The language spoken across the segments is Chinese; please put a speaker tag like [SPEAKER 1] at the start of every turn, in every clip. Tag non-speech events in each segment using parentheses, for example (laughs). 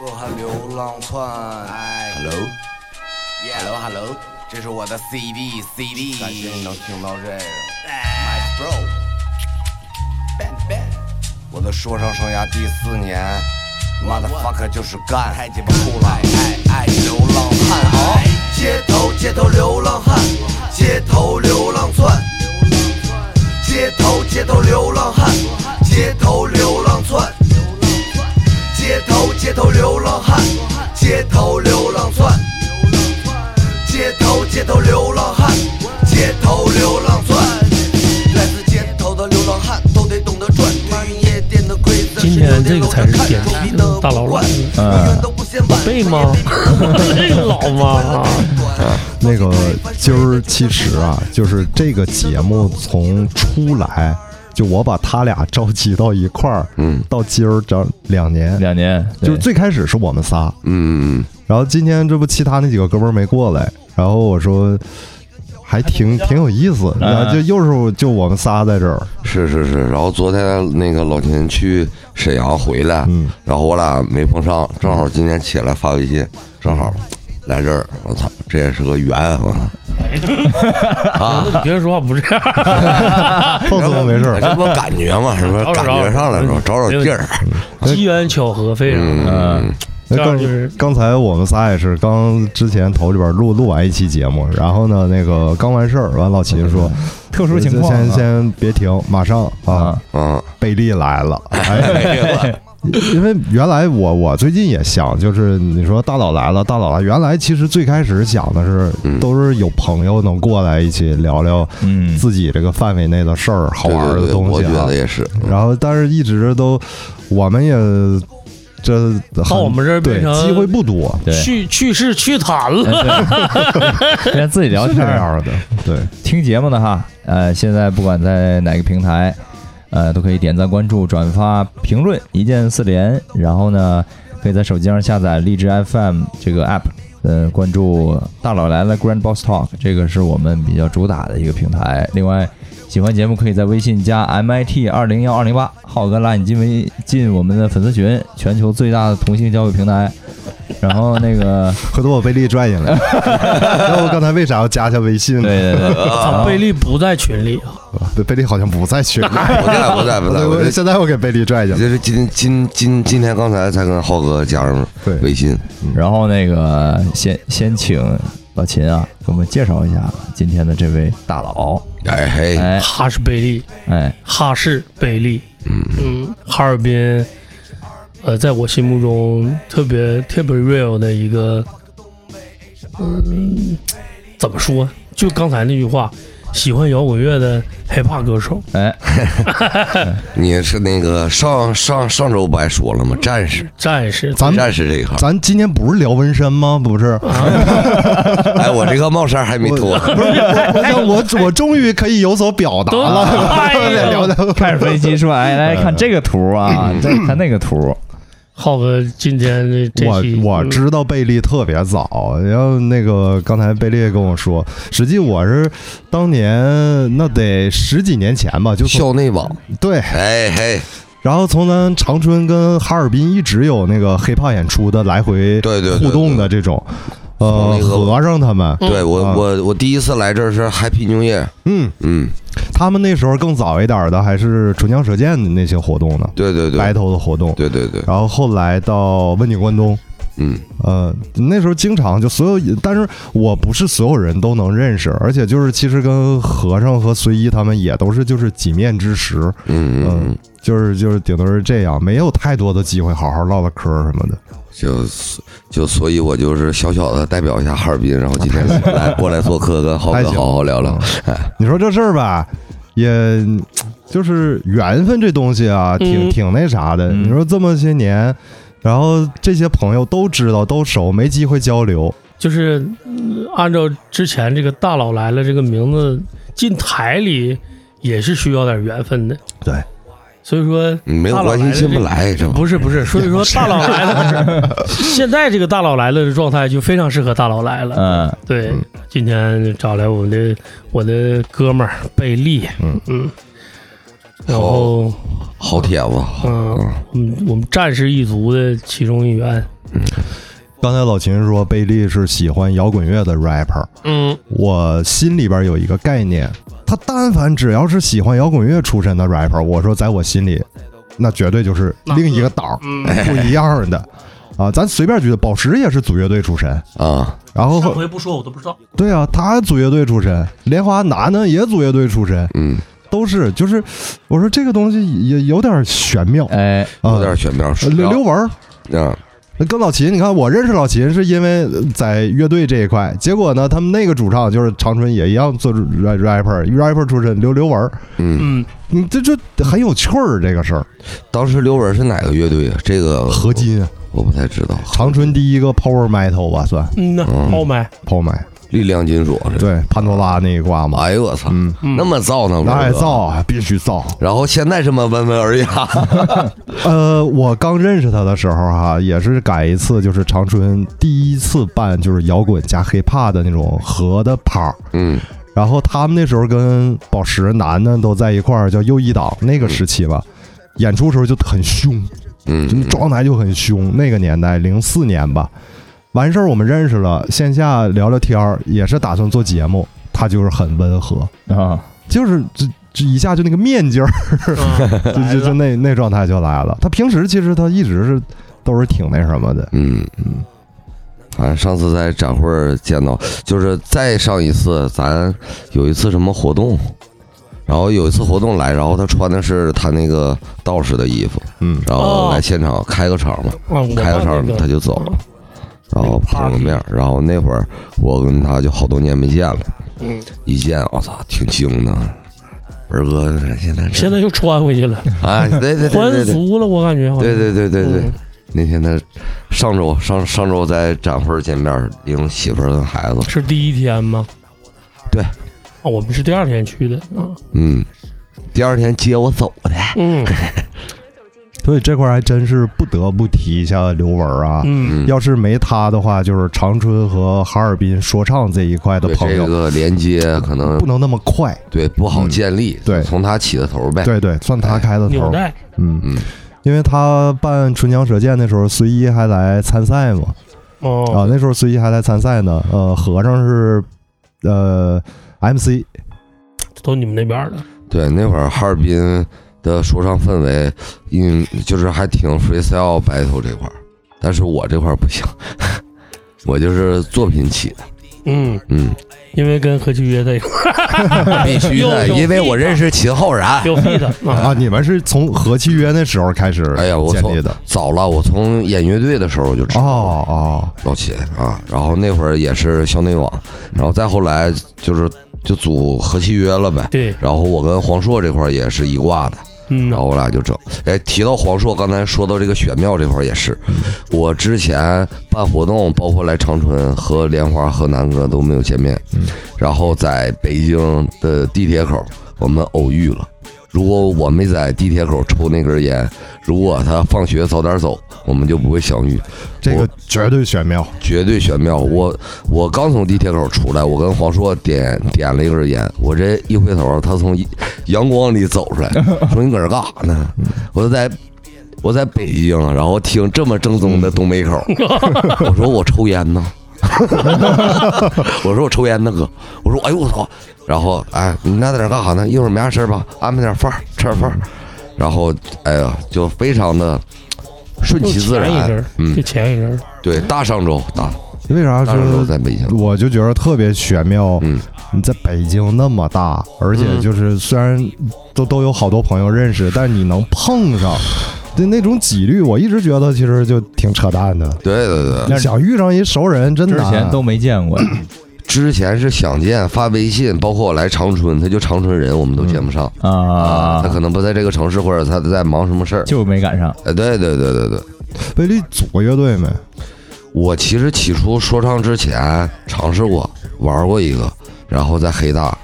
[SPEAKER 1] 我和流浪汉。Hello Hello，这是我的 CD CD。感谢你能听到这个。My bro。Ben Ben。我的说唱生涯第四年，motherfucker 就是干，太鸡巴酷了，爱爱流浪汉啊！街头街头流浪汉，街头流浪窜，街头街头流浪汉，街头流浪窜。街头街头流浪汉，街头流浪窜，街头街头流浪汉，街头流浪窜。来自街头的流浪汉都得懂得赚，对于夜店的规则
[SPEAKER 2] 今天这个才是点题大佬来了
[SPEAKER 3] 啊
[SPEAKER 1] 嗯，
[SPEAKER 2] 背吗？ (laughs) 这个老吗？
[SPEAKER 3] 啊那个今儿其实啊，就是这个节目从出来，就我把他俩召集到一块儿，嗯，到今儿这两年，
[SPEAKER 4] 两年，对
[SPEAKER 3] 就是最开始是我们仨，
[SPEAKER 5] 嗯，
[SPEAKER 3] 然后今天这不其他那几个哥们儿没过来，然后我说还挺挺啊有意思，然后就又是就我们仨在这儿，
[SPEAKER 5] 是是是。然后昨天那个老田去沈阳回来，
[SPEAKER 3] 嗯
[SPEAKER 5] 然后我俩没碰上，正好今天起来发微信，正好来这儿，我操，这也是个缘我操啊！
[SPEAKER 2] (laughs) 你别说话不这样，
[SPEAKER 3] 放松没事儿，
[SPEAKER 5] 这不感觉嘛，是不是
[SPEAKER 2] 找找
[SPEAKER 5] 感觉上来是吧？找找地儿，
[SPEAKER 2] (laughs) 机缘巧合非常。
[SPEAKER 5] 嗯，
[SPEAKER 3] 那
[SPEAKER 2] 这样就是
[SPEAKER 3] 刚刚才我们仨也是刚之前头里边录录完一期节目，然后呢，那个刚完事儿，完老齐说
[SPEAKER 6] 特殊情况啊
[SPEAKER 3] 先先别停，马上啊，
[SPEAKER 4] 啊，
[SPEAKER 5] 嗯，
[SPEAKER 3] 贝利来了，
[SPEAKER 2] (laughs)
[SPEAKER 3] 哎，因为原来我我最近也想，就是你说大佬来了，大佬来，原来其实最开始想的是
[SPEAKER 5] 嗯
[SPEAKER 3] 都是有朋友能过来一起聊聊 (laughs)
[SPEAKER 4] 嗯，
[SPEAKER 3] 自己这个范围内的事儿、好玩
[SPEAKER 5] 对
[SPEAKER 3] 的
[SPEAKER 5] 对对
[SPEAKER 3] 东
[SPEAKER 5] 我
[SPEAKER 3] 西
[SPEAKER 5] 觉
[SPEAKER 3] 啊
[SPEAKER 5] 得，也是，
[SPEAKER 3] 然后但是一直都我们也这很
[SPEAKER 2] 到我们这儿
[SPEAKER 3] 对
[SPEAKER 2] 变成
[SPEAKER 3] 机会不多。
[SPEAKER 4] 对，
[SPEAKER 2] 去去世去谈了，
[SPEAKER 4] 哎对跟自己聊
[SPEAKER 3] 是
[SPEAKER 4] 天
[SPEAKER 3] 这
[SPEAKER 4] 儿
[SPEAKER 3] 样的，对，
[SPEAKER 4] 听节目的哈，呃，现在不管在哪个平台，呃，都可以点赞、关注、转发、评论，一键四连。然后呢，可以在手机上下载荔枝 FM 这个 app，呃，关注“大佬来了 ”Grand Boss Talk，这个是我们比较主打的一个平台。另外，喜欢节目可以在微信加 MIT 二零幺二零八，浩哥拉你进微进我们的粉丝群，全球最大的同性交友平台。然后那个，
[SPEAKER 3] 回头我被丽拽进来。那我刚才为啥要加一下微信
[SPEAKER 4] 对
[SPEAKER 3] 呢？
[SPEAKER 4] (laughs) 对对，然后
[SPEAKER 2] 贝利不在群里啊，
[SPEAKER 3] 对，贝利好像不在群里。
[SPEAKER 5] 不在不在不在，我
[SPEAKER 3] 我
[SPEAKER 5] 这
[SPEAKER 3] 现在我给贝利拽进来。
[SPEAKER 5] 这是今今今今天刚才才跟浩哥加上
[SPEAKER 3] 对
[SPEAKER 5] 微信，
[SPEAKER 4] 然后那个先先请老秦啊，给我们介绍一下今天的这位大佬。
[SPEAKER 5] 哎嘿，
[SPEAKER 4] 哎
[SPEAKER 2] 哈士贝利，
[SPEAKER 4] 哎，
[SPEAKER 2] 哈士贝利，嗯，哈尔滨，呃，在我心目中特别特别 real 的一个，嗯，怎么说？就刚才那句话，喜欢摇滚乐的 hiphop 歌手，
[SPEAKER 4] 哎，
[SPEAKER 5] 你是那个上上上周不还说了吗？战士，
[SPEAKER 2] 战士，
[SPEAKER 3] 咱们
[SPEAKER 5] 战士这一行，
[SPEAKER 3] 咱今天不是聊纹身吗？不是，
[SPEAKER 5] 哎，我这个帽衫还没脱，
[SPEAKER 3] 我想我我终于可以有所表达
[SPEAKER 2] 都
[SPEAKER 3] 了。 (laughs)
[SPEAKER 2] 哎 (laughs) 呦
[SPEAKER 3] 聊的
[SPEAKER 4] 开着飞机说，哎，来看这个图啊，再看那个图，
[SPEAKER 2] 浩哥今天的这
[SPEAKER 3] 我
[SPEAKER 2] 期，
[SPEAKER 3] 我
[SPEAKER 2] 嗯
[SPEAKER 3] 知道贝利特别早，然后那个刚才贝利也跟我说，实际我是当年那得十几年前吧，就从
[SPEAKER 5] 校内网，
[SPEAKER 3] 对，
[SPEAKER 5] 哎嘿，
[SPEAKER 3] 然后从咱长春跟哈尔滨一直有那个黑怕演出的来回
[SPEAKER 5] 对对对
[SPEAKER 3] 互动的这种，
[SPEAKER 5] 从
[SPEAKER 3] 呃，
[SPEAKER 5] 那个
[SPEAKER 3] 和尚他们，
[SPEAKER 5] 对我我我第一次来这儿是 Happy New Year，
[SPEAKER 3] 嗯，
[SPEAKER 5] 嗯，
[SPEAKER 3] 他们那时候更早一点的还是唇枪舌剑的那些活动呢，
[SPEAKER 5] 对对
[SPEAKER 3] 白
[SPEAKER 5] 对，
[SPEAKER 3] 头的啊活动，
[SPEAKER 5] 对对对，
[SPEAKER 3] 然后后来到问鼎关东，
[SPEAKER 5] 嗯，
[SPEAKER 3] 呃，那时候经常就所有，但是我不是所有人都能认识，而且就是其实跟和尚和随一他们也都是就是几面之识，
[SPEAKER 5] 嗯嗯
[SPEAKER 3] 嗯
[SPEAKER 5] 嗯，，
[SPEAKER 3] 就是就是顶多是这样，没有太多的机会好好唠唠嗑什么的。
[SPEAKER 5] 就就所以，我就是小小的代表一下哈尔滨，然后
[SPEAKER 3] (laughs)
[SPEAKER 5] 今天来过来做客，跟浩
[SPEAKER 3] 还
[SPEAKER 5] 哥
[SPEAKER 3] 行
[SPEAKER 5] 好好聊聊，
[SPEAKER 3] 你说这事儿吧，也嗯就是缘分这东西啊，挺
[SPEAKER 2] 嗯
[SPEAKER 3] 挺那啥的。
[SPEAKER 4] 嗯
[SPEAKER 3] 你说这么些年，然后这些朋友都知道都熟，没机会交流。
[SPEAKER 2] 就是嗯按照之前这个大佬来了这个名字进台里，也是需要点缘分的。
[SPEAKER 3] 对，
[SPEAKER 2] 所以说
[SPEAKER 5] 嗯没有
[SPEAKER 2] 大佬
[SPEAKER 5] 关系
[SPEAKER 2] 来了
[SPEAKER 5] 进不
[SPEAKER 2] 这
[SPEAKER 5] 来，
[SPEAKER 3] 嗯
[SPEAKER 5] 这
[SPEAKER 2] 不是不是，所以说大佬来了，
[SPEAKER 4] (laughs)
[SPEAKER 2] 现在这个大佬来了的状态就非常适合大佬来了。
[SPEAKER 4] 嗯，
[SPEAKER 2] 对，今天找来我们的我的哥们儿贝利，嗯嗯然后
[SPEAKER 5] 好帖子，
[SPEAKER 2] 嗯，我们我们战士一族的其中一员，
[SPEAKER 3] 刚才老秦说贝利是喜欢摇滚乐的 rapper，
[SPEAKER 2] 嗯，
[SPEAKER 3] 我心里边有一个概念，他但凡只要是喜欢摇滚乐出身的 rapper，我说在我心里，那绝对就是另一个档儿， (laughs) 不一样的。啊，咱随便举的，宝石也是组乐队出身，
[SPEAKER 5] 啊，
[SPEAKER 3] 然后
[SPEAKER 2] 上回不说我都不知道，
[SPEAKER 3] 对啊，他组乐队出身，莲花男呢也组乐队出身，
[SPEAKER 5] 嗯，
[SPEAKER 3] 都是就是，我说这个东西也有点玄妙
[SPEAKER 4] 哎，
[SPEAKER 5] 有
[SPEAKER 3] 啊。
[SPEAKER 5] 点玄妙。
[SPEAKER 3] 刘刘文儿
[SPEAKER 5] 啊，
[SPEAKER 3] 那跟老秦，你看我认识老秦是因为呃在乐队这一块，结果呢，他们那个主唱就是长春也一样做 ra- rapper rapper 出身，刘刘文儿，
[SPEAKER 5] 嗯，
[SPEAKER 2] 嗯，
[SPEAKER 3] 你这这很有趣儿这个事儿。
[SPEAKER 5] 当时刘文是哪个乐队啊？这个
[SPEAKER 3] 合金，
[SPEAKER 5] 我不太知道。
[SPEAKER 3] 长春第一个 power metal 吧，算
[SPEAKER 2] 嗯呐，
[SPEAKER 5] 嗯
[SPEAKER 2] 好买，
[SPEAKER 3] power metal，
[SPEAKER 5] 力量金属啊这，
[SPEAKER 3] 对，潘多拉那一挂嘛，
[SPEAKER 5] 哎呦我操，
[SPEAKER 3] 嗯，
[SPEAKER 5] 那么 (laughs) 造呢？
[SPEAKER 3] 那还
[SPEAKER 5] 这个
[SPEAKER 3] 造啊，必须造。
[SPEAKER 5] 然后现在这么温文尔雅，
[SPEAKER 3] 呃，我刚认识他的时候哈、也是改一次，就是长春第一次办就是摇滚加 hiphop 的那种合的趴儿，
[SPEAKER 5] 嗯
[SPEAKER 3] 然后他们那时候跟宝石、楠楠都在一块儿，叫右翼党那个时期吧。演出时候就很凶，
[SPEAKER 5] 嗯
[SPEAKER 3] 就，状态就很凶。那个年代，零四年吧，完事儿我们认识了，线下聊聊天儿，也是打算做节目。他就是很温和，
[SPEAKER 4] 啊，
[SPEAKER 3] 就是这这一下就那个面筋儿，就
[SPEAKER 2] 嗯来
[SPEAKER 3] 就就
[SPEAKER 2] 了，
[SPEAKER 3] 那那状态就来了。他平时其实他一直是都是挺那什么的，
[SPEAKER 5] 嗯嗯，反正上次在展会儿见到，就是再上一次，咱有一次什么活动，然后有一次活动来，然后他穿的是他那个道士的衣服，
[SPEAKER 3] 嗯，
[SPEAKER 5] 然后
[SPEAKER 2] 哦
[SPEAKER 5] 来现场开个场嘛，
[SPEAKER 2] 啊我
[SPEAKER 5] 开个
[SPEAKER 2] 办
[SPEAKER 5] 场
[SPEAKER 2] 那
[SPEAKER 5] 他
[SPEAKER 2] 个
[SPEAKER 5] 就走了，然后碰个面儿，然后那会儿我跟他就好多年没见了，
[SPEAKER 2] 嗯，
[SPEAKER 5] 一见我操挺惊的，文哥现在
[SPEAKER 2] 现在又穿回去了，
[SPEAKER 5] 啊，对对对
[SPEAKER 2] 还
[SPEAKER 5] 对对
[SPEAKER 2] 俗了，我感觉好像，
[SPEAKER 5] 对对对对对
[SPEAKER 2] 哦嗯。
[SPEAKER 5] 那天他上周上上周在展会儿见面，领媳妇儿跟孩子，
[SPEAKER 2] 是第一天吗？
[SPEAKER 5] 对
[SPEAKER 2] 啊，我们是第二天去的，啊
[SPEAKER 5] 嗯，第二天接我走的，
[SPEAKER 2] 嗯
[SPEAKER 3] 所以这块儿还真是不得不提一下刘文儿啊。
[SPEAKER 2] 嗯，
[SPEAKER 5] 嗯，
[SPEAKER 3] 要是没他的话，就是长春和哈尔滨说唱这一块的
[SPEAKER 5] 对
[SPEAKER 3] 朋
[SPEAKER 5] 这
[SPEAKER 3] 友
[SPEAKER 5] 个连接可能
[SPEAKER 3] 不能那么快。
[SPEAKER 5] 对不好
[SPEAKER 3] 嗯
[SPEAKER 5] 建立，
[SPEAKER 3] 对
[SPEAKER 5] 从他起的头呗，
[SPEAKER 3] 对对，算他开的头
[SPEAKER 2] 纽
[SPEAKER 3] 儿。
[SPEAKER 2] 带，
[SPEAKER 3] 嗯，
[SPEAKER 5] 哎嗯，
[SPEAKER 3] 因为他办唇枪舌剑的时候，随一还来参赛嘛。啊
[SPEAKER 5] 嗯
[SPEAKER 2] 哦，，
[SPEAKER 3] 那时候随一还来参赛呢。呃，和尚是呃 MC，
[SPEAKER 2] 都你们那边儿的，
[SPEAKER 5] 对，那会儿哈尔滨的说唱氛围，嗯，就是还挺 freestyle battle 这块儿，但是我这块儿不行， (laughs) 我就是作品起的，
[SPEAKER 2] 嗯， (laughs)
[SPEAKER 5] 嗯，
[SPEAKER 2] 因为跟何其约在一块儿，
[SPEAKER 5] 必须的，
[SPEAKER 2] 有有
[SPEAKER 5] 因为我
[SPEAKER 2] beat
[SPEAKER 5] 认识秦昊然，
[SPEAKER 2] 有
[SPEAKER 5] (laughs)
[SPEAKER 2] fit 啊，
[SPEAKER 3] 啊，你们是从和契约那时候开始
[SPEAKER 5] 哎呀我
[SPEAKER 3] 建
[SPEAKER 5] 操
[SPEAKER 3] 立的。
[SPEAKER 5] 早了，我从演乐队的时候我就知道了
[SPEAKER 3] 哦哦，
[SPEAKER 5] 老秦啊，然后那会儿也是校内网，然后再后来就是就组合契约了呗。
[SPEAKER 2] 对，
[SPEAKER 5] 然后我跟黄硕这块儿也是一挂的，
[SPEAKER 2] 嗯
[SPEAKER 5] 然后我俩就整。哎，提到黄硕，刚才说到这个玄妙这块儿也是，我之前办活动，包括来长春和莲花和南哥都没有见面，然后在北京的地铁口我们偶遇了。如果我没在地铁口抽那根烟，如果他放学早点走，我们就不会相遇。
[SPEAKER 3] 这
[SPEAKER 5] 我
[SPEAKER 3] 个绝对玄妙。
[SPEAKER 5] 绝对玄妙。我我刚从地铁口出来，我跟黄硕点点了一根烟，我这一回头，他从一阳光里走出
[SPEAKER 2] (laughs)
[SPEAKER 5] 来，说你搁这干啥呢？
[SPEAKER 2] 嗯
[SPEAKER 5] 我说在。我在北京，啊然后听这么正宗的
[SPEAKER 2] 嗯
[SPEAKER 5] 东
[SPEAKER 2] (laughs)
[SPEAKER 5] 北口，我说我抽烟呢，我说我抽烟呢哥，我说哎呦我操，然后哎你那在这干啥呢？一会儿没啥事儿吧，安排点饭儿吃点饭
[SPEAKER 2] 嗯
[SPEAKER 5] 儿，然后哎呀就非常的顺
[SPEAKER 2] 就
[SPEAKER 5] 其自
[SPEAKER 2] 前一阵
[SPEAKER 5] 然
[SPEAKER 2] 儿，
[SPEAKER 5] 嗯
[SPEAKER 2] 就，前一阵儿，
[SPEAKER 5] 对，大上周大
[SPEAKER 3] 为啥
[SPEAKER 5] 大上周
[SPEAKER 3] 是
[SPEAKER 5] 在北京，
[SPEAKER 3] 我就觉得特别玄妙。
[SPEAKER 5] 嗯，
[SPEAKER 3] 你在北京那么大，而
[SPEAKER 4] 嗯
[SPEAKER 3] 且就是虽然都都有好多朋友认识，但你能碰上的那种几率，我一直觉得其实就挺扯淡的。
[SPEAKER 5] 对对对，
[SPEAKER 3] 你想遇上一熟人，真啊
[SPEAKER 4] 之
[SPEAKER 3] 难。
[SPEAKER 4] 前都没见过，
[SPEAKER 5] 之前是想见发微信，包括我来长春，他就长春人，我们都见不上、
[SPEAKER 4] 啊
[SPEAKER 5] 他，可能不在这个城市，或者他在忙什么事儿。
[SPEAKER 4] 就没赶上。
[SPEAKER 5] 哎，对对对对对，
[SPEAKER 3] 贝利组过乐队没？
[SPEAKER 5] 我其实起初说唱之前尝试过玩过一个，然后在黑大，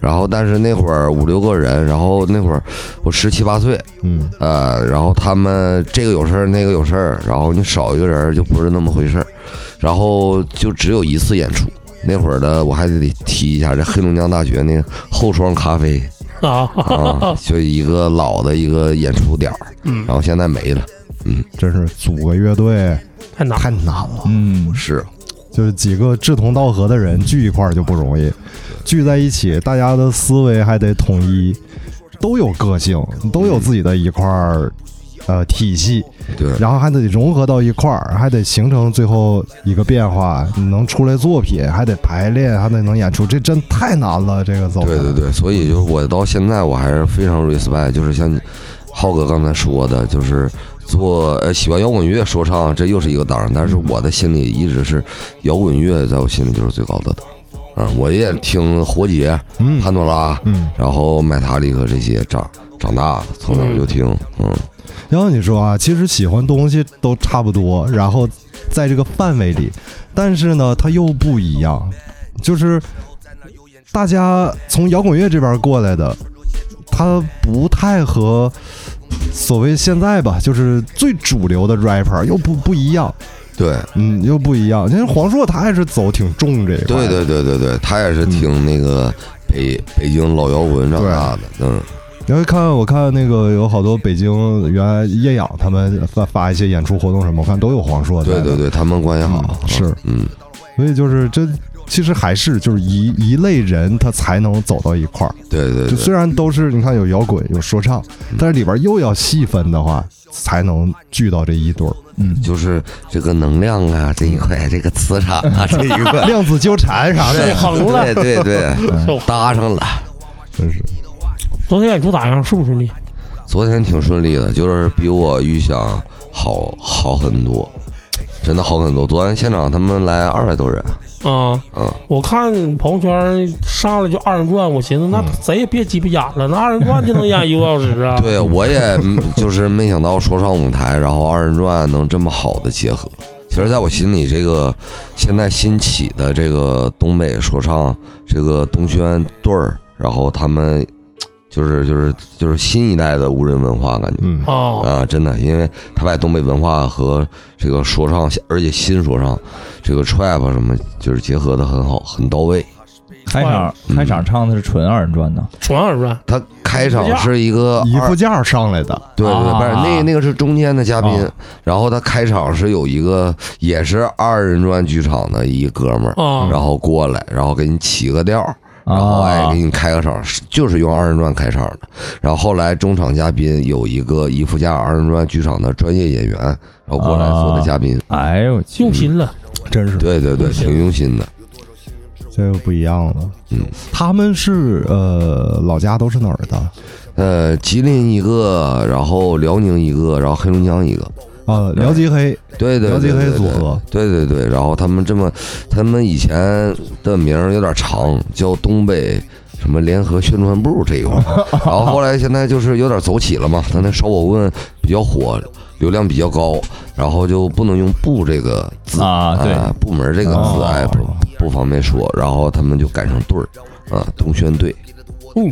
[SPEAKER 5] 然后但是那会儿五六个人，然后那会儿我十七八岁，
[SPEAKER 3] 嗯，
[SPEAKER 5] 呃，然后他们这个有事儿，那个有事儿，然后你少一个人儿就不是那么回事儿，然后就只有一次演出。那会儿的我还得提一下，这黑龙江大学那个后窗咖啡，啊
[SPEAKER 2] 啊，，
[SPEAKER 5] 就一个老的一个演出点儿，
[SPEAKER 2] 嗯
[SPEAKER 5] 然后现在没了，
[SPEAKER 3] 真是组个乐队
[SPEAKER 2] 太难了。
[SPEAKER 3] 太难了，
[SPEAKER 4] 嗯，
[SPEAKER 5] 是
[SPEAKER 3] 就是几个志同道合的人聚一块儿就不容易，聚在一起，大家的思维还得统一，都有个性，都有自己的一块儿呃体系，
[SPEAKER 5] 对，
[SPEAKER 3] 然后还得融合到一块儿，还得形成最后一个变化，你能出来作品，还得排练，还得能演出，这真太难了，这个走。
[SPEAKER 5] 对对，对，所以就是我到现在我还是非常 respect，就是像浩哥刚才说的，就是做呃喜欢摇滚乐说唱，这又是一个档儿，但是
[SPEAKER 3] 嗯
[SPEAKER 5] 我的心里一直是摇滚乐，在我心里就是最高的档儿。啊，我也听活结、
[SPEAKER 3] 嗯
[SPEAKER 5] 潘多拉，
[SPEAKER 3] 嗯，
[SPEAKER 5] 然后麦塔利克这些长长大的，从小就听，嗯，
[SPEAKER 3] 然后你说啊，其实喜欢东西都差不多，然后在这个范围里，但是呢，它又不一样，就是大家从摇滚乐这边过来的，它不太和所谓现在吧，就是最主流的 rapper 又不不一样，
[SPEAKER 5] 对，
[SPEAKER 3] 嗯，又不一样。因为黄硕他还是走挺重这一块，
[SPEAKER 5] 对，对对对对，他也是
[SPEAKER 3] 嗯
[SPEAKER 5] 听那个北、北京老摇滚长大的，嗯，
[SPEAKER 3] 因为看我看那个有好多北京原来夜养他们发发一些演出活动什么，我看都有黄硕在
[SPEAKER 5] 对
[SPEAKER 3] 的。
[SPEAKER 5] 对对，他们关系好，
[SPEAKER 3] 嗯是，
[SPEAKER 5] 嗯，
[SPEAKER 3] 所以就是这，其实还是就是一一类人，他才能走到一块儿。
[SPEAKER 5] 对对
[SPEAKER 3] 就
[SPEAKER 5] 对，嗯
[SPEAKER 3] 虽然都是你看有摇滚有说唱，但是里边又要细分的话，才能聚到这一堆儿。，
[SPEAKER 5] 就是这个能量啊这一 (laughs) 块，这个磁场啊这一块 (laughs)
[SPEAKER 3] 量子纠缠啥的，
[SPEAKER 5] 对
[SPEAKER 2] 横了
[SPEAKER 5] 对对对，
[SPEAKER 2] 受
[SPEAKER 5] 搭上了。
[SPEAKER 3] 真是
[SPEAKER 2] 昨天演出咋样？顺不顺利？
[SPEAKER 5] 昨天挺顺利的，就是比我预想好好很多，真的好很多。昨天现场他们来二百多人，
[SPEAKER 2] 啊，
[SPEAKER 5] 嗯，
[SPEAKER 2] 我看朋友圈上来就二人转，我寻思那谁也别鸡巴演了，那二人转就能演一个多小时啊。
[SPEAKER 5] 嗯对我也嗯就是没想到说唱舞台，然后二人转能这么好的结合。其实，在我心里，这个现在新起的这个东北说唱这个东轩队儿，然后他们就是就是就是新一代的无人文化感觉。
[SPEAKER 3] 嗯，
[SPEAKER 2] 啊，
[SPEAKER 5] 啊，真的，因为他把东北文化和这个说唱，而且新说唱，这个 trap 什么，就是结合的很好，很到位。
[SPEAKER 4] 开场
[SPEAKER 5] 嗯
[SPEAKER 4] 开场唱的是纯二人转的，
[SPEAKER 2] 纯二人转
[SPEAKER 5] 他开场是一个
[SPEAKER 3] 一
[SPEAKER 5] 二
[SPEAKER 3] 副架上来的，
[SPEAKER 5] 对对，
[SPEAKER 4] 啊
[SPEAKER 5] 不是那那个是中间的嘉宾
[SPEAKER 4] 啊，
[SPEAKER 5] 然后他开场是有一个也是二人转剧场的一哥们儿，
[SPEAKER 2] 啊
[SPEAKER 5] 然后过来，然后给你起个调儿，然后哎
[SPEAKER 4] 啊
[SPEAKER 5] 给你开个场，是就是用二人转开场的。然后后来中场嘉宾有一个伊夫加尔二人转剧场的专业演员，然后过
[SPEAKER 4] 啊
[SPEAKER 5] 来做的嘉宾。
[SPEAKER 4] 哎呦我去，
[SPEAKER 2] 用心了，
[SPEAKER 3] 真是
[SPEAKER 5] 对对对，挺用心的。
[SPEAKER 3] 这又不一样了。
[SPEAKER 5] 嗯，
[SPEAKER 3] 他们是呃老家都是哪儿的？啊
[SPEAKER 5] 呃，吉林一个，然后辽宁一个，然后黑龙江一个。
[SPEAKER 3] 啊，辽吉黑，
[SPEAKER 5] 对对
[SPEAKER 3] 辽
[SPEAKER 5] 对
[SPEAKER 3] 吉黑
[SPEAKER 5] 对
[SPEAKER 3] 组
[SPEAKER 5] 对。
[SPEAKER 3] 合，
[SPEAKER 5] 对对对，然后他们这么，他们以前的名儿有点长，叫东北什么联合宣传部这一块儿，然后后来现在就是有点走起了嘛，他那烧火棍比较火，流量比较高，然后就不能用“部”这个字
[SPEAKER 4] 啊对
[SPEAKER 5] 哎部门这个字
[SPEAKER 4] 哦
[SPEAKER 5] 哎不不方便说，然后他们就改成队儿啊，东轩队。
[SPEAKER 2] 哦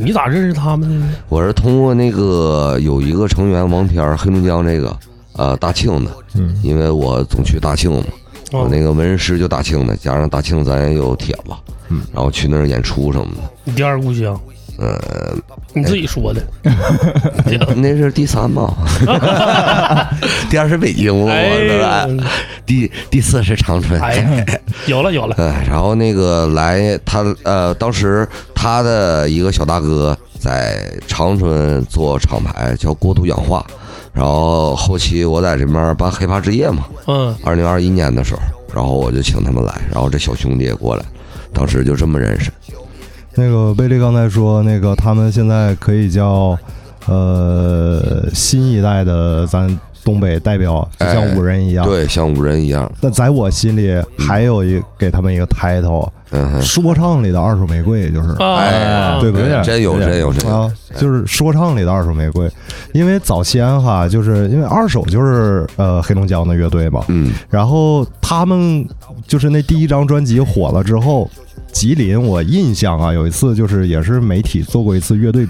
[SPEAKER 2] 你咋认识他们的呢？
[SPEAKER 5] 我是通过那个有一个成员王天儿，黑龙江这个呃大庆的，
[SPEAKER 3] 嗯
[SPEAKER 5] 因为我总去大庆嘛，
[SPEAKER 2] 哦
[SPEAKER 5] 我那个文人师就大庆的，加上大庆咱也有帖子，
[SPEAKER 3] 嗯
[SPEAKER 5] 然后去那儿演出什么的，
[SPEAKER 2] 你第二故乡，
[SPEAKER 5] 呃，哎
[SPEAKER 2] 你自己说的。
[SPEAKER 5] 那是第三吧，第二是北京，我
[SPEAKER 2] 哎
[SPEAKER 5] 我，第第四是长
[SPEAKER 2] (laughs)
[SPEAKER 5] 春，
[SPEAKER 2] 哎呀，有了
[SPEAKER 5] (laughs)
[SPEAKER 2] 有了，
[SPEAKER 5] 哎，然后那个来他呃，当时他的一个小大哥在长春做厂牌，叫国土氧化。然后后期我在这边办黑怕之夜嘛，
[SPEAKER 2] 嗯，
[SPEAKER 5] 二零二一年的时候，然后我就请他们来，然后这小兄弟也过来，当时就这么认识。
[SPEAKER 3] 那个贝利刚才说，那个他们现在可以叫呃新一代的咱东北代表，就像五人一样。。
[SPEAKER 5] 哎对，像五人一样，
[SPEAKER 3] 那在我心里还有一给他们一个 title，
[SPEAKER 5] 嗯哼，
[SPEAKER 3] 说唱里的二手玫瑰就是
[SPEAKER 2] 啊
[SPEAKER 5] 哎，
[SPEAKER 3] 对吧
[SPEAKER 4] 有点
[SPEAKER 5] 真有真有真有，
[SPEAKER 3] 啊，就是说唱里的二手玫瑰。因为早先哈，就是因为二手就是呃黑龙江的乐队嘛，
[SPEAKER 5] 嗯，
[SPEAKER 3] 然后他们就是那第一张专辑火了之后，吉林我印象啊，有一次就是也是媒体做过一次乐队，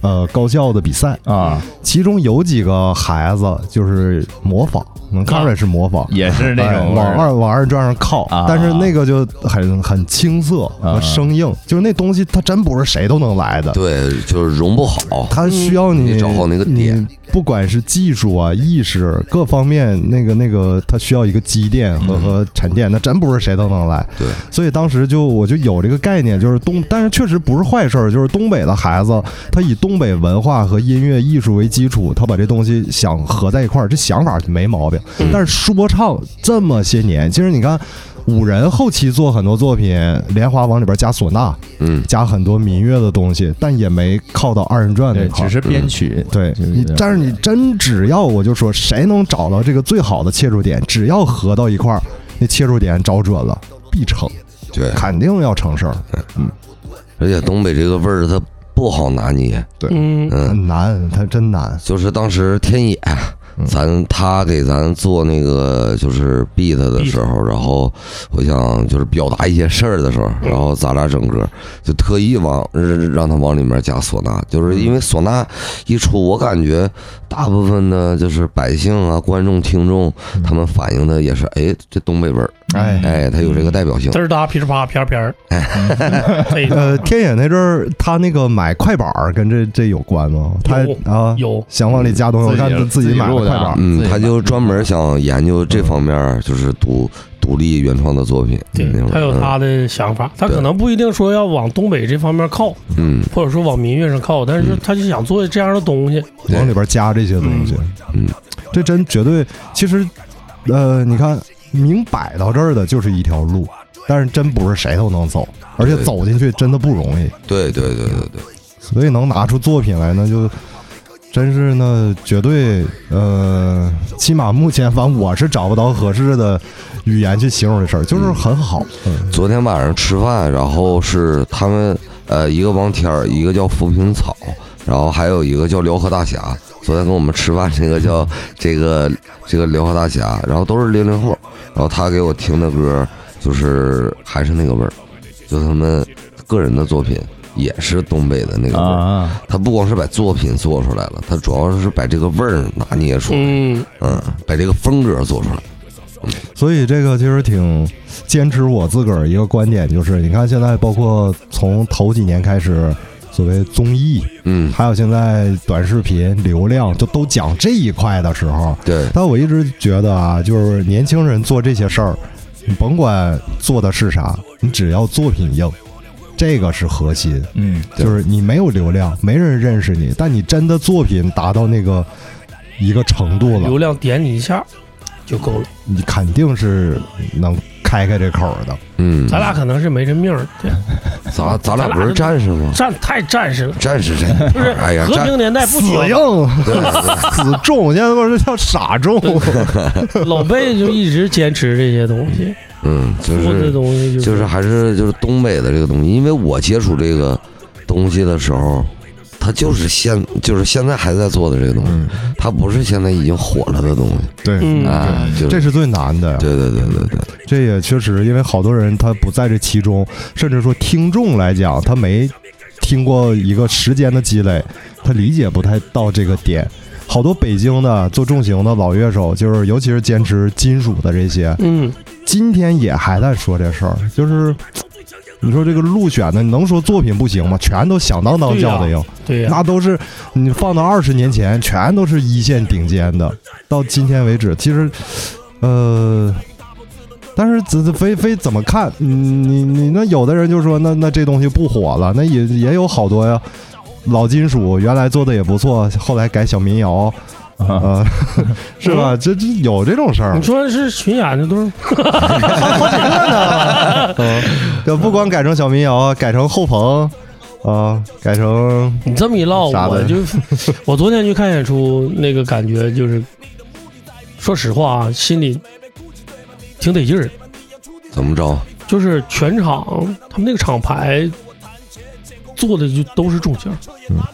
[SPEAKER 3] 呃高校的比赛，
[SPEAKER 4] 啊
[SPEAKER 3] 其中有几个孩子就是模仿，嗯，Carry 是模仿，
[SPEAKER 4] 也是那
[SPEAKER 3] 哎
[SPEAKER 4] 种味
[SPEAKER 3] 往
[SPEAKER 4] 儿
[SPEAKER 3] 二往二人转上靠
[SPEAKER 4] 啊，
[SPEAKER 3] 但是那个就很很青涩和生硬，就是那东西它真不是谁都能来的，
[SPEAKER 5] 对，就是融不好。
[SPEAKER 3] 它需要你
[SPEAKER 5] 嗯你找好那个点，
[SPEAKER 3] 你不管是技术啊、意识各方面，那个那个，它需要一个积淀和
[SPEAKER 4] 嗯
[SPEAKER 3] 和沉淀，那真不是谁都能来。
[SPEAKER 5] 对，
[SPEAKER 3] 所以当时就我就有这个概念，就是东，但是确实不是坏事儿，就是东北的孩子，他以东北文化和音乐艺术为基础，他把这东西想合在一块儿，这想法没毛病。但是说唱这么些年，其实你看。五人后期做很多作品，《莲花》往里边加唢呐，
[SPEAKER 5] 嗯，
[SPEAKER 3] 加很多民乐的东西，但也没靠到二人转那
[SPEAKER 4] 对，
[SPEAKER 3] 块儿
[SPEAKER 4] 只。是编曲，
[SPEAKER 3] 对
[SPEAKER 4] 就是
[SPEAKER 3] 你，但是你真只要我就说，谁能找到这个最好的切入点，只要合到一块儿，那切入点找准了，必成，
[SPEAKER 5] 对，
[SPEAKER 3] 肯定要成事儿，
[SPEAKER 5] 而且东北这个味儿它不好拿捏，
[SPEAKER 2] 嗯
[SPEAKER 5] 嗯，
[SPEAKER 3] 很难，它真难。
[SPEAKER 5] 就是当时天野，啊咱他给咱做那个就是 beat 的时候，然后我想就是表达一些事儿的时候，然后咱俩整歌就特意往让让他往里面加唢呐，就是因为唢呐一出，我感觉大部分的就是百姓啊、观众、听众，他们反映的也是，哎，这东北味儿，
[SPEAKER 3] 哎
[SPEAKER 5] 哎，它有这个代表性
[SPEAKER 2] 嘚，儿哒噼里啪啦啪啦
[SPEAKER 5] (laughs)
[SPEAKER 2] 啪啦，这一段
[SPEAKER 3] 呃，天野那阵儿他那个买快板儿跟这这有关吗？他
[SPEAKER 2] 有
[SPEAKER 3] 啊，
[SPEAKER 2] 有
[SPEAKER 3] 想往里加东西，我看他
[SPEAKER 4] 自
[SPEAKER 3] 自
[SPEAKER 4] 己
[SPEAKER 3] 己买的
[SPEAKER 4] 录
[SPEAKER 3] 快板
[SPEAKER 4] 的啊
[SPEAKER 3] 儿。
[SPEAKER 5] 嗯
[SPEAKER 4] 自，己
[SPEAKER 5] 他就专门想研究这方面，就是独独立原创的作品，
[SPEAKER 2] 对
[SPEAKER 5] 那，会儿嗯
[SPEAKER 2] 他有他的想法，他可能不一定说要往东北这方面靠，
[SPEAKER 5] 嗯
[SPEAKER 2] 或者说往民乐上靠，但是他就想做这样的东西。
[SPEAKER 5] 对
[SPEAKER 3] 往里边加这些东西，
[SPEAKER 5] 嗯，
[SPEAKER 3] 这真绝对。其实，呃，你看，明摆到这儿的就是一条路，但是真不是谁都能走，而且
[SPEAKER 5] 对
[SPEAKER 3] 走进去真的不容易，
[SPEAKER 5] 对对对对对，
[SPEAKER 3] 所以能拿出作品来，那就真是那绝对，呃，起码目前反正我是找不到合适的语言去形容这事儿，就是很好，嗯
[SPEAKER 5] 昨天晚上吃饭，然后是他们呃一个王天儿，一个叫浮萍草，然后还有一个叫辽河大侠。昨天跟我们吃饭这个叫这个这个辽河大侠，然后都是零零后，然后他给我听的歌就是还是那个味儿，就他们个人的作品也是东北的那个味儿。
[SPEAKER 4] 啊，
[SPEAKER 5] 他不光是把作品做出来了，他主要是把这个味儿拿捏出来，
[SPEAKER 2] 嗯，
[SPEAKER 5] 嗯，把这个风格做出来。
[SPEAKER 3] 所以这个其实挺坚持我自个儿一个观点，就是你看现在包括从头几年开始，所谓综艺。
[SPEAKER 5] 嗯，
[SPEAKER 3] 还有现在短视频流量就都讲这一块的时候，
[SPEAKER 5] 对，
[SPEAKER 3] 但我一直觉得啊，就是年轻人做这些事儿，你甭管做的是啥，你只要作品硬，这个是核心。
[SPEAKER 4] 嗯，
[SPEAKER 5] 对
[SPEAKER 3] 就是你没有流量，没人认识你，但你真的作品达到那个一个程度
[SPEAKER 2] 流
[SPEAKER 3] 了，
[SPEAKER 2] 量点你一下就够了。
[SPEAKER 3] 你肯定是能开开这口儿的。
[SPEAKER 5] 嗯，
[SPEAKER 2] 咱俩可能是没这命儿，对
[SPEAKER 5] 咱咱俩不是战士吗？
[SPEAKER 2] 战太战士了，
[SPEAKER 5] 战士战士，
[SPEAKER 2] 就是
[SPEAKER 5] 哎呀，
[SPEAKER 2] 和
[SPEAKER 5] 战
[SPEAKER 2] 平年代不
[SPEAKER 3] 死
[SPEAKER 2] 缺
[SPEAKER 3] 硬、
[SPEAKER 5] 对对 (laughs)
[SPEAKER 3] 死重，现在不是叫傻重。
[SPEAKER 2] 老贝就一直坚持这些东西，
[SPEAKER 5] 嗯，就
[SPEAKER 2] 我这
[SPEAKER 5] 是
[SPEAKER 2] 东西就
[SPEAKER 5] 就是还是就是东北的这个东西，因为我接触这个东西的时候，它就是现就是现在还在做的这个东西，
[SPEAKER 3] 嗯，
[SPEAKER 5] 它不是现在已经火了的东西
[SPEAKER 3] 对，
[SPEAKER 2] 嗯，
[SPEAKER 5] 啊，就
[SPEAKER 3] 这
[SPEAKER 5] 是
[SPEAKER 3] 是最难的。
[SPEAKER 5] 对对对对对，
[SPEAKER 3] 这也确实，因为好多人他不在这其中，甚至说听众来讲，他没听过一个时间的积累，他理解不太到这个点。好多北京的做重型的老乐手，就是尤其是坚持金属的这些，
[SPEAKER 2] 嗯，
[SPEAKER 3] 今天也还在说这事儿，就是。你说这个入选的，你能说作品不行吗？全都响当当叫的硬，
[SPEAKER 2] 对呀，
[SPEAKER 3] 那都是你放到二十年前，全都是一线顶尖的。到今天为止，其实，呃，但是怎怎非非怎么看？嗯你你那有的人就说，那那这东西不火了，那也也有好多呀。老金属原来做的也不错，后来改小民谣，呃， (laughs) 是吧？这这有这种事儿
[SPEAKER 2] 你，说是巡演的都是
[SPEAKER 3] (laughs) 就不光改成小民谣，改成后朋，啊、改成
[SPEAKER 2] 你这么一唠，
[SPEAKER 3] 啥的
[SPEAKER 5] (laughs)
[SPEAKER 2] 我就我昨天去看演出，那个感觉就是，说实话啊，心里挺得劲儿。
[SPEAKER 5] 怎么着？
[SPEAKER 2] 就是全场他们那个厂牌做的就都是重型，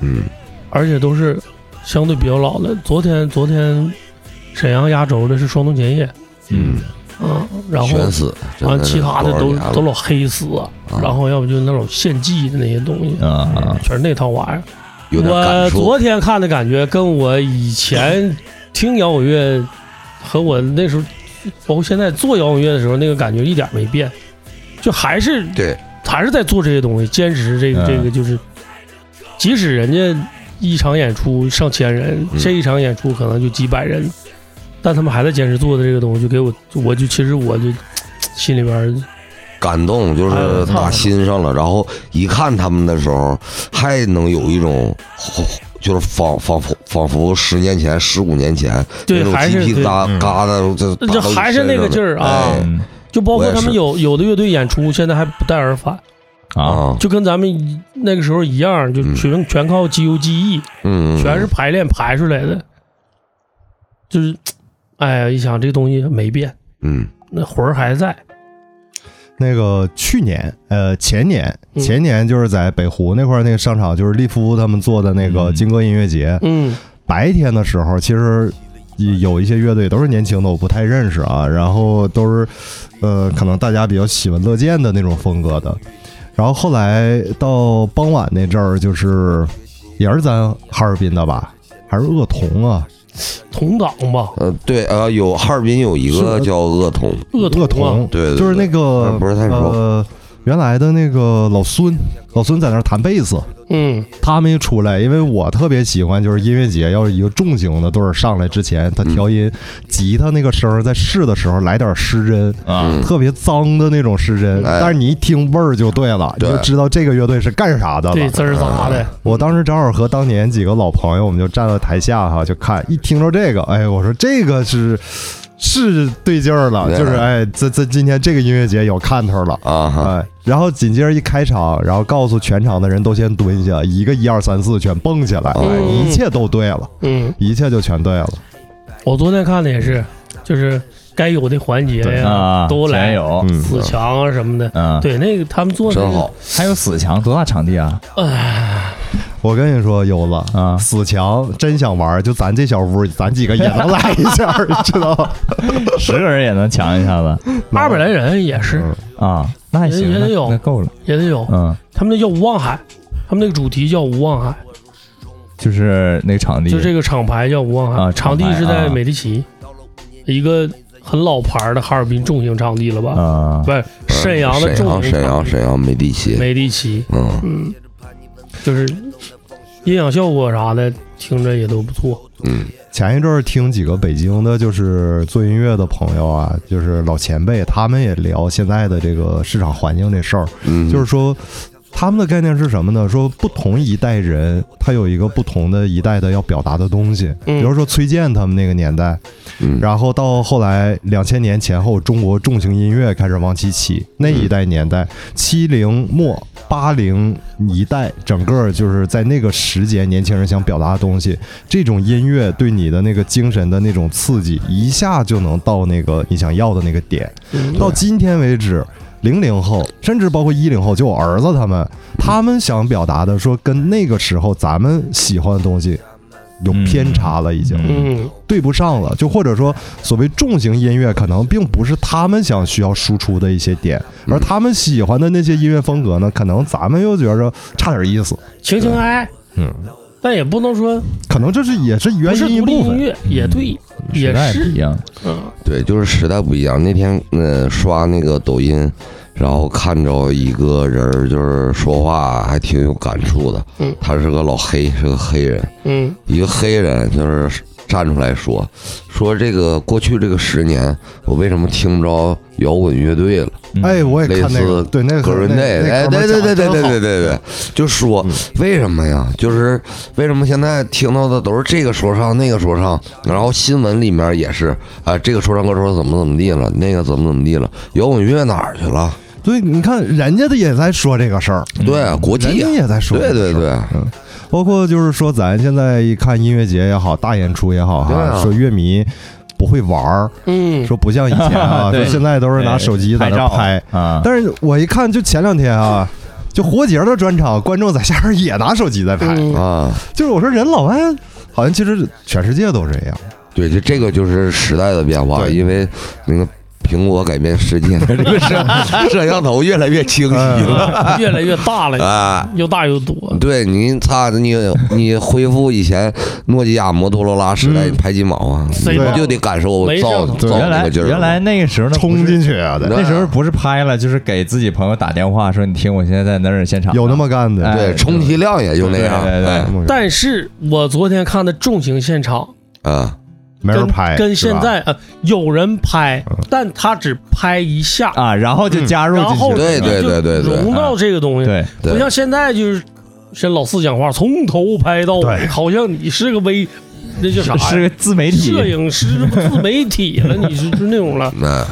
[SPEAKER 5] 嗯
[SPEAKER 2] 而且都是相对比较老的。昨天昨天沈阳压轴的是双动前夜，
[SPEAKER 5] 嗯，
[SPEAKER 2] 嗯，然后
[SPEAKER 5] 全死，真
[SPEAKER 2] 完
[SPEAKER 5] 是
[SPEAKER 2] 其他的
[SPEAKER 5] 多少
[SPEAKER 2] 都
[SPEAKER 5] 年了
[SPEAKER 2] 都老黑丝，然后要不就那种献祭的那些东
[SPEAKER 3] 嗯
[SPEAKER 2] 西，
[SPEAKER 4] 啊，
[SPEAKER 2] 全是那套玩意儿。
[SPEAKER 5] 有点
[SPEAKER 2] 我
[SPEAKER 5] 感触，
[SPEAKER 2] 昨天看的感觉跟我以前听摇滚乐和我那时候，包括现在做摇滚乐的时候，那个感觉一点没变，就还是
[SPEAKER 5] 对，
[SPEAKER 2] 还是在做这些东西，坚持这个、
[SPEAKER 4] 嗯
[SPEAKER 2] 这个就是，即使人家一场演出上千人，
[SPEAKER 5] 嗯
[SPEAKER 2] 这一场演出可能就几百人，但他们还在坚持做的这个东西，就给我，我就其实我就心里边儿
[SPEAKER 5] 感动
[SPEAKER 2] 哎
[SPEAKER 5] 就是打心上了。然后一看他们的时候，还能有一种，就是仿仿佛仿佛十年前、十五年前
[SPEAKER 2] 对
[SPEAKER 5] 那种
[SPEAKER 2] 还是
[SPEAKER 5] 鸡皮
[SPEAKER 2] 对
[SPEAKER 5] 疙瘩
[SPEAKER 4] 嗯
[SPEAKER 5] 疙瘩，这
[SPEAKER 2] 那就还是那个劲儿啊
[SPEAKER 5] 哎
[SPEAKER 4] 嗯
[SPEAKER 2] 就包括他
[SPEAKER 5] 我也
[SPEAKER 2] 们
[SPEAKER 5] 是
[SPEAKER 2] 有有的乐队演出，现在还不带耳返，
[SPEAKER 4] 啊，
[SPEAKER 5] 啊，
[SPEAKER 2] 就跟咱们那个时候一样，就
[SPEAKER 5] 嗯
[SPEAKER 2] 全全靠记忆记忆，
[SPEAKER 5] 嗯，嗯
[SPEAKER 2] 全是排练排出来的。就是，哎呀，一想这东西没变，
[SPEAKER 5] 嗯
[SPEAKER 2] 那魂儿还在。
[SPEAKER 3] 那个去年，呃，前年，
[SPEAKER 2] 嗯
[SPEAKER 3] 前年就是在北湖那块儿那个商场，就是利夫他们做的那个
[SPEAKER 4] 嗯
[SPEAKER 3] 金歌音乐节。
[SPEAKER 2] 嗯
[SPEAKER 3] 白天的时候，其实有一些乐队都是年轻的，我不太认识啊，然后都是，呃，可能大家比较喜闻乐见的那种风格的。然后后来到傍晚那阵儿，就是也是咱哈尔滨的吧，还是恶童啊，
[SPEAKER 2] 同党吧，
[SPEAKER 5] 呃，对呃，有哈尔滨有一个
[SPEAKER 3] 是
[SPEAKER 5] 叫恶童，
[SPEAKER 2] 恶
[SPEAKER 3] 恶
[SPEAKER 2] 啊，
[SPEAKER 3] 童，
[SPEAKER 5] 对对对
[SPEAKER 3] 就是那个
[SPEAKER 5] 不是太熟
[SPEAKER 3] 呃，原来的那个老孙，老孙在那儿弹贝斯。
[SPEAKER 2] 嗯
[SPEAKER 3] 他们一出来，因为我特别喜欢，就是音乐节要是一个重型的队儿上来之前，他调音，吉他那个声儿在试的时候来点失真，
[SPEAKER 4] 啊，
[SPEAKER 3] 特别脏的那种失真，
[SPEAKER 5] 哎
[SPEAKER 3] 但是你一听味儿就对了，你
[SPEAKER 5] 对
[SPEAKER 3] 就知道这个乐队是干啥的
[SPEAKER 2] 对，
[SPEAKER 3] 了。
[SPEAKER 2] 滋儿咋的？
[SPEAKER 3] 我当时正好和当年几个老朋友，我们就站在台下哈，就看，一听着这个，哎，我说这个是。是对劲儿了，
[SPEAKER 5] 对
[SPEAKER 3] 就是哎，这这今天这个音乐节有看头了，
[SPEAKER 5] 啊哈，
[SPEAKER 3] 哎，然后紧接着一开场，然后告诉全场的人都先蹲下，一个一二三四全蹦起来，
[SPEAKER 5] 嗯
[SPEAKER 3] 哎一切都对了，
[SPEAKER 2] 嗯，
[SPEAKER 3] 一切就全对了。
[SPEAKER 2] 我昨天看的也是，就是该有的环节呀
[SPEAKER 4] 啊，
[SPEAKER 2] 都
[SPEAKER 4] 全
[SPEAKER 2] 来，
[SPEAKER 4] 有，
[SPEAKER 3] 嗯，
[SPEAKER 2] 死墙啊什么的。
[SPEAKER 4] 嗯，
[SPEAKER 2] 对，那个他们做的
[SPEAKER 5] 真好，
[SPEAKER 4] 还有死墙，多大场地啊？
[SPEAKER 3] 我跟你说，有了
[SPEAKER 4] 啊
[SPEAKER 3] 死墙真想玩，就咱这小屋，咱几个也能来一下， (laughs) 知道吧？
[SPEAKER 4] (laughs) 十个人也能抢一下子
[SPEAKER 2] 二百来人也是
[SPEAKER 3] 嗯
[SPEAKER 4] 啊，那还行，
[SPEAKER 2] 也
[SPEAKER 4] 那
[SPEAKER 2] 也有
[SPEAKER 4] 那够了，
[SPEAKER 2] 也得有，
[SPEAKER 4] 嗯，
[SPEAKER 2] 他们那叫无望海，他们那个主题叫无望海。
[SPEAKER 4] 就是那个场地，
[SPEAKER 2] 就这个厂牌叫无望海，
[SPEAKER 4] 啊
[SPEAKER 2] 场地
[SPEAKER 4] 厂牌
[SPEAKER 2] 是在
[SPEAKER 4] 啊
[SPEAKER 2] 美第奇，一个很老牌的哈尔滨重型场地了吧？
[SPEAKER 4] 啊
[SPEAKER 2] 不是沈阳的
[SPEAKER 5] 沈
[SPEAKER 2] 重
[SPEAKER 5] 阳
[SPEAKER 2] 型
[SPEAKER 5] 沈
[SPEAKER 2] 场
[SPEAKER 5] 阳
[SPEAKER 2] 地
[SPEAKER 5] 沈阳美第奇，
[SPEAKER 2] 美第奇，
[SPEAKER 5] 嗯
[SPEAKER 2] 嗯，就是音响效果啥的，听着也都不错。
[SPEAKER 5] 嗯，
[SPEAKER 3] 前一阵儿听几个北京的，就是做音乐的朋友啊，就是老前辈，他们也聊现在的这个市场环境这事儿，
[SPEAKER 5] 嗯
[SPEAKER 3] 就是说，他们的概念是什么呢？说不同一代人，他有一个不同的一代的要表达的东西。
[SPEAKER 2] 嗯
[SPEAKER 3] 比如说崔健他们那个年代，
[SPEAKER 5] 嗯
[SPEAKER 3] 然后到后来两千年前后，中国重型音乐开始往起起，那一代年
[SPEAKER 5] 嗯
[SPEAKER 3] 代，七零末八零一代，整个就是在那个时节，年轻人想表达的东西，这种音乐对你的那个精神的那种刺激，一下就能到那个你想要的那个点。
[SPEAKER 2] 嗯
[SPEAKER 3] 到今天为止，零零后，甚至包括一零后，就我儿子他们，他们想表达的说，跟那个时候咱们喜欢的东西有偏差了，已经、
[SPEAKER 2] 嗯，
[SPEAKER 3] 对不上了。就或者说，所谓重型音乐，可能并不是他们想需要输出的一些点，
[SPEAKER 2] 嗯
[SPEAKER 3] 而他们喜欢的那些音乐风格呢，可能咱们又觉着差点意思。
[SPEAKER 2] 情情爱爱，
[SPEAKER 3] 嗯，
[SPEAKER 2] 但也不能说
[SPEAKER 3] 可能这是也是
[SPEAKER 2] 不
[SPEAKER 3] 原
[SPEAKER 2] 是
[SPEAKER 3] 因一
[SPEAKER 2] 独立
[SPEAKER 3] 部
[SPEAKER 2] 音
[SPEAKER 3] 分。
[SPEAKER 2] 乐，也对，
[SPEAKER 4] 时
[SPEAKER 2] 也
[SPEAKER 4] 代不
[SPEAKER 2] 是
[SPEAKER 4] 一，样，
[SPEAKER 2] 嗯，
[SPEAKER 5] 对，就是时代不一样。那天呃刷那个抖音，然后看着一个人儿就是说话还挺有感触的，
[SPEAKER 2] 嗯
[SPEAKER 5] 他是个老黑，是个黑人，
[SPEAKER 2] 嗯
[SPEAKER 5] 一个黑人就是站出来说说这个过去这个十年，我为什么听不着摇滚乐队了？
[SPEAKER 4] 嗯
[SPEAKER 3] 哎，我也
[SPEAKER 5] 类
[SPEAKER 3] 看那个，
[SPEAKER 5] 似
[SPEAKER 3] 对那
[SPEAKER 5] 葛
[SPEAKER 3] 个
[SPEAKER 5] 瑞
[SPEAKER 3] 那
[SPEAKER 5] 内，哎，
[SPEAKER 3] 那
[SPEAKER 5] 对对对对对对
[SPEAKER 3] 对，
[SPEAKER 5] 对对，就说
[SPEAKER 3] 嗯
[SPEAKER 5] 为什么呀？就是为什么现在听到的都是这个说唱那个说唱，然后新闻里面也是啊，这个说唱歌手怎么怎么地了，那个怎么怎么地了，摇滚乐哪儿去了？
[SPEAKER 3] 所以你看，人家的也在说这个事儿，
[SPEAKER 5] 对，
[SPEAKER 3] 嗯
[SPEAKER 5] 国
[SPEAKER 3] 人
[SPEAKER 5] 际
[SPEAKER 3] 家
[SPEAKER 5] 啊，
[SPEAKER 3] 也在说这
[SPEAKER 5] 对
[SPEAKER 3] 个事儿，
[SPEAKER 5] 对对，
[SPEAKER 3] 包括就是说，咱现在一看音乐节也好，大演出也好，
[SPEAKER 5] 对
[SPEAKER 3] 哈、
[SPEAKER 5] 啊
[SPEAKER 3] 说乐迷不会玩儿， (laughs)
[SPEAKER 2] 嗯，
[SPEAKER 3] 说不像以前啊，说
[SPEAKER 4] (laughs) 对
[SPEAKER 3] 现在都是拿手机在那
[SPEAKER 4] 哎照
[SPEAKER 3] 拍。
[SPEAKER 4] 啊，
[SPEAKER 3] 但是我一看，就前两天啊，就活结的专场，观众在下边也拿手机在拍，
[SPEAKER 2] 嗯
[SPEAKER 5] 啊，
[SPEAKER 3] 就是我说人老外好像其实全世界都这样，
[SPEAKER 5] 对，就这个就是时代的变化，
[SPEAKER 3] 对
[SPEAKER 5] 因为那个。苹果改变
[SPEAKER 3] (laughs)
[SPEAKER 5] 世界，这个摄摄像头越来越清晰了
[SPEAKER 2] 越来越大
[SPEAKER 3] 嗯
[SPEAKER 2] 了，
[SPEAKER 5] 啊。
[SPEAKER 2] 又大又多。
[SPEAKER 5] 对你，擦，你你恢复以前诺基亚、摩托罗拉时代，你拍金毛啊，
[SPEAKER 2] 谁
[SPEAKER 5] 你
[SPEAKER 2] 知道
[SPEAKER 5] 不就得感受我
[SPEAKER 2] 没
[SPEAKER 5] 造
[SPEAKER 2] 上头
[SPEAKER 5] 造
[SPEAKER 4] 原
[SPEAKER 5] 那
[SPEAKER 4] 来
[SPEAKER 5] 个劲儿吗？
[SPEAKER 4] 原来那个时候呢，不
[SPEAKER 3] 冲
[SPEAKER 4] 是
[SPEAKER 3] 进去啊，得
[SPEAKER 5] 对
[SPEAKER 4] 那时候不是拍了，就是给自己朋友打电话说你听，我现在在哪儿哪儿现场呢，
[SPEAKER 3] 有那么干的
[SPEAKER 4] 哎，
[SPEAKER 5] 对充其量也就那样，
[SPEAKER 4] 对对对
[SPEAKER 5] 哎
[SPEAKER 2] 但是我昨天看的重型现场，
[SPEAKER 5] 啊，
[SPEAKER 3] 没人
[SPEAKER 2] 跟
[SPEAKER 3] 拍，
[SPEAKER 2] 跟
[SPEAKER 3] 是吧
[SPEAKER 2] 现在呃有人拍，但他只拍一下，
[SPEAKER 4] 啊，然后就加入
[SPEAKER 2] 嗯然
[SPEAKER 4] 进去
[SPEAKER 2] 后
[SPEAKER 4] 了，
[SPEAKER 5] 对对
[SPEAKER 2] 就
[SPEAKER 5] 对对对
[SPEAKER 2] 融到这个东西，
[SPEAKER 4] 对，
[SPEAKER 5] 对
[SPEAKER 2] 不像现在就是像老四讲话，从头拍到尾，
[SPEAKER 3] 对
[SPEAKER 2] 好像你是个微，那叫啥呀？
[SPEAKER 4] 是个自媒
[SPEAKER 2] 摄
[SPEAKER 4] 体，
[SPEAKER 2] 影师自媒体了，你是就那种
[SPEAKER 5] (laughs)
[SPEAKER 2] 了。
[SPEAKER 5] 那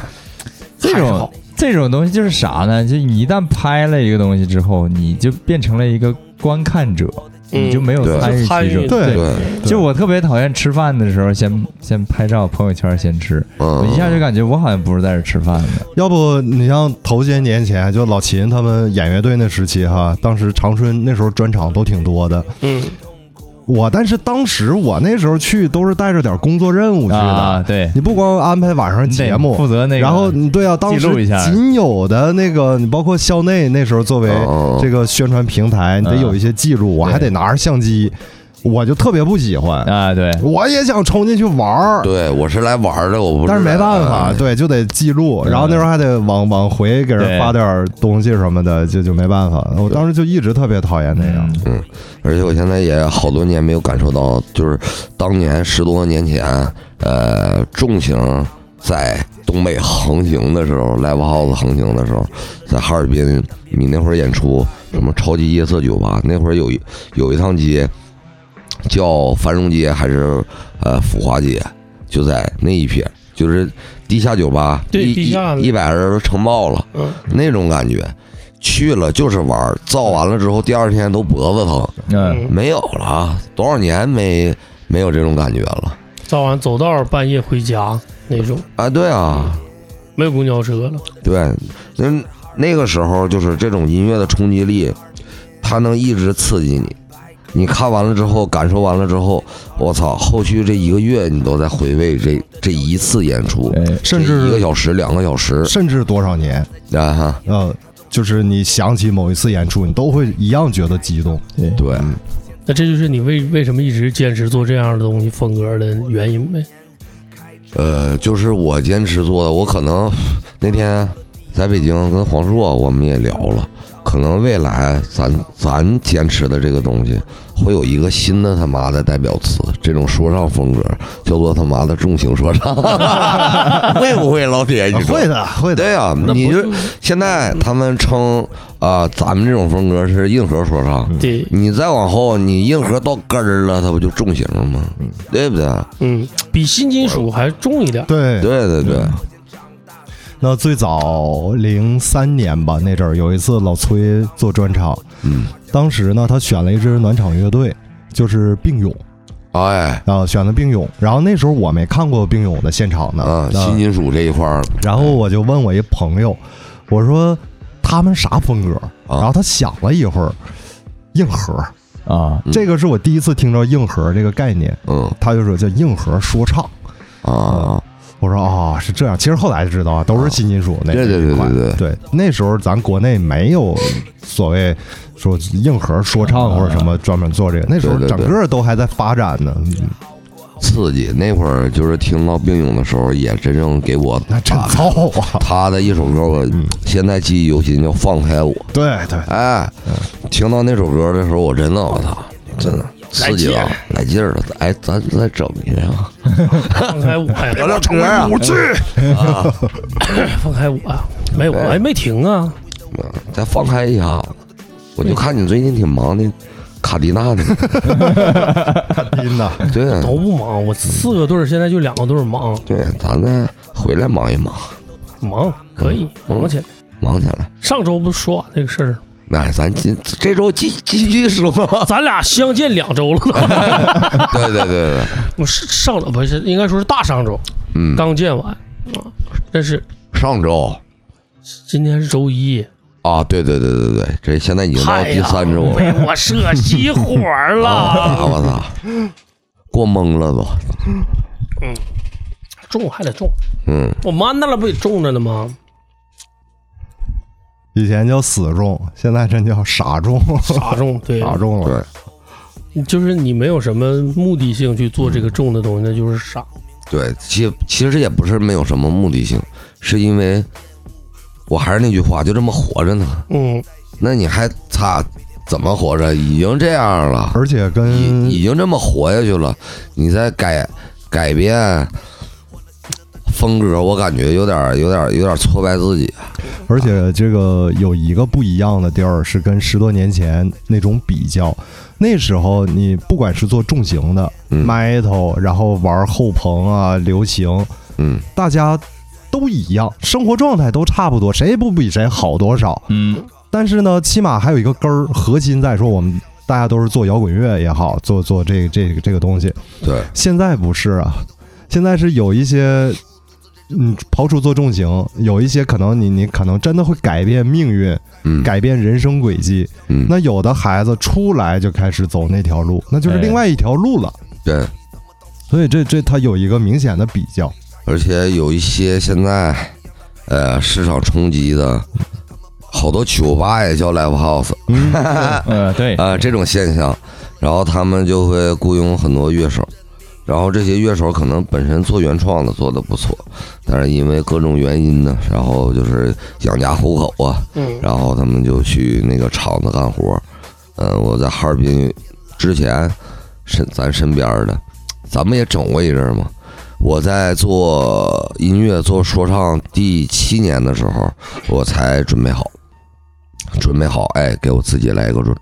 [SPEAKER 4] 这
[SPEAKER 2] 还
[SPEAKER 4] 种
[SPEAKER 2] 好
[SPEAKER 4] 这种东西就是啥呢？就你一旦拍了一个东西之后，你就变成了一个观看者，
[SPEAKER 2] 嗯
[SPEAKER 4] 你就没有
[SPEAKER 5] 对
[SPEAKER 4] 参与
[SPEAKER 2] 参
[SPEAKER 4] 其
[SPEAKER 2] 与
[SPEAKER 4] 中。
[SPEAKER 3] 对
[SPEAKER 5] 对，
[SPEAKER 4] 就我特别讨厌吃饭的时候先先拍照，朋友圈先吃，我
[SPEAKER 5] 嗯，
[SPEAKER 4] 一下就感觉我好像不是在这吃饭的。
[SPEAKER 3] 要不你像头些年前，就老秦他们演乐队那时期哈，当时长春那时候专场都挺多的。
[SPEAKER 2] 嗯，
[SPEAKER 3] 我但是当时我那时候去都是带着点工作任务去的，
[SPEAKER 4] 啊，对，
[SPEAKER 3] 你不光安排晚上
[SPEAKER 4] 你得
[SPEAKER 3] 节目
[SPEAKER 4] 负，责那个，
[SPEAKER 3] 然后你对啊，当
[SPEAKER 4] 记录一
[SPEAKER 3] 时
[SPEAKER 4] 下
[SPEAKER 3] 仅有的那个，你包括校内那时候作为
[SPEAKER 5] 哦
[SPEAKER 3] 这个宣传平台，你得
[SPEAKER 4] 嗯
[SPEAKER 3] 有一些记录，我还得拿着相机，我就特别不喜欢，
[SPEAKER 4] 啊，对，
[SPEAKER 3] 我也想冲进去玩儿。
[SPEAKER 5] 对我是来玩儿的，我不
[SPEAKER 3] 但是没办法，
[SPEAKER 5] 哎
[SPEAKER 3] 对，就得记录，
[SPEAKER 4] 嗯
[SPEAKER 3] 然后那时候还得往往回给人
[SPEAKER 4] 对
[SPEAKER 3] 发点儿东西什么的，就就没办法。我当时就一直特别讨厌那样，
[SPEAKER 4] 嗯
[SPEAKER 5] 而且我现在也好多年没有感受到，就是当年十多年前，呃，重型在东北横行的时候，live house 横行的时候，在哈尔滨，你那会儿演出什么超级夜色酒吧，那会儿有一有一趟街叫繁荣街还是呃腐华街，就在那一片，就是地下酒吧，
[SPEAKER 2] 对
[SPEAKER 5] 一
[SPEAKER 2] 地下
[SPEAKER 5] 一一百人承包了，
[SPEAKER 2] 嗯
[SPEAKER 5] 那种感觉。去了就是玩儿，造完了之后，第二天都脖子疼，
[SPEAKER 4] 嗯，
[SPEAKER 5] 没有了啊，多少年没没有这种感觉了
[SPEAKER 2] 早晚走道儿半夜回家那种，
[SPEAKER 5] 啊！对啊，
[SPEAKER 2] 没有公交车了。
[SPEAKER 5] 对，那那个时候就是这种音乐的冲击力，它能一直刺激你。你看完了之后，感受完了之后，我操，后续这一个月你都在回味这这一次演出，
[SPEAKER 4] 对
[SPEAKER 3] 甚
[SPEAKER 5] 这一个
[SPEAKER 3] 至
[SPEAKER 5] 小时、两个小时
[SPEAKER 3] 甚至多少年，
[SPEAKER 5] 啊哈，
[SPEAKER 3] 呃，就是你想起某一次演出，你都会一样觉得激动。
[SPEAKER 4] 对
[SPEAKER 5] 对，
[SPEAKER 2] 那这就是你为为什么一直坚持做这样的东西风格的原因呗。
[SPEAKER 5] 呃，就是我坚持做的，我可能那天在北京跟黄硕我们也聊了，可能未来咱咱坚持的这个东西会有一个新的他妈的代表词，这种说唱风格叫做他妈的重型说唱，会不会老铁？你说
[SPEAKER 3] 啊会。的，会的，
[SPEAKER 5] 对呀、你就现在他们称啊、咱们这种风格是硬核说唱。
[SPEAKER 2] 对，
[SPEAKER 5] 你再往后，你硬核到根儿了，它不就重型了吗？对不对？
[SPEAKER 2] 嗯，比新金属还重一点。
[SPEAKER 3] 对
[SPEAKER 5] 对对对，
[SPEAKER 3] 那最早零三年吧，那阵儿有一次老崔做专场，
[SPEAKER 5] 嗯，
[SPEAKER 3] 当时呢他选了一支暖场乐队，就是并勇
[SPEAKER 5] 哎，
[SPEAKER 3] 啊，选的并勇。然后那时候我没看过并勇的现场呢，
[SPEAKER 5] 啊，
[SPEAKER 3] 啊
[SPEAKER 5] 新金属这一块儿
[SPEAKER 3] 然后我就问我一朋友，我说他们啥风格？
[SPEAKER 5] 啊
[SPEAKER 3] 然后他想了一会儿，硬核，
[SPEAKER 4] 啊，
[SPEAKER 5] 嗯
[SPEAKER 3] 这个是我第一次听到硬核这个概念，
[SPEAKER 5] 嗯
[SPEAKER 3] 他就说叫硬核说唱。
[SPEAKER 5] 啊，
[SPEAKER 3] 我说啊、是这样。其实后来就知道啊，都是新金属那
[SPEAKER 5] 对对对
[SPEAKER 3] 一块
[SPEAKER 5] 对对
[SPEAKER 3] 对。那时候咱国内没有所谓说硬核说唱或者什么专门做这个，那时候
[SPEAKER 5] 对对
[SPEAKER 3] 整
[SPEAKER 5] 对
[SPEAKER 3] 个都还在发展呢。嗯
[SPEAKER 5] 刺激！那会儿就是听到病勇的时候，也真正给我
[SPEAKER 3] 那真
[SPEAKER 5] 打
[SPEAKER 3] 造啊！
[SPEAKER 5] 他的一首歌，我现在记忆犹新，叫《放开我》。
[SPEAKER 3] (laughs) 对对，
[SPEAKER 5] 哎，听到那首歌的时候，我真的我操，真的刺激了，来劲儿了！哎，咱再整一个啊，
[SPEAKER 2] 放开我呀，
[SPEAKER 5] 聊聊成歌啊，
[SPEAKER 2] 放开我呀，没有，哎，没停啊。
[SPEAKER 5] 嗯再放开一下。我就看你最近挺忙的，卡迪娜呢？ (laughs)
[SPEAKER 3] 真的。
[SPEAKER 5] 对
[SPEAKER 2] 都不忙，我四个队儿现在就两个队儿忙，
[SPEAKER 5] 对，咱再回来忙一忙，
[SPEAKER 2] 忙可以
[SPEAKER 5] 嗯
[SPEAKER 2] 忙起来。
[SPEAKER 5] 忙起来。
[SPEAKER 2] 上周不是说完啊这个事儿，
[SPEAKER 5] 那咱今这周继继续说吧。
[SPEAKER 2] 咱俩相见两周了，
[SPEAKER 5] (laughs) 对对对对，
[SPEAKER 2] 我是上周不是应该说是大上周
[SPEAKER 5] 嗯，
[SPEAKER 2] 刚见完啊，但是
[SPEAKER 5] 上周
[SPEAKER 2] 今天是周一，
[SPEAKER 5] 啊，对对对对对，这现在已经到
[SPEAKER 2] 太
[SPEAKER 5] 第三周了，
[SPEAKER 2] 被我射熄火
[SPEAKER 5] (laughs)
[SPEAKER 2] 了。
[SPEAKER 5] 啊我操，过懵了都。
[SPEAKER 2] 种还得种，
[SPEAKER 5] 嗯，
[SPEAKER 2] 我妈那了不也种着呢吗？
[SPEAKER 3] 以前叫死种，现在真叫傻
[SPEAKER 5] (laughs)
[SPEAKER 3] 种，
[SPEAKER 2] 傻种，对，
[SPEAKER 3] 傻种了。
[SPEAKER 5] 对，
[SPEAKER 2] 就是你没有什么目的性去做这个种的东西，那就是傻。
[SPEAKER 5] 对，其其实也不是没有什么目的性，是因为我还是那句话，就这么活着呢。
[SPEAKER 2] 嗯，
[SPEAKER 5] 那你还差怎么活着？已经这样了，
[SPEAKER 3] 而且跟
[SPEAKER 5] 已已经这么活下去了，你再改改变风格，我感觉有点儿有点儿有点儿挫败自己。
[SPEAKER 3] 而且这个有一个不一样的地儿是跟十多年前那种比较，那时候你不管是做重型的、
[SPEAKER 5] 嗯
[SPEAKER 3] metal，然后玩后朋啊、流行，
[SPEAKER 5] 嗯，
[SPEAKER 3] 大家都一样，生活状态都差不多，谁也不比谁好多少。
[SPEAKER 4] 嗯
[SPEAKER 3] 但是呢，起码还有一个根儿，核心在说我们大家都是做摇滚乐也好，做做这这这个东西，
[SPEAKER 5] 对，
[SPEAKER 3] 现在不是啊，现在是有一些，嗯，刨除做重型，有一些可能你你可能真的会改变命运，
[SPEAKER 5] 嗯，
[SPEAKER 3] 改变人生轨迹。
[SPEAKER 5] 嗯，
[SPEAKER 3] 那有的孩子出来就开始走那条路，那
[SPEAKER 5] 哎
[SPEAKER 3] 就是另外一条路了。
[SPEAKER 5] 对，
[SPEAKER 3] 所以这这它有一个明显的比
[SPEAKER 2] (laughs)
[SPEAKER 3] 较，
[SPEAKER 5] 而且有一些现在呃市场冲击的，好多酒吧也叫 live house。
[SPEAKER 4] 呃对，
[SPEAKER 5] 啊、这种现象，然后他们就会雇佣很多乐手，然后这些乐手可能本身做原创的做的不错，但是因为各种原因呢，然后就是养家糊口啊，
[SPEAKER 2] 嗯
[SPEAKER 5] 然后他们就去那个厂子干活。嗯、我在哈尔滨之前，身咱身边的，咱们也整过一阵儿嘛。我在做音乐、做说唱第七年的时候，我才准备好，准备好，哎，给我自己来一个专，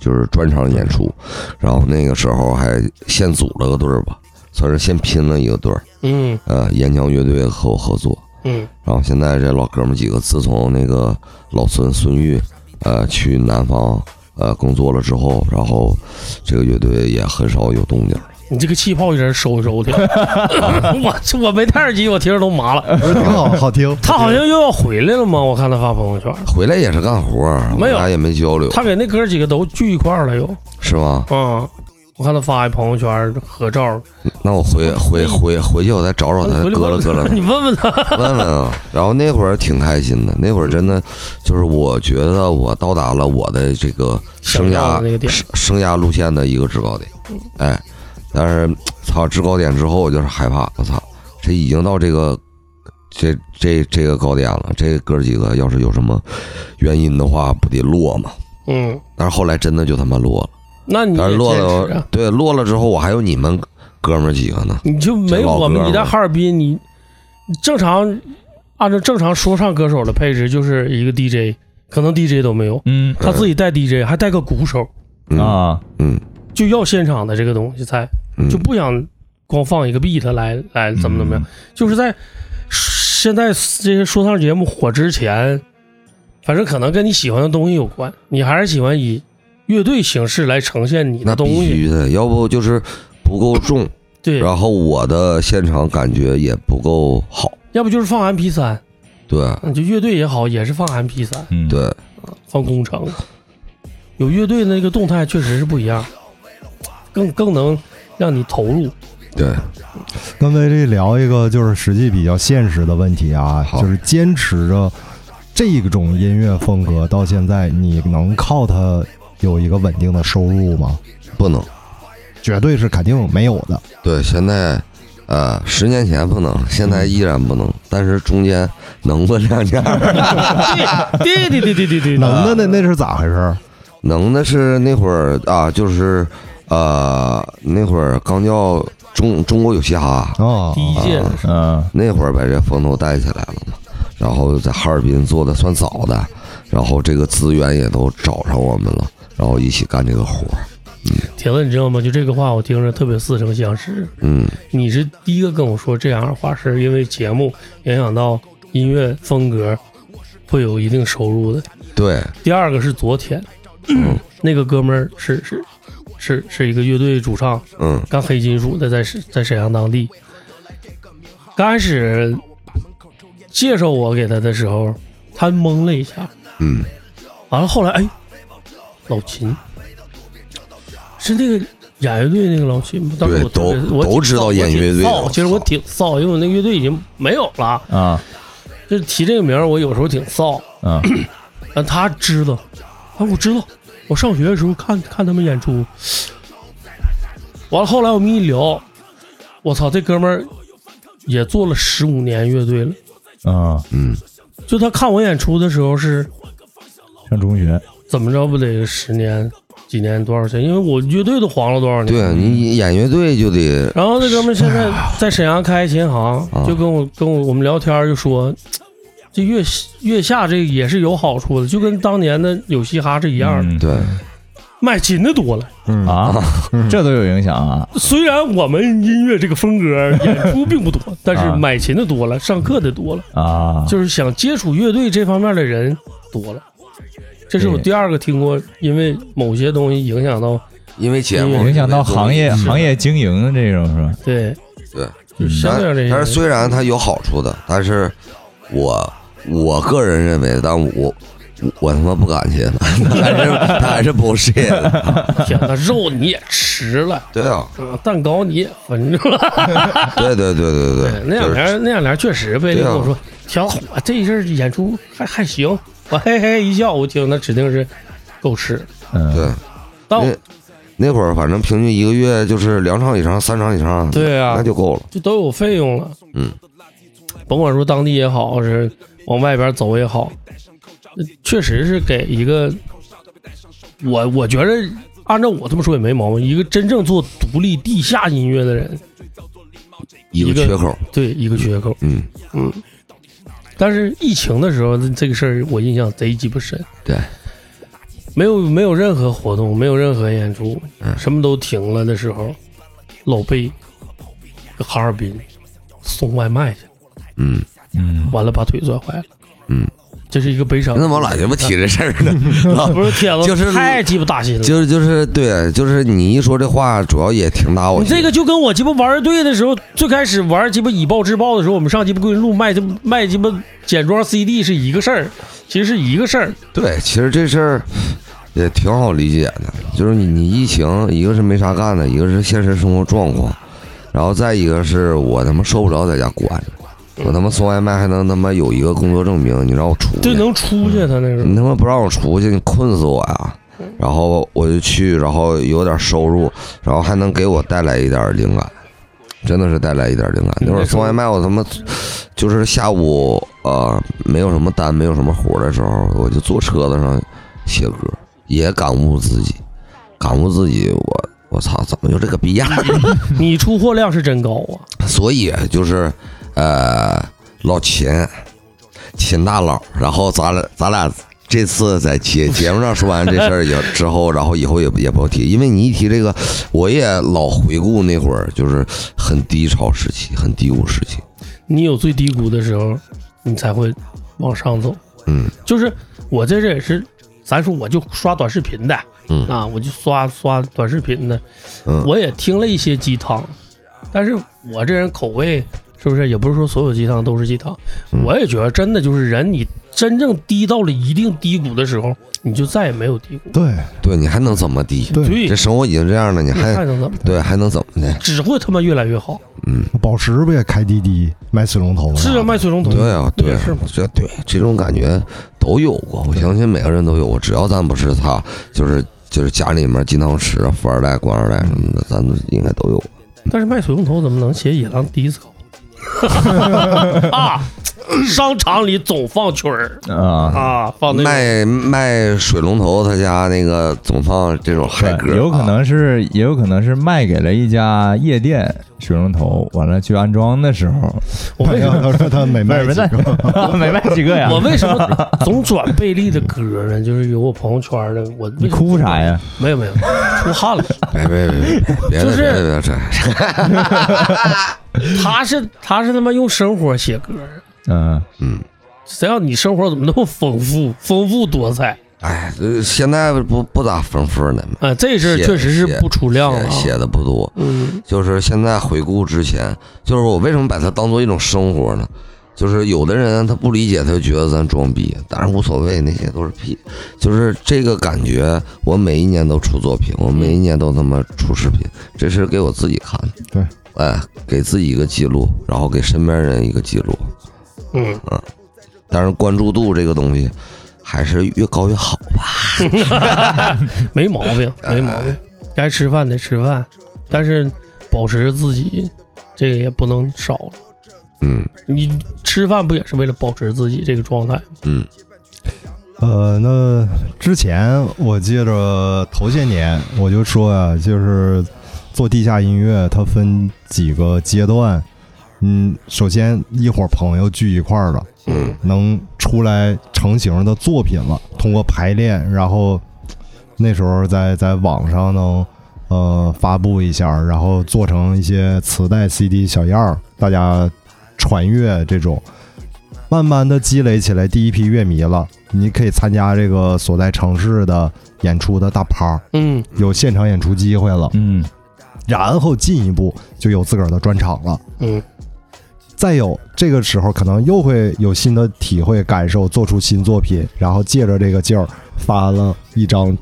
[SPEAKER 5] 就是专场演出。然后那个时候还现组了个队儿吧，算是现拼了一个队儿。
[SPEAKER 2] 嗯
[SPEAKER 5] 呃，岩浆乐队和我合作，
[SPEAKER 2] 嗯
[SPEAKER 5] 然后现在这老哥们几个，自从那个老孙孙玉，呃，去南方呃工作了之后，然后这个乐队也很少有动静了。
[SPEAKER 2] 你这个气泡有点收收的， (laughs) 我这我没戴耳机，我听着都麻了。
[SPEAKER 3] 挺
[SPEAKER 2] (laughs)
[SPEAKER 3] 好，好听。
[SPEAKER 2] 他好像又要回来了吗？我看他发朋友圈，
[SPEAKER 5] 回来也是干活儿，我
[SPEAKER 2] 没有
[SPEAKER 5] 俩也没交流，
[SPEAKER 2] 他给那哥几个都聚一块儿了又。
[SPEAKER 5] 是吗？
[SPEAKER 2] 嗯，我看他发一朋友圈合照，
[SPEAKER 5] 那我回回回回去，我再找找哦他，
[SPEAKER 2] (laughs) 回来
[SPEAKER 5] 搁了搁了
[SPEAKER 2] 你问问他。
[SPEAKER 5] 问问啊。然后那会儿挺开心的，那会儿真的就是我觉得我到达了我的这个生
[SPEAKER 2] 想到
[SPEAKER 5] 涯
[SPEAKER 2] 的那个点
[SPEAKER 5] 生生涯路线的一个制高点，哎，但是操制高点之后我就是害怕，我操，这已经到这个这这这个高点了，这哥几个要是有什么原因的话，不得落嘛？
[SPEAKER 2] 嗯，
[SPEAKER 5] 但是后来真的就他妈落了，
[SPEAKER 2] 那你
[SPEAKER 5] 但
[SPEAKER 2] 也
[SPEAKER 5] 是落
[SPEAKER 2] 坚持
[SPEAKER 5] 了
[SPEAKER 2] 啊，，
[SPEAKER 5] 对，落了之后我还有你们哥们儿几个呢，
[SPEAKER 2] 你就没
[SPEAKER 5] 这
[SPEAKER 2] 有
[SPEAKER 5] 老
[SPEAKER 2] 我们
[SPEAKER 5] 哥
[SPEAKER 2] 你
[SPEAKER 5] 们
[SPEAKER 2] 在
[SPEAKER 5] 儿
[SPEAKER 2] 哈尔滨，你你正常按照正常说唱歌手的配置就是一个 DJ，可能 DJ 都没有，
[SPEAKER 4] 嗯
[SPEAKER 2] 他自己带 DJ 还带个鼓手，
[SPEAKER 5] 嗯
[SPEAKER 4] 啊，
[SPEAKER 5] 嗯
[SPEAKER 2] 就要现场的这个东西才
[SPEAKER 5] 嗯，嗯
[SPEAKER 2] 就不想光放一个 beat 来来
[SPEAKER 4] 嗯
[SPEAKER 2] 怎么怎么样，就是在现在这些说唱节目火之前，反正可能跟你喜欢的东西有关，你还是喜欢以乐队形式来呈现你的
[SPEAKER 5] 那
[SPEAKER 2] 东
[SPEAKER 5] 必
[SPEAKER 2] 西，
[SPEAKER 5] 须的，要不就是不够重。
[SPEAKER 2] 对，
[SPEAKER 5] 然后我的现场感觉也不够好，
[SPEAKER 2] 要不就是放 MP 三，
[SPEAKER 5] 对
[SPEAKER 2] 嗯就乐队也好，也是放 MP 三，
[SPEAKER 4] 嗯，
[SPEAKER 5] 对，
[SPEAKER 2] 放工程，有乐队的那个动态确实是不一样，更更能让你投
[SPEAKER 5] (laughs)
[SPEAKER 2] 入，
[SPEAKER 5] 对，
[SPEAKER 3] 跟威力聊一个就是实际比较现实的问题啊，
[SPEAKER 5] 好
[SPEAKER 3] 就是坚持着这种音乐风格到现在，你能靠它有一个稳定的收入吗？
[SPEAKER 5] 不能，
[SPEAKER 3] 绝对是肯定没有的。
[SPEAKER 5] 对，现在，呃，十年前不能，现在依然不能，但是中间能问两家，
[SPEAKER 4] (laughs)
[SPEAKER 2] 对对对对对对，
[SPEAKER 3] 能的那那是咋回事？
[SPEAKER 5] 能的是那会儿啊，就是，呃，那会儿刚叫中中国有嘻哈，
[SPEAKER 3] 啊
[SPEAKER 2] 第一届的时候
[SPEAKER 3] 哦
[SPEAKER 4] 嗯
[SPEAKER 5] 那会儿把这风头带起来了嘛，然后在哈尔滨做的算早的，然后这个资源也都找上我们了，然后一起干这个活儿，
[SPEAKER 2] 铁子，你知道吗？就这个话，我听着特别似曾相识。
[SPEAKER 5] 嗯，
[SPEAKER 2] 你是第一个跟我说这样的话，是因为节目影响到音乐风格，会有一定收入的。
[SPEAKER 5] 对，
[SPEAKER 2] 第二个是昨天，
[SPEAKER 5] 嗯
[SPEAKER 2] 那个哥们儿是是是是一个乐队主唱，
[SPEAKER 5] 嗯
[SPEAKER 2] 干黑金属的，在沈在沈阳当地。刚开始介绍我给他的时候，他懵了一下，
[SPEAKER 5] 嗯，
[SPEAKER 2] 完了后来，哎，老秦是那个演乐队那个老区嘛，当时我
[SPEAKER 5] 对都
[SPEAKER 2] 特别我
[SPEAKER 5] 都
[SPEAKER 2] 挺
[SPEAKER 5] 知道
[SPEAKER 2] 我
[SPEAKER 5] 演
[SPEAKER 2] 挺
[SPEAKER 5] 乐队
[SPEAKER 2] 臊
[SPEAKER 5] 的
[SPEAKER 2] 其实我挺臊，因为我那乐队已经没有了。
[SPEAKER 4] 啊
[SPEAKER 2] 就是提这个名儿，我有时候挺臊。
[SPEAKER 4] 啊
[SPEAKER 2] 但他知道，啊，我知道，我上学的时候看看他们演出。完了，后来我们一聊，我操，这哥们儿也做了十五年乐队了。
[SPEAKER 4] 啊！
[SPEAKER 5] 嗯，
[SPEAKER 2] 就他看我演出的时候是
[SPEAKER 4] 上中学
[SPEAKER 2] 怎么着不得十年、几年多少钱？因为我乐队都黄了多少年。
[SPEAKER 5] 对你演乐队就得
[SPEAKER 2] 然后那哥们儿现在在沈阳开琴行
[SPEAKER 5] 啊，
[SPEAKER 2] 就跟我跟我我们聊天儿就说，这月月下这也是有好处的，就跟当年的有嘻哈是一样的，
[SPEAKER 4] 嗯
[SPEAKER 5] 对
[SPEAKER 2] 卖琴的多了。
[SPEAKER 3] 嗯
[SPEAKER 4] 啊， (laughs) 这都有影响啊！
[SPEAKER 2] 虽然我们音乐这个风格演出并不多，但是
[SPEAKER 4] 啊
[SPEAKER 2] 买琴的多了，上课的多了，
[SPEAKER 4] 啊，
[SPEAKER 2] 就是想接触乐队这方面的人多了。这是我
[SPEAKER 4] 对
[SPEAKER 2] 第二个听过，因为某些东西影响到
[SPEAKER 5] 因为节目
[SPEAKER 2] 影
[SPEAKER 4] 影响到行
[SPEAKER 3] 嗯
[SPEAKER 4] 业
[SPEAKER 2] 是的
[SPEAKER 4] 行业经营的这种是吧？
[SPEAKER 2] 对
[SPEAKER 5] 对，
[SPEAKER 2] 就相对而言，
[SPEAKER 5] 嗯但是虽然它有好处的，但是我我个人认为，但我我我他妈不感谢他， (laughs) 他还是他还是 bullshit 的。
[SPEAKER 2] 天呐，肉你也吃了。
[SPEAKER 5] 对啊，
[SPEAKER 2] 啊蛋糕你也分着了。
[SPEAKER 5] 对对对 (laughs) 对对，
[SPEAKER 2] (laughs) 那两
[SPEAKER 5] 就是
[SPEAKER 2] 年那两年确实呗，
[SPEAKER 5] 对
[SPEAKER 2] 跟
[SPEAKER 5] 啊
[SPEAKER 2] 我说，小伙这一阵儿演出还还行，我嘿嘿一笑，我听那指定是够吃。
[SPEAKER 4] 嗯，
[SPEAKER 5] 对
[SPEAKER 2] 但我
[SPEAKER 5] 那那会儿反正平均一个月就是两场以上，三场以上，
[SPEAKER 2] 对啊
[SPEAKER 5] 那就够了。
[SPEAKER 2] 就都有费用了，
[SPEAKER 5] 嗯，
[SPEAKER 2] 甭管说当地也好，是往外边走也好，确实是给一个我我觉着。按照我这么说也没毛病。一个真正做独立地下音乐的人，
[SPEAKER 5] 一个
[SPEAKER 2] 一个
[SPEAKER 5] 缺口，
[SPEAKER 2] 对一个缺口，
[SPEAKER 5] 嗯，
[SPEAKER 2] 嗯，但是疫情的时候，这这个事儿我印象贼鸡巴深。
[SPEAKER 5] 对，
[SPEAKER 2] 没有没有任何活动，没有任何演出，
[SPEAKER 5] 嗯
[SPEAKER 2] 什么都停了的时候，老贝搁哈尔滨送外卖去，
[SPEAKER 5] 嗯，
[SPEAKER 4] 嗯
[SPEAKER 2] 完了把腿摔坏了。
[SPEAKER 5] 嗯，
[SPEAKER 2] 这是一个悲伤。
[SPEAKER 5] 那怎么老鸡巴提这事儿呢？ (laughs) 老
[SPEAKER 2] 不是天子，
[SPEAKER 5] 就是
[SPEAKER 2] 太鸡巴大心了。
[SPEAKER 5] 就是就是对，就是你一说这话，主要也挺打我
[SPEAKER 2] 你
[SPEAKER 5] 心。
[SPEAKER 2] 这个就跟我鸡巴玩乐队的时候，最开始玩鸡巴以暴制暴的时候，我们上鸡巴桂林路卖鸡巴卖鸡巴简装 CD 是一个事儿，其实是一个事儿。
[SPEAKER 5] 对，其实这事儿也挺好理解的，就是你你疫情，一个是没啥干的，一个是现实生活状况，然后再一个是我他妈受不了在家关着，我他妈送外卖还能他妈有一个工作证明，你让我出去
[SPEAKER 2] 对，，能出去他那时候
[SPEAKER 5] 你他妈不让我出去，你困死我呀！然后我就去，然后有点收入，然后还能给我带来一点灵感，真的是带来一点灵感。那会儿送外卖，我他妈就是下午呃没有什么单，没有什么活儿的时候，我就坐车子上写歌，也感悟自己，感悟自己我。我操，怎么就这个逼样儿？
[SPEAKER 2] 你出货量是真高啊！
[SPEAKER 5] 所以呃就是，呃，老秦，秦大佬，然后咱俩咱俩这次在节节目上说完这事儿以后之后，然后以后也不也不要提，因为你一提这个，我也老回顾那会儿，就是很低潮时期，很低谷时期。
[SPEAKER 2] 你有最低谷的时候，你才会往上走。
[SPEAKER 5] 嗯
[SPEAKER 2] 就是我在这也是，咱说我就刷短视频的，
[SPEAKER 5] 嗯
[SPEAKER 2] 啊，我就刷刷短视频的，
[SPEAKER 5] 嗯
[SPEAKER 2] 我也听了一些鸡汤，但是我这人口味是不是也不是说所有鸡汤都是鸡汤，
[SPEAKER 5] 嗯
[SPEAKER 2] 我也觉得真的就是人，你真正低到了一定低谷的时候，你就再也没有低谷，
[SPEAKER 3] 对
[SPEAKER 5] 对你还能怎么低？
[SPEAKER 3] 对
[SPEAKER 5] 这生活已经这样了，你
[SPEAKER 2] 你 (laughs)
[SPEAKER 5] 还
[SPEAKER 2] 还能怎么办？
[SPEAKER 5] 对还能怎么的？
[SPEAKER 2] 只会他妈越来越好，
[SPEAKER 5] 嗯，
[SPEAKER 3] 宝石不也开滴滴卖水龙头吗？
[SPEAKER 2] 是啊，
[SPEAKER 3] (laughs)
[SPEAKER 2] 卖水龙头，
[SPEAKER 5] 对啊，对
[SPEAKER 2] 也
[SPEAKER 5] 啊
[SPEAKER 2] 是嘛，
[SPEAKER 5] 这对这种感觉都有过，我相信每个人都有过。只要咱不是他，就是就是家里面金汤匙、富二代、官二代什么的，咱们应该都有。
[SPEAKER 2] 但是卖水龙头怎么能写野狼 disco？啊， (laughs) 商场里总放曲儿
[SPEAKER 3] 嗯
[SPEAKER 4] 啊，
[SPEAKER 2] 啊，放那个
[SPEAKER 5] 卖卖水龙头，他家那个总放这种嗨歌，
[SPEAKER 4] 对有可能是也有可能是卖给了一家夜店水龙头，完了去安装的时候，
[SPEAKER 2] 我为
[SPEAKER 3] 没
[SPEAKER 2] 什
[SPEAKER 3] 有，
[SPEAKER 2] 么
[SPEAKER 3] 啊他说
[SPEAKER 2] (laughs)
[SPEAKER 3] 他没卖
[SPEAKER 4] 不
[SPEAKER 3] 几
[SPEAKER 4] 是
[SPEAKER 3] 个，
[SPEAKER 4] 没卖几个
[SPEAKER 3] (laughs)
[SPEAKER 4] 呀
[SPEAKER 2] (laughs) 我为什么总转贝利的歌呢？就是有我朋友圈的，我
[SPEAKER 4] 你
[SPEAKER 2] 为什么
[SPEAKER 4] 哭啥呀？
[SPEAKER 2] 没有没有，出汗
[SPEAKER 5] (laughs)
[SPEAKER 2] 了。
[SPEAKER 5] 别哎别别别别
[SPEAKER 2] 就是
[SPEAKER 5] 别别这，
[SPEAKER 2] 他是他是他妈用生活写歌儿，
[SPEAKER 4] 嗯，
[SPEAKER 5] 嗯，
[SPEAKER 2] 谁让你生活怎么那么丰富、丰富多彩
[SPEAKER 5] 哎，呃现在不不咋丰富呢嘛，
[SPEAKER 2] 啊？这事儿
[SPEAKER 5] 写
[SPEAKER 2] 确实是
[SPEAKER 5] 写
[SPEAKER 2] 不出量了
[SPEAKER 5] 写。写的不多。
[SPEAKER 2] 嗯，
[SPEAKER 5] 就是现在回顾之前，就是我为什么把它当做一种生活呢？就是有的人他不理解，他就觉得咱装逼，当然无所谓，那些都是屁。就是这个感觉，我每一年都出作品，我每一年都他妈出视频，这是给我自己看的。
[SPEAKER 3] 对，
[SPEAKER 5] 哎，给自己一个记录，然后给身边人一个记录。
[SPEAKER 2] 嗯，
[SPEAKER 5] 但是关注度这个东西，还是越高越好吧。
[SPEAKER 2] (laughs) 没毛病，没毛病。该吃饭得吃饭，但是保持自己，这个也不能少了。
[SPEAKER 5] 嗯
[SPEAKER 2] 你吃饭不也是为了保持自己这个状态？
[SPEAKER 5] 嗯
[SPEAKER 3] 呃，那之前我记着头些年我就说呀、就是做地下音乐，它分几个阶段。嗯，首先一伙朋友聚一块儿了，
[SPEAKER 5] 嗯
[SPEAKER 3] 能出来成型的作品了，通过排练，然后那时候在在网上能呃发布一下，然后做成一些磁带、CD 小样儿，大家传阅这种，慢慢的积累起来第一批乐迷了，你可以参加这个所在城市的演出的大趴儿，
[SPEAKER 2] 嗯
[SPEAKER 3] 有现场演出机会了，
[SPEAKER 4] 嗯
[SPEAKER 3] 然后进一步就有自个儿的专场了。
[SPEAKER 2] 嗯
[SPEAKER 3] 再有这个时候，可能又会有新的体会、感受，做出新作品，然后借着这个劲儿发了一张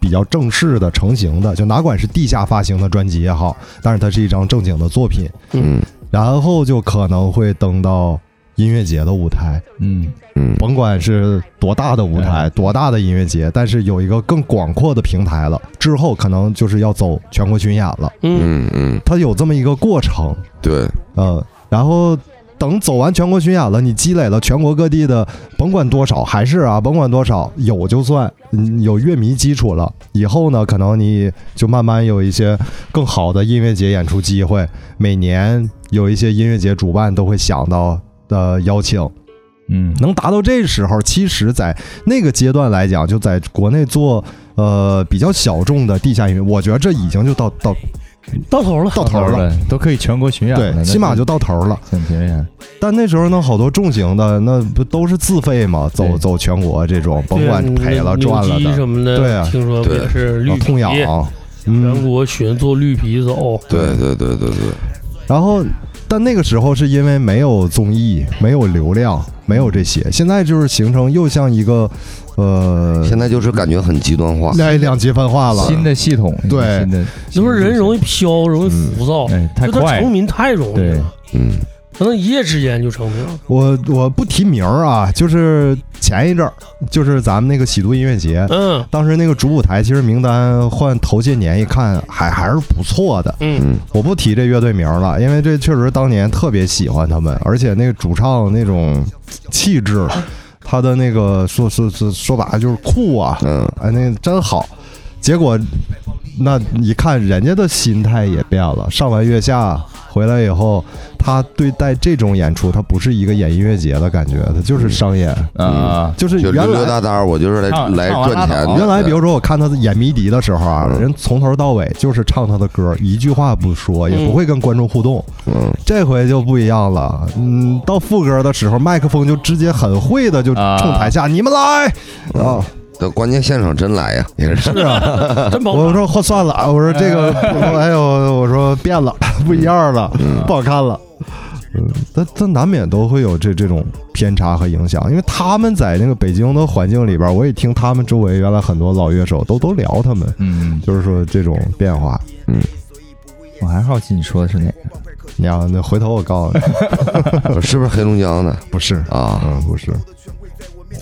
[SPEAKER 3] 比较正式的、成型的，就哪管是地下发行的专辑也好，但是它是一张正经的作品，
[SPEAKER 5] 嗯
[SPEAKER 3] 然后就可能会登到音乐节的舞台，
[SPEAKER 4] 嗯
[SPEAKER 5] 嗯
[SPEAKER 3] 甭管是多大的舞台、多大的音乐节，但是有一个更广阔的平台了，之后可能就是要走全国巡演了，
[SPEAKER 2] 嗯
[SPEAKER 5] 嗯嗯，
[SPEAKER 3] 它有这么一个过程。
[SPEAKER 5] 对，
[SPEAKER 3] 嗯，然后等走完全国巡演了，你积累了全国各地的，甭管多少，还是啊，甭管多少，有就算，嗯，有乐迷基础了，以后呢，可能你就慢慢有一些更好的音乐节演出机会。每年有一些音乐节主办都会想到的邀请，
[SPEAKER 4] 嗯
[SPEAKER 3] 能达到这时候，其实，在那个阶段来讲，就在国内做呃比较小众的地下音乐，我觉得这已经就到到
[SPEAKER 2] 到头了，
[SPEAKER 3] 到头了，
[SPEAKER 4] 了，都可以全国巡演了，
[SPEAKER 3] 对，起码就到头了。
[SPEAKER 4] 很便宜。啊
[SPEAKER 3] 但那时候呢，好多重型的那不都是自费嘛，走
[SPEAKER 4] 对
[SPEAKER 3] 走全国这种，甭
[SPEAKER 2] 对啊
[SPEAKER 3] 管赔了
[SPEAKER 2] 扭
[SPEAKER 3] 赚
[SPEAKER 2] 扭
[SPEAKER 3] 了
[SPEAKER 2] 机
[SPEAKER 3] 的，
[SPEAKER 2] 什么的，
[SPEAKER 3] 对啊
[SPEAKER 2] 听说不也
[SPEAKER 5] 对
[SPEAKER 2] 是绿
[SPEAKER 3] 啊
[SPEAKER 2] 皮
[SPEAKER 3] 痛痒，
[SPEAKER 2] 全
[SPEAKER 3] 嗯，
[SPEAKER 2] 国巡做绿皮走，
[SPEAKER 5] 对对对对对，
[SPEAKER 3] 然后但那个时候是因为没有综艺，没有流量，没有这些，现在就是形成又像一个呃，
[SPEAKER 5] 现在就是感觉很极端化。
[SPEAKER 3] 两两极分化了，
[SPEAKER 4] 新的系统，
[SPEAKER 3] 对
[SPEAKER 4] 新的，
[SPEAKER 2] 就说人容
[SPEAKER 4] 易
[SPEAKER 2] 易飘，容易
[SPEAKER 3] 嗯
[SPEAKER 2] 浮躁，
[SPEAKER 4] 哎太
[SPEAKER 2] 就他
[SPEAKER 4] 快
[SPEAKER 2] 成
[SPEAKER 4] 了，
[SPEAKER 2] 名太容易
[SPEAKER 4] 对
[SPEAKER 2] 了，
[SPEAKER 5] 嗯
[SPEAKER 2] 可能一夜之间就成名了。
[SPEAKER 3] 我我不提名儿啊，就是前一阵儿，就是咱们那个喜都音乐节，
[SPEAKER 2] 嗯
[SPEAKER 3] 当时那个主舞台其实名单换头些年一看还还是不错的，
[SPEAKER 2] 嗯
[SPEAKER 5] 嗯
[SPEAKER 3] 我不提这乐队名了，因为这确实当年特别喜欢他们，而且那个主唱那种气质，他的那个说说说说白了就是酷啊，
[SPEAKER 5] 嗯，
[SPEAKER 3] 哎，那个真好。结果那一看人家的心态也变了，上完月下回来以后，他对待这种演出，他不是一个演音乐节的感觉，他就是商演，
[SPEAKER 4] 啊，
[SPEAKER 3] 嗯就是
[SPEAKER 5] 就溜
[SPEAKER 3] 原
[SPEAKER 5] 溜
[SPEAKER 3] 来
[SPEAKER 5] 达达，我就是来
[SPEAKER 4] 唱
[SPEAKER 5] 来
[SPEAKER 4] 唱完拉
[SPEAKER 5] 赚钱
[SPEAKER 4] 倒
[SPEAKER 5] 的。
[SPEAKER 3] 原来，比如说我看他演迷笛的时候啊，
[SPEAKER 5] 啊嗯
[SPEAKER 3] 人从头到尾就是唱他的歌，一句话不说，也不会跟观众互动。
[SPEAKER 5] 嗯
[SPEAKER 3] 这回就不一样了，嗯，到副歌的时候，麦克风就直接很会的就冲台下，你们来
[SPEAKER 5] 嗯
[SPEAKER 3] 啊！
[SPEAKER 5] 但关键现场真来呀，也是
[SPEAKER 3] 是啊，
[SPEAKER 2] 真甭
[SPEAKER 3] 我
[SPEAKER 2] 说
[SPEAKER 3] 说换算了，我说这个，哎呦，我说变了，不一样了，不好看了。嗯，但但难免都会有这这种偏差和影响，因为他们在那个北京的环境里边，我也听他们周围原来很多老乐手都都聊他们，
[SPEAKER 4] 嗯，
[SPEAKER 3] 就是说这种变化。
[SPEAKER 4] 我还好奇你说的是哪个？
[SPEAKER 3] 你要那回头我告
[SPEAKER 5] (laughs)
[SPEAKER 3] 诉你，
[SPEAKER 5] 是不是黑龙江的
[SPEAKER 3] 不是，
[SPEAKER 5] 啊？
[SPEAKER 3] 嗯，不是，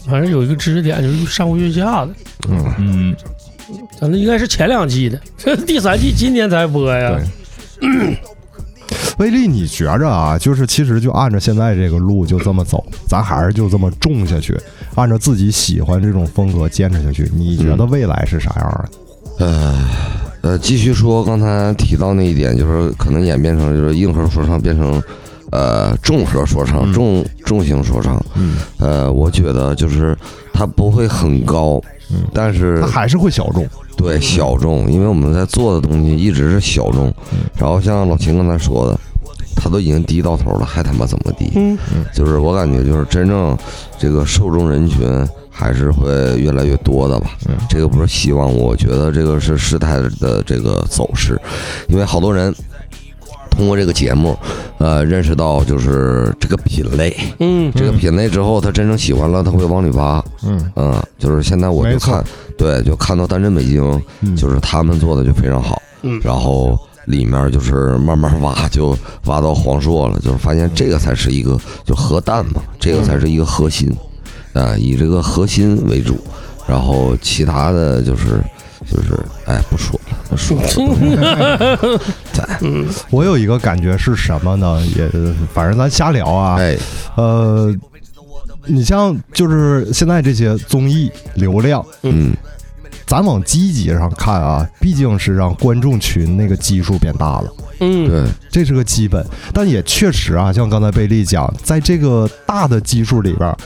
[SPEAKER 2] 反正有一个知识点就是上过月下的，
[SPEAKER 4] 嗯，
[SPEAKER 2] 咱那应该是前两季的，这第三季今年才播呀。
[SPEAKER 3] 对威力，你觉着啊，就是其实就按照现在这个路就这么走，咱还是就这么种下去，按照自己喜欢这种风格坚持下去。你觉得未来是啥样啊的？
[SPEAKER 5] 呃呃，继续说刚才提到那一点，就是可能演变成就是硬核说唱变成呃重核说唱、
[SPEAKER 4] 嗯
[SPEAKER 5] 重重型说唱。
[SPEAKER 3] 嗯，
[SPEAKER 5] 呃，我觉得就是它不会很高，
[SPEAKER 3] 嗯
[SPEAKER 5] 但是
[SPEAKER 3] 它还是会小众，
[SPEAKER 5] 对
[SPEAKER 2] 嗯
[SPEAKER 5] 小众，因为我们在做的东西一直是小众。
[SPEAKER 2] 嗯
[SPEAKER 5] 然后像老秦刚才说的，他都已经低到头了，还他妈怎么低？
[SPEAKER 2] 嗯
[SPEAKER 5] 就是我感觉就是真正这个受众人群还是会越来越多的吧。
[SPEAKER 3] 嗯
[SPEAKER 5] 这个不是希望，我觉得这个是时代的这个走势，因为好多人。通过这个节目，呃，认识到就是这个品类，
[SPEAKER 2] 嗯，
[SPEAKER 5] 这个品类之后，他真正喜欢了，他会往里挖。
[SPEAKER 3] 嗯，
[SPEAKER 5] 嗯，就是现在我
[SPEAKER 3] 没
[SPEAKER 5] 就
[SPEAKER 3] 错
[SPEAKER 5] 看，对，就看到单身北京，
[SPEAKER 3] 嗯
[SPEAKER 5] 就是他们做的就非常好，
[SPEAKER 2] 嗯
[SPEAKER 5] 然后里面就是慢慢挖，就挖到黄硕了，就是发现这个才是一个就核弹嘛，这个才是一个核心，啊、以这个核心为主，然后其他的就是就是哎不说了，不说了，
[SPEAKER 3] 我有一个感觉是什么呢？也反正咱瞎聊啊，
[SPEAKER 5] 哎
[SPEAKER 3] 呃，你像就是现在这些综艺流量，
[SPEAKER 5] 嗯
[SPEAKER 3] 咱往积极上看啊，毕竟是让观众群那个基数变大了。
[SPEAKER 5] (laughs)
[SPEAKER 2] 嗯，
[SPEAKER 5] 对
[SPEAKER 3] 这是个基本，但也确实啊，像刚才贝利讲，在这个大的基数里边儿，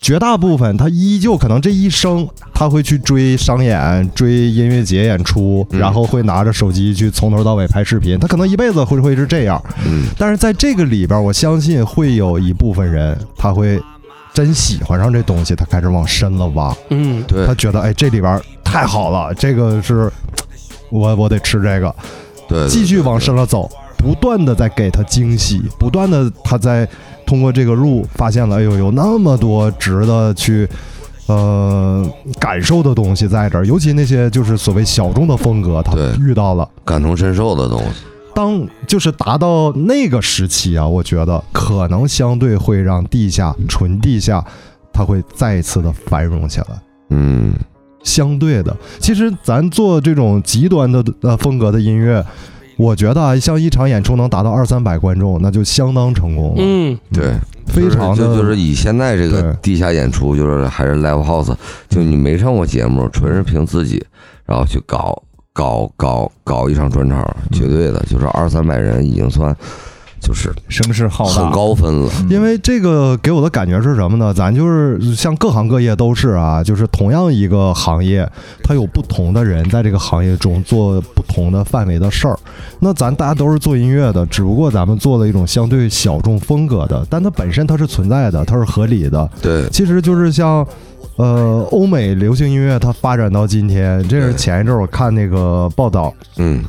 [SPEAKER 3] 绝大部分他依旧可能这一生他会去追商演、追音乐节演出，
[SPEAKER 5] 嗯
[SPEAKER 3] 然后会拿着手机去从头到尾拍视频，他可能一辈子会会是这样。
[SPEAKER 5] 嗯
[SPEAKER 3] 但是在这个里边儿，我相信会有一部分人他会真喜欢上这东西，他开始往深了挖。
[SPEAKER 2] 嗯，
[SPEAKER 5] 对
[SPEAKER 3] 他觉得哎，这里边儿太好了，这个是我我得吃这个，
[SPEAKER 5] 对，对
[SPEAKER 3] 继续往深了走，不断的在给他惊喜，不断的他在通过这个路发现了，哎呦，有那么多值得去。呃，感受的东西在这儿，尤其那些就是所谓小众的风格，他
[SPEAKER 5] 对
[SPEAKER 3] 遇到了。
[SPEAKER 5] 感同身受的东西，
[SPEAKER 3] 当就是达到那个时期啊，我觉得可能相对会让地下纯地下，它会再一次的繁荣起来。
[SPEAKER 5] 嗯
[SPEAKER 3] 相对的，其实咱做这种极端的呃风格的音乐，我觉得啊，像一场演出能达到二三百观众，那就相当成功了，
[SPEAKER 2] 嗯，
[SPEAKER 5] 对。
[SPEAKER 3] 非常
[SPEAKER 5] 就
[SPEAKER 3] 的
[SPEAKER 5] 是就就是以现在这个
[SPEAKER 3] 对
[SPEAKER 5] 地下演出，就是还是 live house，就你没上过节目，纯是凭自己，然后去搞搞搞搞一场专场，绝对的，就是二三百人已经算就是
[SPEAKER 4] 声势浩大，
[SPEAKER 5] 很高分了。
[SPEAKER 4] 嗯，
[SPEAKER 3] 因为这个给我的感觉是什么呢？咱就是像各行各业都是啊，就是同样一个行业，它有不同的人在这个行业中做不同的范围的事儿。那咱大家都是做音乐的，只不过咱们做了一种相对小众风格的，但它本身它是存在的，它是合理的。
[SPEAKER 5] 对，
[SPEAKER 3] 其实就是像，呃，欧美流行音乐它发展到今天，这是前一阵儿我看那个报道，
[SPEAKER 5] 嗯，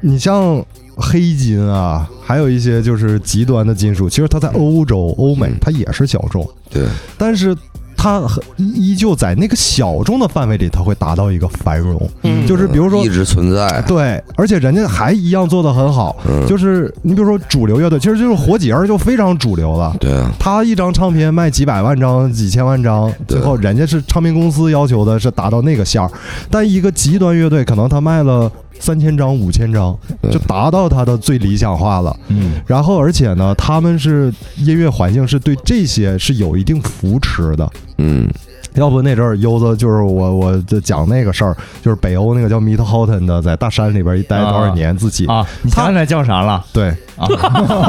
[SPEAKER 3] 你像黑金啊，还有一些就是极端的金属，其实它在欧洲、欧美它也是小众，
[SPEAKER 5] 对，
[SPEAKER 3] 但是它很依依旧在那个小众的范围里，它会达到一个繁荣。
[SPEAKER 2] 嗯
[SPEAKER 3] 就是比如说
[SPEAKER 5] 一，直存在，
[SPEAKER 3] 对，而且人家还一样做得很好。
[SPEAKER 5] 嗯，
[SPEAKER 3] 就是你比如说主流乐队，其实就是火姐儿就非常主流了。
[SPEAKER 5] 对啊，
[SPEAKER 3] 他一张唱片卖几百万张、几千万张，
[SPEAKER 5] 对
[SPEAKER 3] 最后人家是唱片公司要求的是达到那个线儿，但一个极端乐队可能他卖了三千张、五千张，
[SPEAKER 5] 对
[SPEAKER 3] 就达到他的最理想化了。
[SPEAKER 4] 嗯
[SPEAKER 3] 然后，而且呢，他们是音乐环境是对这些是有一定扶持的。
[SPEAKER 5] 嗯，
[SPEAKER 3] 要不那阵儿悠子就是我，我就讲那个事儿，就是北欧那个叫 Meet Houghton 的，在大山里边一待多少年，自己、
[SPEAKER 4] 啊，你
[SPEAKER 3] 他
[SPEAKER 4] 想起来叫啥了
[SPEAKER 3] 对
[SPEAKER 4] 啊？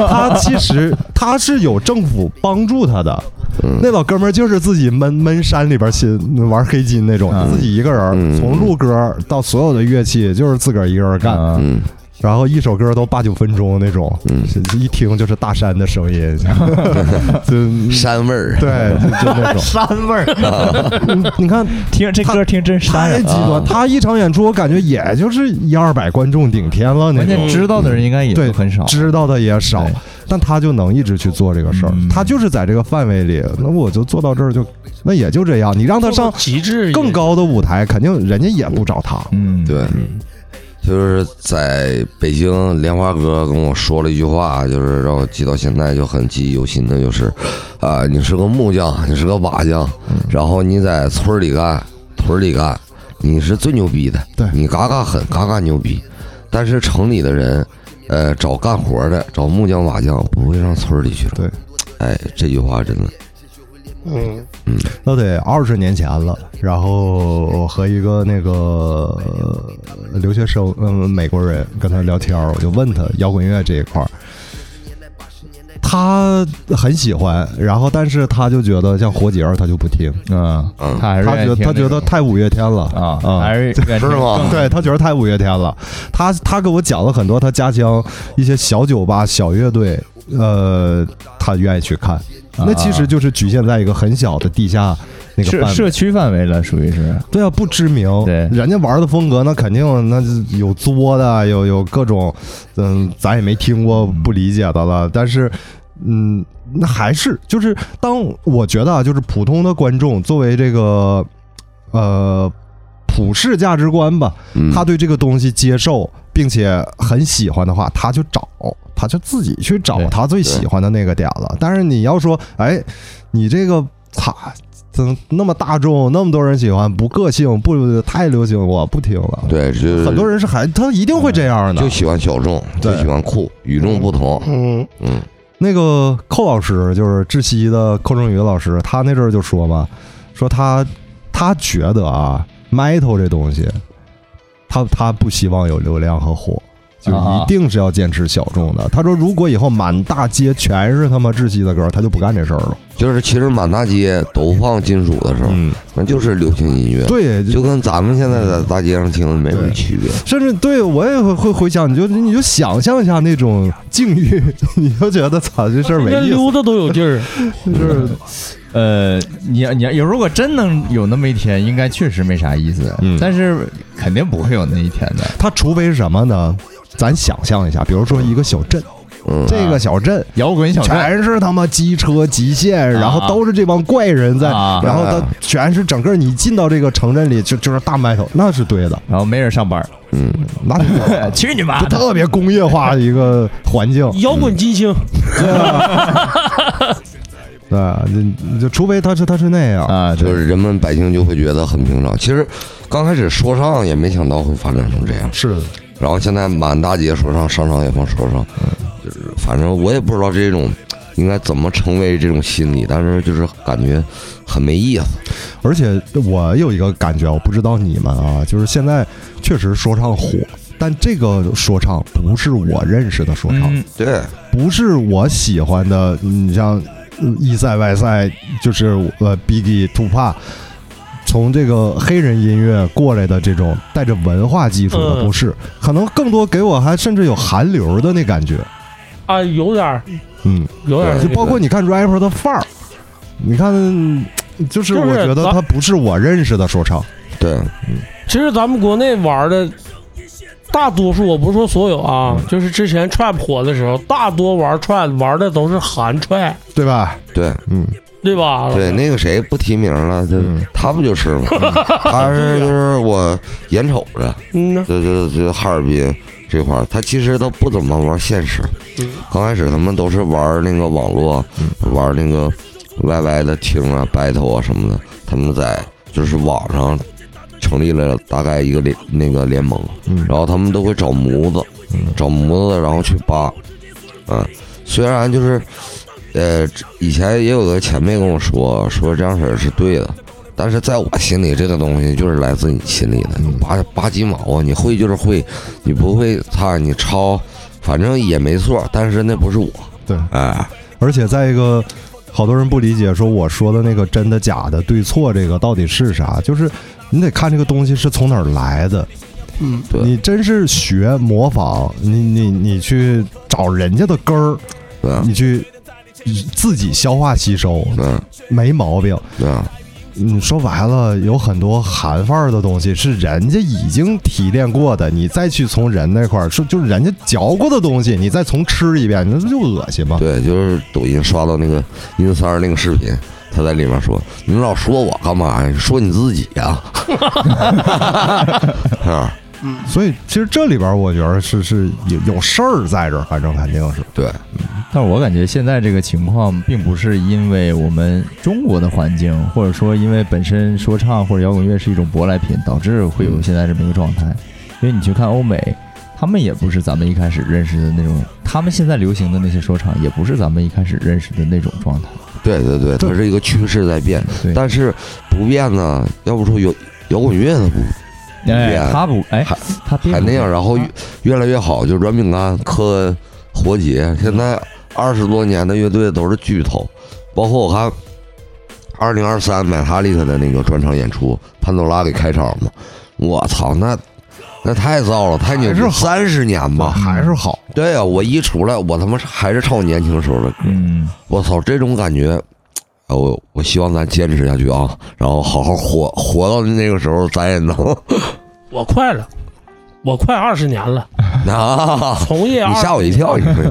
[SPEAKER 3] 他其实他是有政府帮助他的，
[SPEAKER 5] 嗯
[SPEAKER 3] 那老哥们儿就是自己闷闷山里边儿新玩黑金那种，
[SPEAKER 4] 嗯
[SPEAKER 3] 自己一个人儿
[SPEAKER 5] 嗯
[SPEAKER 3] 从录歌儿到所有的乐器就是自个儿一个人儿干，
[SPEAKER 4] 啊。
[SPEAKER 5] 嗯，
[SPEAKER 3] 然后一首歌都八九分钟那种，
[SPEAKER 5] 嗯
[SPEAKER 3] 一听就是大山的声
[SPEAKER 5] (laughs)
[SPEAKER 3] 音，就
[SPEAKER 5] 山味儿，
[SPEAKER 3] 对，就就那种
[SPEAKER 4] 山味儿，
[SPEAKER 3] 嗯你看
[SPEAKER 4] 听这歌听真山
[SPEAKER 3] 太
[SPEAKER 4] 呀
[SPEAKER 3] 极！
[SPEAKER 5] 啊
[SPEAKER 3] 端，他一场演出我感觉也就是一二百观众顶天了那
[SPEAKER 4] 关键
[SPEAKER 3] 种。
[SPEAKER 4] 知道的人应该也
[SPEAKER 3] 对
[SPEAKER 4] 都很少，
[SPEAKER 3] 知道的也少
[SPEAKER 4] 对，
[SPEAKER 3] 但他就能一直去做这个事儿，
[SPEAKER 4] 嗯
[SPEAKER 3] 他就是在这个范围里，那我就做到这儿就，那也就这样。你让他上
[SPEAKER 2] 极致
[SPEAKER 3] 更，高的舞台，肯定人家也不找他。
[SPEAKER 4] 嗯，
[SPEAKER 5] 对，就是在北京，莲花哥跟我说了一句话，就是让我记到现在就很记忆犹新的，就是，啊、你是个木匠，你是个瓦匠，然后你在村儿里干，屯儿里干，你是最牛逼的，
[SPEAKER 3] 对
[SPEAKER 5] 你嘎嘎狠，嘎嘎牛逼，但是城里的人，呃，找干活的，找木匠瓦匠，不会上村儿里去了。
[SPEAKER 3] 对，
[SPEAKER 5] 哎，这句话真的，
[SPEAKER 2] 嗯
[SPEAKER 3] 那得二十年前了，然后我和一个那个呃留学生，嗯，美国人跟他聊天儿，我就问他摇滚乐这一块儿，他很喜欢，然后但是他就觉得像活结儿他就不听，
[SPEAKER 4] 嗯，
[SPEAKER 5] 嗯
[SPEAKER 4] 他还是
[SPEAKER 3] 他
[SPEAKER 4] 愿
[SPEAKER 3] 觉得
[SPEAKER 4] 意听
[SPEAKER 3] 他觉
[SPEAKER 4] 那
[SPEAKER 3] 得
[SPEAKER 4] 种
[SPEAKER 3] 太五月天了
[SPEAKER 4] 啊
[SPEAKER 3] 啊， (laughs)
[SPEAKER 4] 还是愿意
[SPEAKER 5] 是
[SPEAKER 4] 听
[SPEAKER 5] 吗？
[SPEAKER 3] 对他觉得太五月天了，他他给我讲了很多他家乡一些小酒吧、小乐队，啊呃，他愿意去看。那其实就是局限在一个很小的地下那个
[SPEAKER 4] 社
[SPEAKER 3] 范围。
[SPEAKER 4] 社区范围了，属于是。
[SPEAKER 3] 对啊，不知名，
[SPEAKER 4] 对
[SPEAKER 3] 人家玩的风格那肯定那就有作的，有有各种，嗯，咱也没听过不理解的了，但是，嗯，那还是就是当我觉得啊，就是普通的观众作为这个，呃，普世价值观吧，
[SPEAKER 5] 嗯
[SPEAKER 3] 他对这个东西接受并且很喜欢的话，他就找，他就自己去找
[SPEAKER 4] 对
[SPEAKER 3] 他最喜欢的那个点了。但是你要说，哎，你这个擦，怎么那么大众，那么多人喜欢，不个性，不太流行，我不听了。
[SPEAKER 5] 对，就是
[SPEAKER 3] 很多人是还他一定会这样的
[SPEAKER 5] 就。喜欢小众，就
[SPEAKER 3] 对
[SPEAKER 5] 喜欢酷，与众不同。
[SPEAKER 2] 嗯，
[SPEAKER 5] 嗯，
[SPEAKER 3] 那个寇老师就是窒息的寇正宇老师，他那阵儿就说嘛，说他他觉得啊，metal 这东西，他他不希望有流量和火。就
[SPEAKER 4] 啊
[SPEAKER 3] 一定是要坚持小众的。他说，如果以后满大街全是他妈窒息的歌，他就不干这事儿了。
[SPEAKER 5] 就是其实满大街都放金属的时候，
[SPEAKER 3] 嗯，
[SPEAKER 5] 那就是流行音乐，
[SPEAKER 3] 对，
[SPEAKER 5] 就跟咱们现在在大街上听的没什么
[SPEAKER 3] 对
[SPEAKER 5] 区别。
[SPEAKER 3] 甚至对我也会会回想，你就你就想象一下那种境遇， (laughs) 你就觉得操，这事儿没
[SPEAKER 2] 人家
[SPEAKER 3] 意思。
[SPEAKER 2] 溜达都有劲
[SPEAKER 3] (laughs)
[SPEAKER 2] 儿，
[SPEAKER 3] 就是
[SPEAKER 4] 呃，你要你要如果真能有那么一天，应该确实没啥意思。
[SPEAKER 3] 嗯
[SPEAKER 4] 但是肯定不会有那一天的。
[SPEAKER 3] 他，除非是什么呢？咱想象一下，比如说一个小镇，
[SPEAKER 5] 嗯，
[SPEAKER 3] 这个小镇
[SPEAKER 4] 摇滚小镇，
[SPEAKER 3] 全是他妈机车、极限，然后都是这帮怪人在，
[SPEAKER 4] 啊
[SPEAKER 3] 然后他全是整个你进到这个城镇里就就是大麦头，那是对的，
[SPEAKER 4] 然后没人上班，
[SPEAKER 5] 嗯，
[SPEAKER 3] 那是对的
[SPEAKER 4] (laughs) 去你妈
[SPEAKER 3] 就
[SPEAKER 4] 的！
[SPEAKER 3] 特别工业化的一个环境。
[SPEAKER 2] 摇滚金星，
[SPEAKER 3] 对，就就除非他是他是那样，
[SPEAKER 4] 啊，
[SPEAKER 5] 就
[SPEAKER 4] 对
[SPEAKER 5] 是人们百姓就会觉得很平常。其实刚开始说唱也没想到会发展成这样，
[SPEAKER 3] 是的，
[SPEAKER 5] 然后现在满大街说唱，商场也放说唱，就是反正我也不知道这种应该怎么成为这种心理，但是就是感觉很没意思。
[SPEAKER 3] 而且我有一个感觉，我不知道你们啊，就是现在确实说唱火，但这个说唱不是我认识的说唱，
[SPEAKER 4] 嗯，
[SPEAKER 5] 对，
[SPEAKER 3] 不是我喜欢的。你像呃一赛、外赛，就是呃 Biggie、t u p a 从这个黑人音乐过来的这种带着文化基础的，
[SPEAKER 2] 嗯
[SPEAKER 3] 不是，可能更多给我还甚至有韩流的那感觉，
[SPEAKER 2] 啊，有点儿，
[SPEAKER 3] 嗯，
[SPEAKER 2] 有点儿那
[SPEAKER 5] 对
[SPEAKER 3] 就
[SPEAKER 2] 个，
[SPEAKER 3] 包括你看 rapper 的范儿，你看。就是
[SPEAKER 2] 就是
[SPEAKER 3] 我觉得
[SPEAKER 2] 咱
[SPEAKER 3] 他不是我认识的说唱，
[SPEAKER 5] 对，
[SPEAKER 2] 其实咱们国内玩的。大多数我不是说所有啊，
[SPEAKER 3] 嗯
[SPEAKER 2] 就是之前 trap 火的时候，大多玩 trap 玩的都是韩 trap，
[SPEAKER 3] 对吧？
[SPEAKER 5] 对
[SPEAKER 3] 嗯，
[SPEAKER 2] 对吧？
[SPEAKER 5] 对，那个谁不提名了，就
[SPEAKER 3] 嗯
[SPEAKER 5] 他不就是
[SPEAKER 3] (laughs)
[SPEAKER 5] 吗？他是就是我眼瞅着，
[SPEAKER 2] 嗯呐，
[SPEAKER 5] 这这这哈尔滨这块儿，他其实他不怎么玩现实
[SPEAKER 2] 嗯，
[SPEAKER 5] 刚开始他们都是玩那个网络，玩那个 YY 的听啊、battle 啊什么的，他们在就是网上成立了大概一个联那个联盟，
[SPEAKER 3] 嗯
[SPEAKER 5] 然后他们都会找模子，找模子然后去扒，嗯，虽然就是。呃，以前也有个前辈跟我说，说这样式儿是对的，但是在我心里，这个东西就是来自你心里的，你拔拔鸡毛啊！你会就是会，你不会擦你抄，反正也没错。但是那不是我，
[SPEAKER 3] 对。
[SPEAKER 5] 哎，
[SPEAKER 3] 而且再一个，好多人不理解，说我说的那个真的假的、对错这个到底是啥？就是你得看这个东西是从哪儿来的。
[SPEAKER 2] 嗯，
[SPEAKER 5] 对
[SPEAKER 3] 你真是学模仿，你你你去找人家的根儿，
[SPEAKER 5] 对啊，
[SPEAKER 3] 你去自己消化吸收，
[SPEAKER 5] 对啊，
[SPEAKER 3] 没毛病。
[SPEAKER 5] 对啊，
[SPEAKER 3] 你说白了，有很多韩范儿的东西是人家已经提炼过的，你再去从人那块儿说，就是人家嚼过的东西，你再重吃一遍，那不就恶心吗？
[SPEAKER 5] 对，就是抖音刷到那个音三儿那个视频，他在里面说：“你们老说我干嘛呀？说你自己呀、 (laughs) 啊！”是吧？
[SPEAKER 3] 所以其实这里边儿我觉得是是有有事儿在这儿，反正肯定是
[SPEAKER 5] 对，
[SPEAKER 4] 但是我感觉现在这个情况，并不是因为我们中国的环境，或者说因为本身说唱或者摇滚乐是一种舶来品，导致会有现在这么一个状态。因为你去看欧美，他们也不是咱们一开始认识的那种，他们现在流行的那些说唱，也不是咱们一开始认识的那种状态。
[SPEAKER 5] 对对对，它是一个趋势在变，
[SPEAKER 4] 对，
[SPEAKER 5] 但是不变呢，要不说摇摇滚乐它不
[SPEAKER 4] 哎，他不，哎
[SPEAKER 5] 还，
[SPEAKER 4] 他
[SPEAKER 3] 嗯
[SPEAKER 4] 并
[SPEAKER 5] 还
[SPEAKER 4] 不
[SPEAKER 5] 那样，然后越越来越好，就软饼干、科恩、活结，现在二十多年的乐队都是巨头，包括我看二零二三买哈利克的那个专场演出，潘多拉给开场嘛，我操，那那太燥了，太牛
[SPEAKER 3] 还是
[SPEAKER 5] 逼，
[SPEAKER 3] 好啊
[SPEAKER 5] 三十年吧，
[SPEAKER 3] 还是好。
[SPEAKER 5] 对啊呀、我一出来，我他妈还是唱我年轻时候的歌，
[SPEAKER 4] 嗯，
[SPEAKER 5] 我操，这种感觉啊我我希望咱坚持下去啊，然后好好活活到那个时候，咱也能
[SPEAKER 2] 我快了，我快二十年了，
[SPEAKER 5] (laughs) 啊。
[SPEAKER 2] 从业
[SPEAKER 5] 你吓
[SPEAKER 2] 二，
[SPEAKER 5] 我一跳，你 (laughs) 说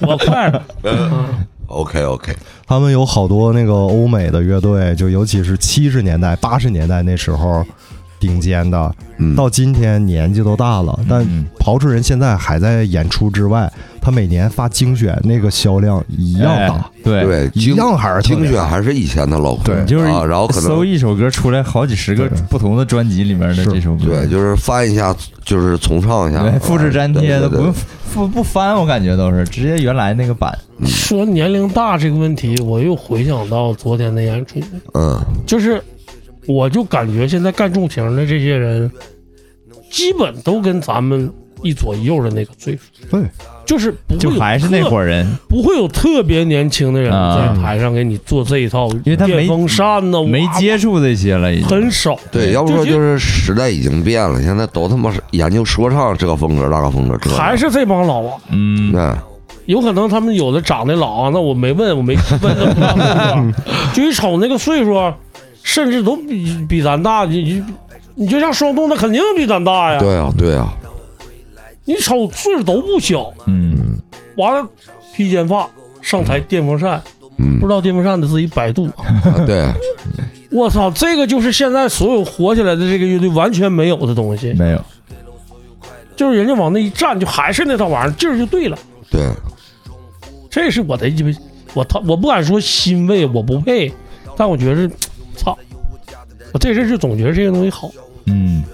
[SPEAKER 2] 我快了。嗯
[SPEAKER 5] OK OK，
[SPEAKER 3] 他们有好多那个欧美的乐队，就尤其是七十年代、八十年代那时候顶尖的，
[SPEAKER 5] 嗯，
[SPEAKER 3] 到今天年纪都大了，但刨出人现在还在演出之外，他每年发精选那个销量一
[SPEAKER 4] 一
[SPEAKER 3] 样大，
[SPEAKER 4] 对，
[SPEAKER 5] 嗯对，
[SPEAKER 3] 一
[SPEAKER 5] 精
[SPEAKER 3] 样还是特
[SPEAKER 5] 精
[SPEAKER 3] 别
[SPEAKER 5] 选还是以前的老歌，
[SPEAKER 3] 对
[SPEAKER 4] 就是
[SPEAKER 5] 啊，然后可
[SPEAKER 4] 搜
[SPEAKER 5] 能
[SPEAKER 4] 一首歌出来好几十个
[SPEAKER 3] 对
[SPEAKER 4] 不同的专辑里面的
[SPEAKER 3] 是
[SPEAKER 4] 这首歌，
[SPEAKER 5] 对，就是翻一下，就是重唱一下啊
[SPEAKER 4] 对，，复制粘贴的，
[SPEAKER 5] 对
[SPEAKER 4] 不
[SPEAKER 5] 对
[SPEAKER 4] 用
[SPEAKER 5] 对
[SPEAKER 4] 复不翻，我感觉都是直接原来那个版。
[SPEAKER 2] 说年龄大这个问题，我又回想到昨天的演出，
[SPEAKER 5] 嗯，
[SPEAKER 2] 就是我就感觉现在干重型的这些人，基本都跟咱们一左一右的那个岁数，
[SPEAKER 3] 对，
[SPEAKER 2] 就是不会
[SPEAKER 4] 就
[SPEAKER 2] 有
[SPEAKER 4] 还是那
[SPEAKER 2] 特
[SPEAKER 4] 伙儿人，
[SPEAKER 2] 不会有特别年轻的人
[SPEAKER 4] 啊
[SPEAKER 2] 在台上给你做这一套，因
[SPEAKER 4] 为他没
[SPEAKER 2] 电风扇呢，
[SPEAKER 4] 没
[SPEAKER 2] 哇
[SPEAKER 4] 接触这些了，已经。
[SPEAKER 2] 很少。
[SPEAKER 5] 对，要不
[SPEAKER 2] 就
[SPEAKER 5] 说
[SPEAKER 2] 就
[SPEAKER 5] 就是时代已经变了，现在都他妈是研究说唱这个风格那个风格，这个
[SPEAKER 2] 还是这帮老王，
[SPEAKER 4] 嗯，
[SPEAKER 5] 那
[SPEAKER 2] 有可能他们有的长得老啊，那我没问，我没问的不知道是 (laughs) 不是就一瞅那个岁数，甚至都比比咱大，你你你就像双动，那肯定比咱大呀。
[SPEAKER 5] 对啊对啊，
[SPEAKER 2] 你瞅岁数都不小，
[SPEAKER 4] 嗯，
[SPEAKER 2] 完了披肩发上台电风扇，
[SPEAKER 5] 嗯
[SPEAKER 2] 不，知道电风扇的自己百度。
[SPEAKER 5] 啊对，
[SPEAKER 2] 我操，这个就是现在所有火起来的这个乐队完全没有的东西，
[SPEAKER 4] 没有，
[SPEAKER 2] 就是人家往那一站，就还是那套玩意儿，劲儿就对了。
[SPEAKER 5] 对，啊
[SPEAKER 2] 这是我的鸡巴，我他我不敢说欣慰，我不配，但我觉着，操，我这阵儿就总觉得这些东西好，
[SPEAKER 4] 嗯，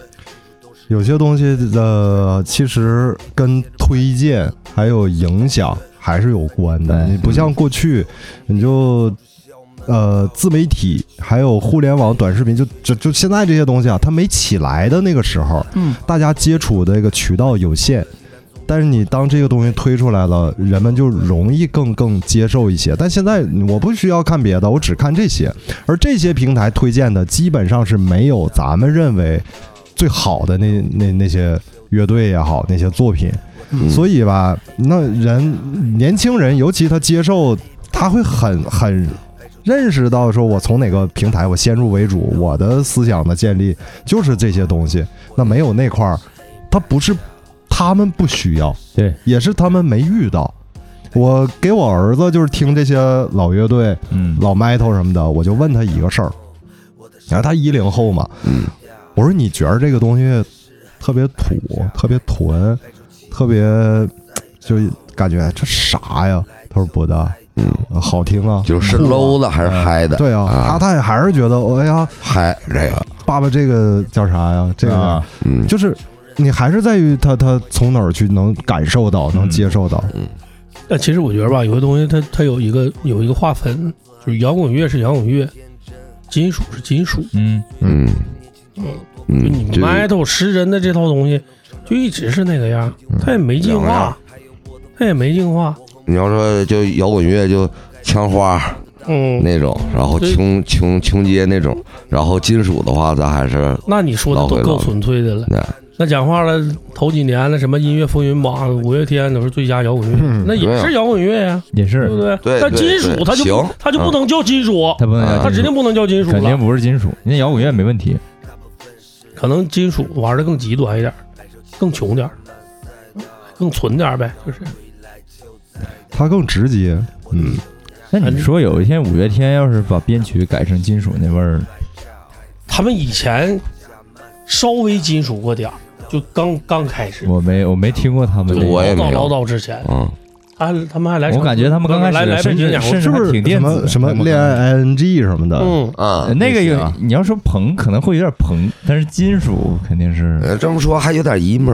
[SPEAKER 3] 有些东西呃，其实跟推荐还有影响还是有关的。
[SPEAKER 4] 对
[SPEAKER 3] 你不像过去，你就呃自媒体还有互联网短视频，就就就现在这些东西啊，它没起来的那个时候，
[SPEAKER 2] 嗯，
[SPEAKER 3] 大家接触的这个渠道有限。但是你当这个东西推出来了，人们就容易更更接受一些。但现在我不需要看别的，我只看这些，而这些平台推荐的基本上是没有咱们认为最好的那那那些乐队也好，那些作品。
[SPEAKER 5] 嗯
[SPEAKER 3] 所以吧，那人年轻人，尤其他接受，他会很很认识到，说我从哪个平台，我先入为主，我的思想的建立就是这些东西。那没有那块儿，他不是他们不需要，
[SPEAKER 4] 对，
[SPEAKER 3] 也是他们没遇到。我给我儿子就是听这些老乐队，
[SPEAKER 4] 嗯，
[SPEAKER 3] 老 metal 什么的，我就问他一个事儿，然后他一零后嘛，
[SPEAKER 5] 嗯
[SPEAKER 3] 我说你觉得这个东西特别土、特别屯、特别就感觉这啥呀？他说不的，
[SPEAKER 5] 嗯，
[SPEAKER 3] 呃好听啊，
[SPEAKER 5] 就是
[SPEAKER 3] 酷啊
[SPEAKER 5] low 的还是嗨的，
[SPEAKER 3] 对啊，他
[SPEAKER 5] 啊
[SPEAKER 3] 他也还是觉得，哎呀，
[SPEAKER 5] 嗨这个，
[SPEAKER 3] 爸爸这个叫啥呀？这个、
[SPEAKER 4] 啊，
[SPEAKER 5] 嗯，
[SPEAKER 3] 就是你还是在于他他从哪儿去能感受到、
[SPEAKER 4] 嗯
[SPEAKER 3] 能接受到，
[SPEAKER 2] 但其实我觉得吧，有些东西它它有一个有一个划分，就是摇滚乐是摇滚乐，金属是金属，
[SPEAKER 4] 嗯，
[SPEAKER 5] 嗯
[SPEAKER 2] 就
[SPEAKER 5] 嗯，
[SPEAKER 2] 你
[SPEAKER 5] 就
[SPEAKER 2] metal 诗人的这套东西，就一直是那个样儿，它也没进
[SPEAKER 5] 嗯两个样
[SPEAKER 2] 化，它也没进化，
[SPEAKER 5] 你要说就摇滚乐就枪花
[SPEAKER 2] 嗯，
[SPEAKER 5] 那种，然后
[SPEAKER 2] 对
[SPEAKER 5] 穷穷穷街那种，然后金属的话，咱还是
[SPEAKER 2] 那你说的都够纯粹的了
[SPEAKER 5] 对。
[SPEAKER 2] 那讲话了，头几年了，什么音乐风云榜、五月天都是最佳摇滚乐，
[SPEAKER 5] 嗯
[SPEAKER 2] 那也
[SPEAKER 5] 啊
[SPEAKER 2] 是摇滚乐呀、
[SPEAKER 4] 也
[SPEAKER 2] 对不
[SPEAKER 4] 是，
[SPEAKER 2] 对？
[SPEAKER 5] 对
[SPEAKER 2] 但
[SPEAKER 5] 对
[SPEAKER 2] 金属
[SPEAKER 5] 对
[SPEAKER 2] 它就不
[SPEAKER 5] 行嗯
[SPEAKER 2] 它就不能叫金属，
[SPEAKER 4] 它不能
[SPEAKER 5] 啊
[SPEAKER 4] 叫
[SPEAKER 2] 它指
[SPEAKER 4] 金属
[SPEAKER 2] 定，不能叫金属
[SPEAKER 4] 肯定
[SPEAKER 2] 了。
[SPEAKER 4] 不是金属，人家摇滚乐没问题，
[SPEAKER 2] 可能金属玩的更极端一点，更穷点儿，更纯点儿呗，就是
[SPEAKER 3] 他更直接，嗯。
[SPEAKER 4] 那你说有一天五月天要是把编曲改成金属那味儿，
[SPEAKER 2] 他们以前稍微金属过点儿，就刚刚开始，
[SPEAKER 4] 我没我没听过他们
[SPEAKER 2] 就
[SPEAKER 4] 这
[SPEAKER 5] 我
[SPEAKER 4] 个，
[SPEAKER 5] 也
[SPEAKER 2] 老
[SPEAKER 5] 没
[SPEAKER 2] 早
[SPEAKER 5] 有
[SPEAKER 2] 老早之前，
[SPEAKER 5] 嗯，
[SPEAKER 2] 他他们还来场，
[SPEAKER 4] 我感觉他们刚开
[SPEAKER 2] 来来
[SPEAKER 4] 始
[SPEAKER 2] 北
[SPEAKER 4] 甚
[SPEAKER 2] 京
[SPEAKER 4] 至
[SPEAKER 2] 演过
[SPEAKER 4] 甚，至
[SPEAKER 3] 是不
[SPEAKER 4] 还
[SPEAKER 3] 是
[SPEAKER 4] 挺
[SPEAKER 3] 什
[SPEAKER 4] 电子
[SPEAKER 3] 么
[SPEAKER 4] 的
[SPEAKER 3] 什么
[SPEAKER 4] 他们
[SPEAKER 3] 恋
[SPEAKER 4] 刚开始
[SPEAKER 3] 爱 ing 什么的？
[SPEAKER 2] 嗯，
[SPEAKER 5] 啊
[SPEAKER 4] 呃，那个
[SPEAKER 5] 行
[SPEAKER 4] 有
[SPEAKER 5] 啊，
[SPEAKER 4] 你要说朋可能会有点朋，但是金属肯定是
[SPEAKER 5] 呃，这么说还有点 emo，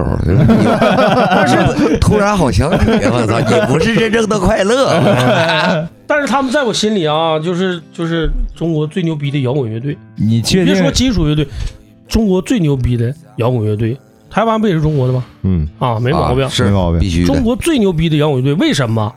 [SPEAKER 5] 但是突然好想你，我操，你不是真正的快
[SPEAKER 4] (laughs) 啊
[SPEAKER 5] 乐。
[SPEAKER 2] 但是他们在我心里啊，就是就是中国最牛逼的摇滚乐队，
[SPEAKER 4] 你确
[SPEAKER 2] 别
[SPEAKER 4] 定
[SPEAKER 2] 说金属乐队，中国最牛逼的摇滚乐队，台湾不也是中国的吗？
[SPEAKER 3] 嗯，
[SPEAKER 2] 啊，没毛病
[SPEAKER 5] 啊。是
[SPEAKER 3] 没毛病
[SPEAKER 5] 必须的
[SPEAKER 2] 中。国最牛逼的摇滚乐队，为什么？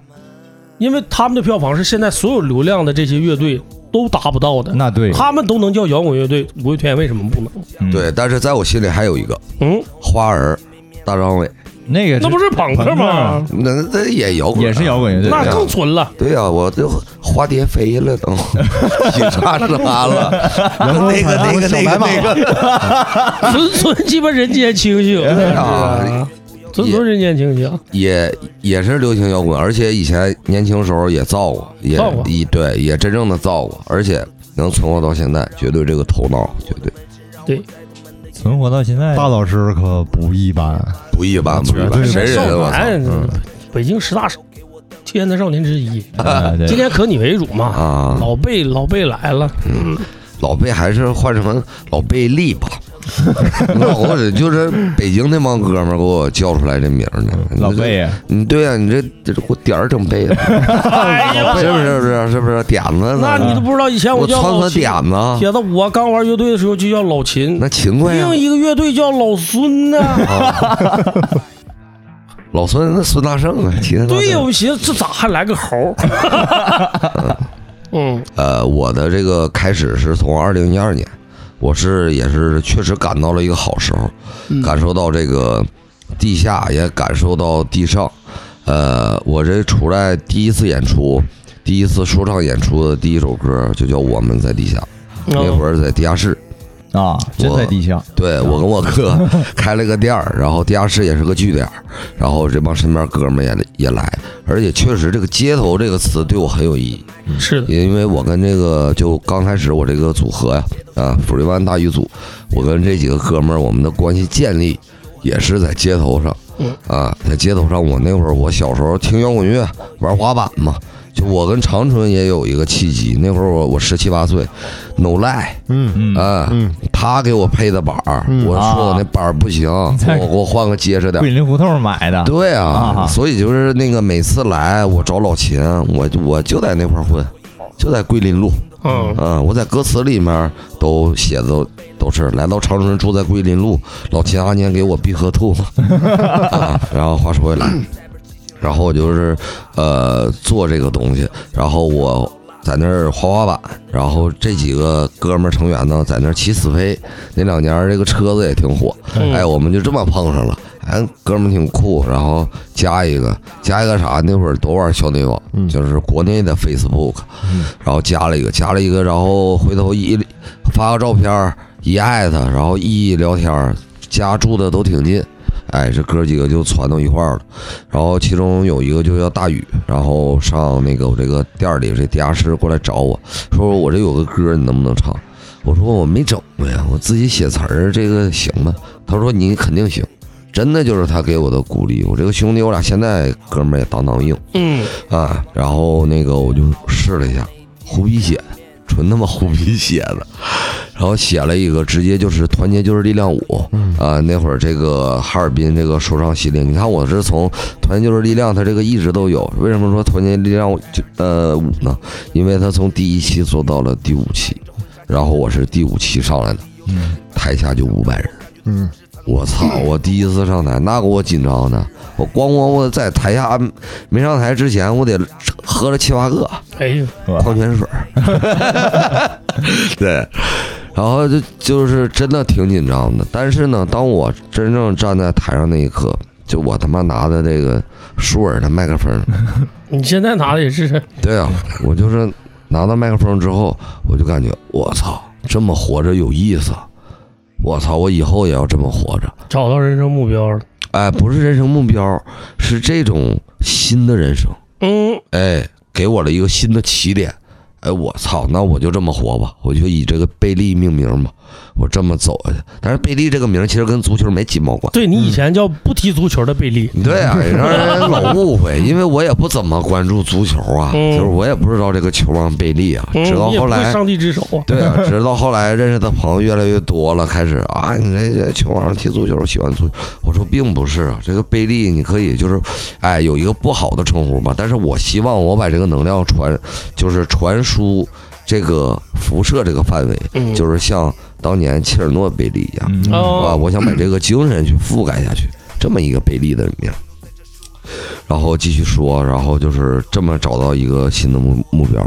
[SPEAKER 2] 因为他们的票房是现在所有流量的这些乐队都达不到的，
[SPEAKER 4] 那对，
[SPEAKER 2] 他们都能叫摇滚乐队，五月天为什么不能？
[SPEAKER 4] 嗯
[SPEAKER 5] 对，但是在我心里还有一个
[SPEAKER 2] 嗯，
[SPEAKER 5] 花儿，大张伟，
[SPEAKER 4] 那个
[SPEAKER 2] 那不是朋克吗？
[SPEAKER 5] 那那也摇滚啊，
[SPEAKER 4] 也是摇滚乐队
[SPEAKER 2] 那
[SPEAKER 5] 对啊
[SPEAKER 2] 更纯
[SPEAKER 5] (laughs)
[SPEAKER 2] 了。
[SPEAKER 5] 对呀、我就花蝶飞了都， (laughs) 警察杀了，
[SPEAKER 3] 阳光
[SPEAKER 5] 那个
[SPEAKER 3] 彩
[SPEAKER 5] 那
[SPEAKER 3] 虹
[SPEAKER 5] 个
[SPEAKER 3] 小
[SPEAKER 5] 那
[SPEAKER 3] 白马
[SPEAKER 5] 个那个
[SPEAKER 2] 纯纯鸡巴人间清醒，
[SPEAKER 5] 啊，
[SPEAKER 2] 纯纯人间清醒。
[SPEAKER 5] 也也是流行摇滚，而且以前年轻时候也造过，也
[SPEAKER 2] 造过
[SPEAKER 5] 也对，也真正的造过，而且能存活到现在，绝对这个头脑绝对
[SPEAKER 4] (laughs) 存活到现
[SPEAKER 5] 哎
[SPEAKER 4] 在，
[SPEAKER 3] 大老师可不一般，
[SPEAKER 5] 不一
[SPEAKER 2] 啊
[SPEAKER 5] 般，不一
[SPEAKER 3] 绝
[SPEAKER 5] 般，
[SPEAKER 3] 对
[SPEAKER 5] 神人
[SPEAKER 2] 少
[SPEAKER 5] 我操，
[SPEAKER 2] 男
[SPEAKER 5] 嗯，
[SPEAKER 2] 北京十大少七年的少年之一，
[SPEAKER 4] 啊对
[SPEAKER 2] 今天可你为主嘛。
[SPEAKER 5] 啊，
[SPEAKER 2] 老贝老贝来了，
[SPEAKER 5] 老贝还是换成老贝
[SPEAKER 2] (laughs)
[SPEAKER 5] 利吧。那我得就是北京那帮哥们儿给我叫出来这名儿呢。
[SPEAKER 4] 老贝呀，
[SPEAKER 5] 你对呀、你这这给我点儿整
[SPEAKER 2] (laughs)
[SPEAKER 5] 背了，
[SPEAKER 2] 哎呦
[SPEAKER 5] 是不是？是不是？是不是点子呢？
[SPEAKER 2] 那你都不知道，以前
[SPEAKER 5] 我
[SPEAKER 2] 叫
[SPEAKER 5] 窜
[SPEAKER 2] 老
[SPEAKER 5] 个
[SPEAKER 2] 秦，
[SPEAKER 5] 点子，啊
[SPEAKER 2] 铁子，我刚玩乐队的时候就叫老秦，
[SPEAKER 5] 那勤快呀
[SPEAKER 2] 另。一个乐队叫老孙呢。
[SPEAKER 5] (laughs) 啊老孙那孙大圣啊，秦大圣
[SPEAKER 2] 对呀，我寻思这咋还来个猴儿？
[SPEAKER 5] (laughs)
[SPEAKER 2] 嗯，
[SPEAKER 5] 呃，我的这个开始是从二零一二年，我是也是确实赶到了一个好时候，感受到这个地下，也感受到地上。呃，我这出来第一次演出，第一次说唱演出的第一首歌就叫《我们在地下》，
[SPEAKER 2] 哦
[SPEAKER 5] 那会儿在地下室。
[SPEAKER 4] 啊，真在地下，
[SPEAKER 5] 对我跟我哥 (laughs) 开了个店儿，然后地下室也是个据点儿，然后这帮身边哥们儿也也来，而且确实这个街头这个词对我很有意义，
[SPEAKER 2] 嗯是的，
[SPEAKER 5] 因为我跟这个就刚开始我这个组合呀啊，福利湾大鱼组，我跟这几个哥们儿我们的关系建立也是在街头上
[SPEAKER 2] 嗯，
[SPEAKER 5] 啊，在街头上我那会儿我小时候听摇滚乐，玩滑板嘛。就我跟长春也有一个契机，那会儿我我十七八岁，no lie，
[SPEAKER 3] 嗯
[SPEAKER 4] 嗯
[SPEAKER 5] 啊，
[SPEAKER 3] 嗯，
[SPEAKER 5] 他给我配的板儿，
[SPEAKER 3] 嗯
[SPEAKER 5] 我说我那板儿
[SPEAKER 3] (laughs)
[SPEAKER 5] 不行，
[SPEAKER 4] 在
[SPEAKER 5] 我给我换个结实点
[SPEAKER 4] 桂
[SPEAKER 5] 儿。
[SPEAKER 4] 林胡同买的，
[SPEAKER 5] 对
[SPEAKER 4] 啊
[SPEAKER 5] 啊，所以就是那个每次来我找老秦，我就我就在那块儿混，就在桂林路，
[SPEAKER 2] 嗯，
[SPEAKER 5] 嗯，我在歌词里面都写的都都是来到长春，住在桂林路，老秦阿年给我必喝吐、 (laughs) 啊。然后话说回来，然后我就是呃做这个东西，然后我在那儿滑滑板，然后这几个哥们儿成员呢在那儿骑死飞，那两年儿这个车子也挺火，
[SPEAKER 2] 嗯
[SPEAKER 5] 哎，我们就这么碰上了。哎，哥们儿挺酷，然后加一个，加一个啥？那会儿都玩校内网，
[SPEAKER 3] 嗯
[SPEAKER 5] 就是国内的 Facebook，、然后加了一个，加了一个，然后回头一发个照片儿，一艾特，然后一聊天儿，家住的都挺近，哎，这哥几个就传到一块儿了。然后其中有一个就叫大宇，然后上那个我这个店儿里这地下室过来找我，说我这有个歌，你能不能唱？我说我没整过呀，我自己写词儿，这个行吗？他说你肯定行，真的就是他给我的鼓励。我这个兄弟，我俩现在哥们儿也当当硬。
[SPEAKER 2] 嗯，
[SPEAKER 5] 啊，然后那个我就试了一下，胡逼写的，纯他妈胡逼写的，然后写了一个，直接就是团结就是力量五，啊，那会儿这个哈尔滨这个说唱系列，你看我是从团结就是力量，它这个一直都有，为什么说团结力量就呃五呢？因为它从第一期做到了第五期，然后我是第五期上来的，台下就五百人。
[SPEAKER 3] 嗯，
[SPEAKER 5] 我操！我第一次上台，那给我紧张的。我咣咣，我在台下没上台之前，我得喝了七八个
[SPEAKER 2] 哎呦，
[SPEAKER 5] 矿泉水儿。对，然后就就是真的挺紧张的。但是呢，当我真正站在台上那一刻，就我他妈拿的这个舒尔的麦克风，
[SPEAKER 2] 你现在拿的也是
[SPEAKER 5] 对啊，我就是拿到麦克风之后，我就感觉我操，这么活着有意思。我操，我以后也要这么活着。
[SPEAKER 2] 找到人生目标了。
[SPEAKER 5] 哎，不是人生目标，是这种新的人生。
[SPEAKER 2] 嗯，
[SPEAKER 5] 哎，给我了一个新的起点。哎，我操，那我就这么活吧，我就以这个贝利命名吧，我这么走下去。但是贝利这个名儿其实跟足球没几毛关。
[SPEAKER 2] 对你以前叫不踢足球的贝利，
[SPEAKER 5] 对啊， (laughs) 让人老误会，因为我也不怎么关注足球啊，
[SPEAKER 2] 嗯
[SPEAKER 5] 就是我也不知道这个球王贝利啊，
[SPEAKER 2] 嗯，
[SPEAKER 5] 直到
[SPEAKER 2] 你也
[SPEAKER 5] 后
[SPEAKER 2] 不
[SPEAKER 5] 来
[SPEAKER 2] 会上帝之手啊。
[SPEAKER 5] (laughs) 对啊，直到后来认识的朋友越来越多了，开始啊，你这球网上踢足球，喜欢足球。我说并不是啊，这个贝利你可以就是，哎，有一个不好的称呼吧，但是我希望我把这个能量传，就是传输这个辐射这个范围，
[SPEAKER 2] 嗯，
[SPEAKER 5] 就是像当年切尔诺贝利一样，
[SPEAKER 4] 嗯
[SPEAKER 5] 啊，
[SPEAKER 2] 哦，
[SPEAKER 5] 我想把这个精神去覆盖下去，这么一个贝利的名儿。然后继续说，然后就是这么找到一个新的目目标，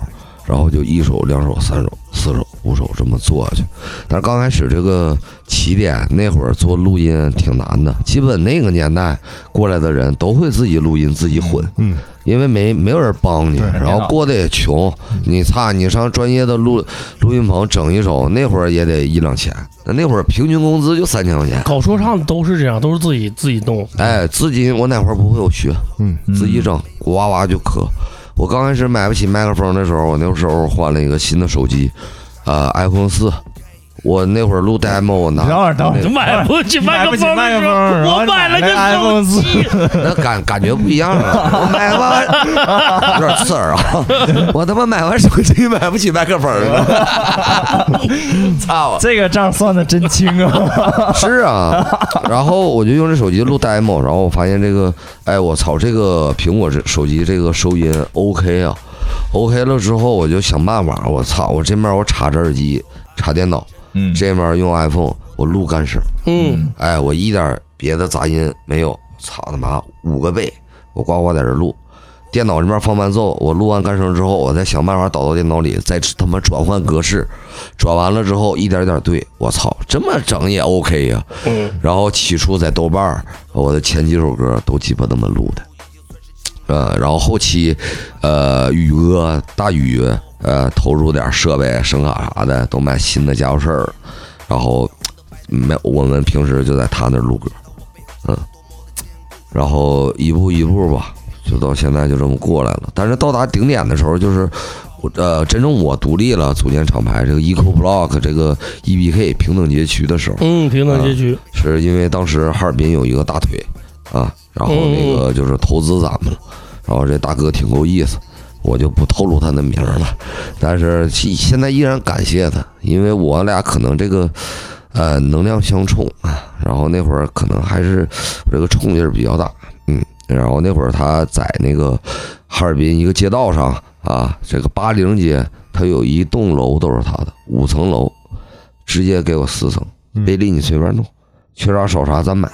[SPEAKER 5] 然后就一首、两首、三首、四四手五手这么做下去。但是刚开始这个起点那会儿做录音挺难的，基本那个年代过来的人都会自己录音自己混，
[SPEAKER 3] 嗯，
[SPEAKER 5] 因为没没有人帮你，
[SPEAKER 3] 对
[SPEAKER 5] 然后过得也穷，你差你上专业的录录音棚整一首，那会儿也得一两千，那那会儿平均工资就三千块钱。
[SPEAKER 2] 搞说唱都是这样，都是自己自己弄。
[SPEAKER 5] 哎，自己我哪块儿不会我学，
[SPEAKER 3] 嗯，
[SPEAKER 5] 自己整，我哇哇就磕。我刚开始买不起麦克风的时候，我那时候换了一个新的手机，呃，iPhone 四。我那会儿录 demo，我拿
[SPEAKER 4] 等会儿等会儿
[SPEAKER 5] 那
[SPEAKER 2] 买不起麦克风的时候，我买了个手机，
[SPEAKER 5] 那感感觉不一样了。我买完，有点刺耳啊！我他妈买完手机买不起麦克风了，操！
[SPEAKER 4] 这个账算的真清
[SPEAKER 5] (laughs)
[SPEAKER 4] 啊！
[SPEAKER 5] 是啊，然后我就用这手机录 demo，然后我发现这个，哎，我操，这个苹果这手机这个收音 OK 啊，OK 了之后我就想办法，我操，我这面我插着耳机插电脑，
[SPEAKER 4] 嗯
[SPEAKER 5] 这面用 iPhone 我录干声，
[SPEAKER 2] 嗯，
[SPEAKER 5] 哎，我一点别的杂音没有，操他妈五个倍，我呱呱在这录，电脑这边放伴奏，我录完干声之后，我再想办法导到电脑里，再他妈转换格式，转完了之后一点点对，我操，这么整也 OK 啊呀、
[SPEAKER 2] 嗯，
[SPEAKER 5] 然后起初在豆瓣儿，我的前几首歌都鸡巴那么录的，呃，然后后期，呃，宇哥大宇呃投入点设备、声卡啥的，都买新的家伙事儿，然后没我们平时就在他那儿录歌，嗯，然后一步一步吧，就到现在就这么过来了。但是到达顶点的时候，就是我呃，真正我独立了，组建厂牌这个 Eco Block 这个 EBK 平等街区的时候，
[SPEAKER 2] 嗯，平
[SPEAKER 5] 啊
[SPEAKER 2] 等街区，
[SPEAKER 5] 是因为当时哈尔滨有一个大腿啊，然后那个就是投资咱们了，然后这大哥挺够意思，我就不透露他的名儿了，但是其现在依然感谢他，因为我俩可能这个呃能量相冲啊，然后那会儿可能还是我这个冲劲儿比较大，嗯，然后那会儿他在那个哈尔滨一个街道上啊，这个八零街，他有一栋楼都是他的，五层楼，直接给我四层，
[SPEAKER 3] 嗯
[SPEAKER 5] 贝利你随便弄。缺啥少啥咱买。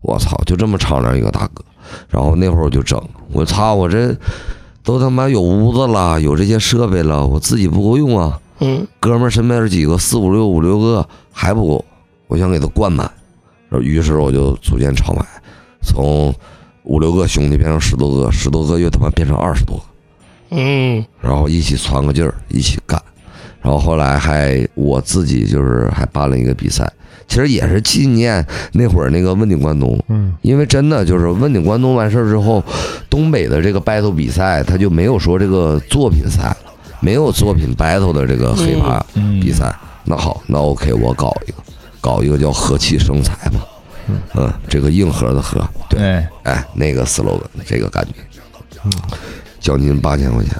[SPEAKER 5] 我操，就这么敞亮一个大哥。然后那会儿我就整，我操，我这都他妈有屋子了，有这些设备了，我自己不够用啊。
[SPEAKER 2] 嗯，
[SPEAKER 5] 哥们儿身边几个四五六五六个还不够，我想给他灌满。然后于是我就组建厂牌，从五六个兄弟变成十多个，十多个又他妈变成二十多个。
[SPEAKER 2] 嗯，
[SPEAKER 5] 然后一起攒个劲儿，一起干。然后后来还我自己就是还办了一个比赛，其实也是纪念那会儿那个问鼎关东，
[SPEAKER 3] 嗯，
[SPEAKER 5] 因为真的就是问鼎关东完事儿之后，东北的这个 battle 比赛他就没有说这个作品赛了，没有作品 battle 的这个黑怕
[SPEAKER 4] 嗯
[SPEAKER 5] 比赛。那好，那 OK，我搞一个，搞一个叫和气生财吧，嗯，这个硬核的核，对，
[SPEAKER 4] 对，
[SPEAKER 5] 哎，那个 slogan，这个感觉，将近八千块钱，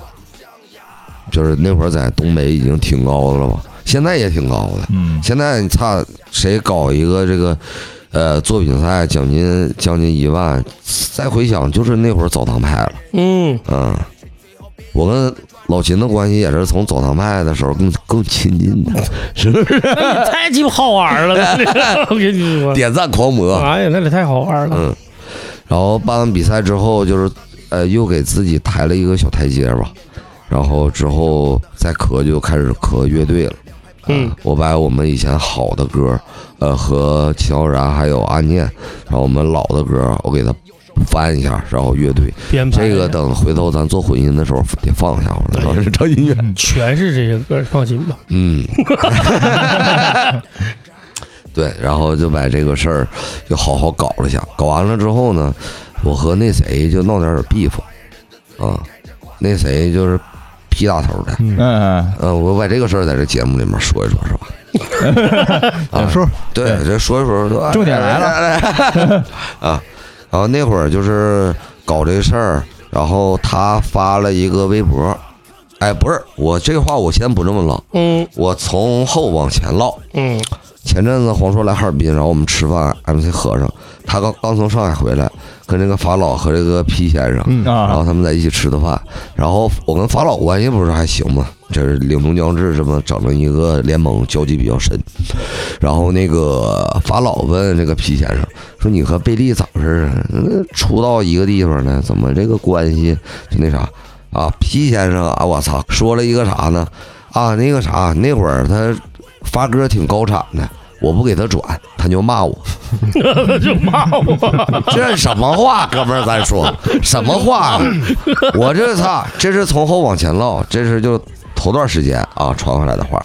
[SPEAKER 5] 就是那会儿在东北已经挺高的了吧，现在也挺高的。
[SPEAKER 4] 嗯
[SPEAKER 5] 现在你差谁搞一个这个，呃，作品赛奖金将近一万，再回想就是那会儿澡堂派了，
[SPEAKER 2] 嗯，
[SPEAKER 5] 嗯，我跟老秦的关系也是从澡堂派的时候更更亲近的， (laughs) 是不是？
[SPEAKER 2] 那你 (laughs) 太鸡巴好玩
[SPEAKER 5] (laughs)
[SPEAKER 2] 了，我跟你说，
[SPEAKER 5] 点赞狂魔，
[SPEAKER 2] 哎呀，那里太好玩了，
[SPEAKER 5] 嗯，然后办完比赛之后，就是呃，又给自己抬了一个小台阶吧。然后之后再磕就开始磕乐队了。
[SPEAKER 2] 嗯，
[SPEAKER 5] 我把我们以前好的歌，呃，和秦昊然还有阿念，然后我们老的歌，我给它翻一下，然后乐队
[SPEAKER 2] 编排
[SPEAKER 5] 这个等回头咱做混音的时候得放一下，我说是张音乐。
[SPEAKER 2] 全是这些歌，放心吧，
[SPEAKER 5] 嗯， (laughs) 对，然后就把这个事儿就好好搞了一下。搞完了之后呢，我和那谁就闹点儿 beef 啊，那谁就是屁大头的。
[SPEAKER 4] 嗯，
[SPEAKER 5] 嗯、我把这个事儿在这节目里面说一说，是吧？
[SPEAKER 4] (laughs)
[SPEAKER 3] 小说
[SPEAKER 5] 对，这说一说说，哎
[SPEAKER 4] 重点来
[SPEAKER 5] 了
[SPEAKER 4] (laughs)
[SPEAKER 5] 啊！然后那会儿就是搞这事儿，然后他发了一个微博，哎，不是，我这个话我先不这么唠，
[SPEAKER 2] 嗯
[SPEAKER 5] 我从后往前唠。
[SPEAKER 2] 嗯
[SPEAKER 5] 前阵子黄硕来哈尔滨，然后我们吃饭，MC 和尚，他刚刚从上海回来，跟这个法老和这个 P 先生，
[SPEAKER 3] 嗯
[SPEAKER 5] 然
[SPEAKER 4] 啊
[SPEAKER 5] 后，他们在一起吃的饭，然后我跟法老关系不是还行吗？这是领东将至这么整了一个联盟，交集比较深。然后那个法老问这个皮先生说：“你和贝利咋回事啊？嗯出到一个地方呢，怎么这个关系就那啥啊？”皮先生啊，我操，说了一个啥呢？啊，那个啥，那会儿他发歌挺高产的，我不给他转，他就骂我，
[SPEAKER 2] 就骂我，
[SPEAKER 5] (laughs) 这什么话，哥们儿，咱说什么话？啊我这操，这是从后往前唠，这是就头段时间啊传回来的话。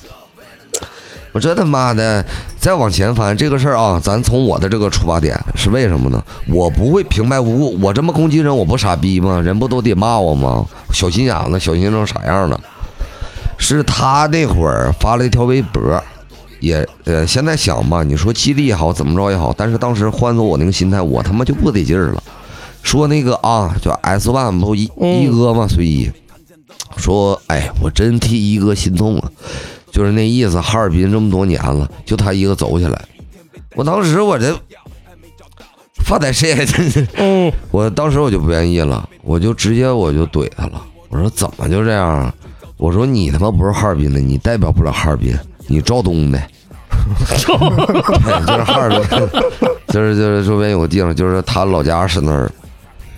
[SPEAKER 5] 我这他妈的再往前翻这个事儿啊，咱从我的这个出发点是为什么呢？我不会平白无故，我这么攻击人，我不傻逼吗？人不都得骂我吗？小心眼子，小心成啥样了？是他那会儿发了一条微博，也呃，现在想吧，你说激励也好，怎么着也好，但是当时换做我那个心态，我他妈就不得劲儿了。说那个啊，叫 S One 不一
[SPEAKER 2] 嗯
[SPEAKER 5] 一哥吗？随一说，哎，我真替一哥心痛啊，就是那意思。哈尔滨这么多年了，就他一个走起来，我当时我这发歹谁真是
[SPEAKER 2] 嗯，
[SPEAKER 5] 我当时我就不愿意了，我就直接我就怼他了。我说怎么就这样啊？我说你他妈不是哈尔滨的，你代表不了哈尔滨，你肇东的。对就是哈尔滨， (laughs) 就是就是周边有个地方，就是他老家是那儿，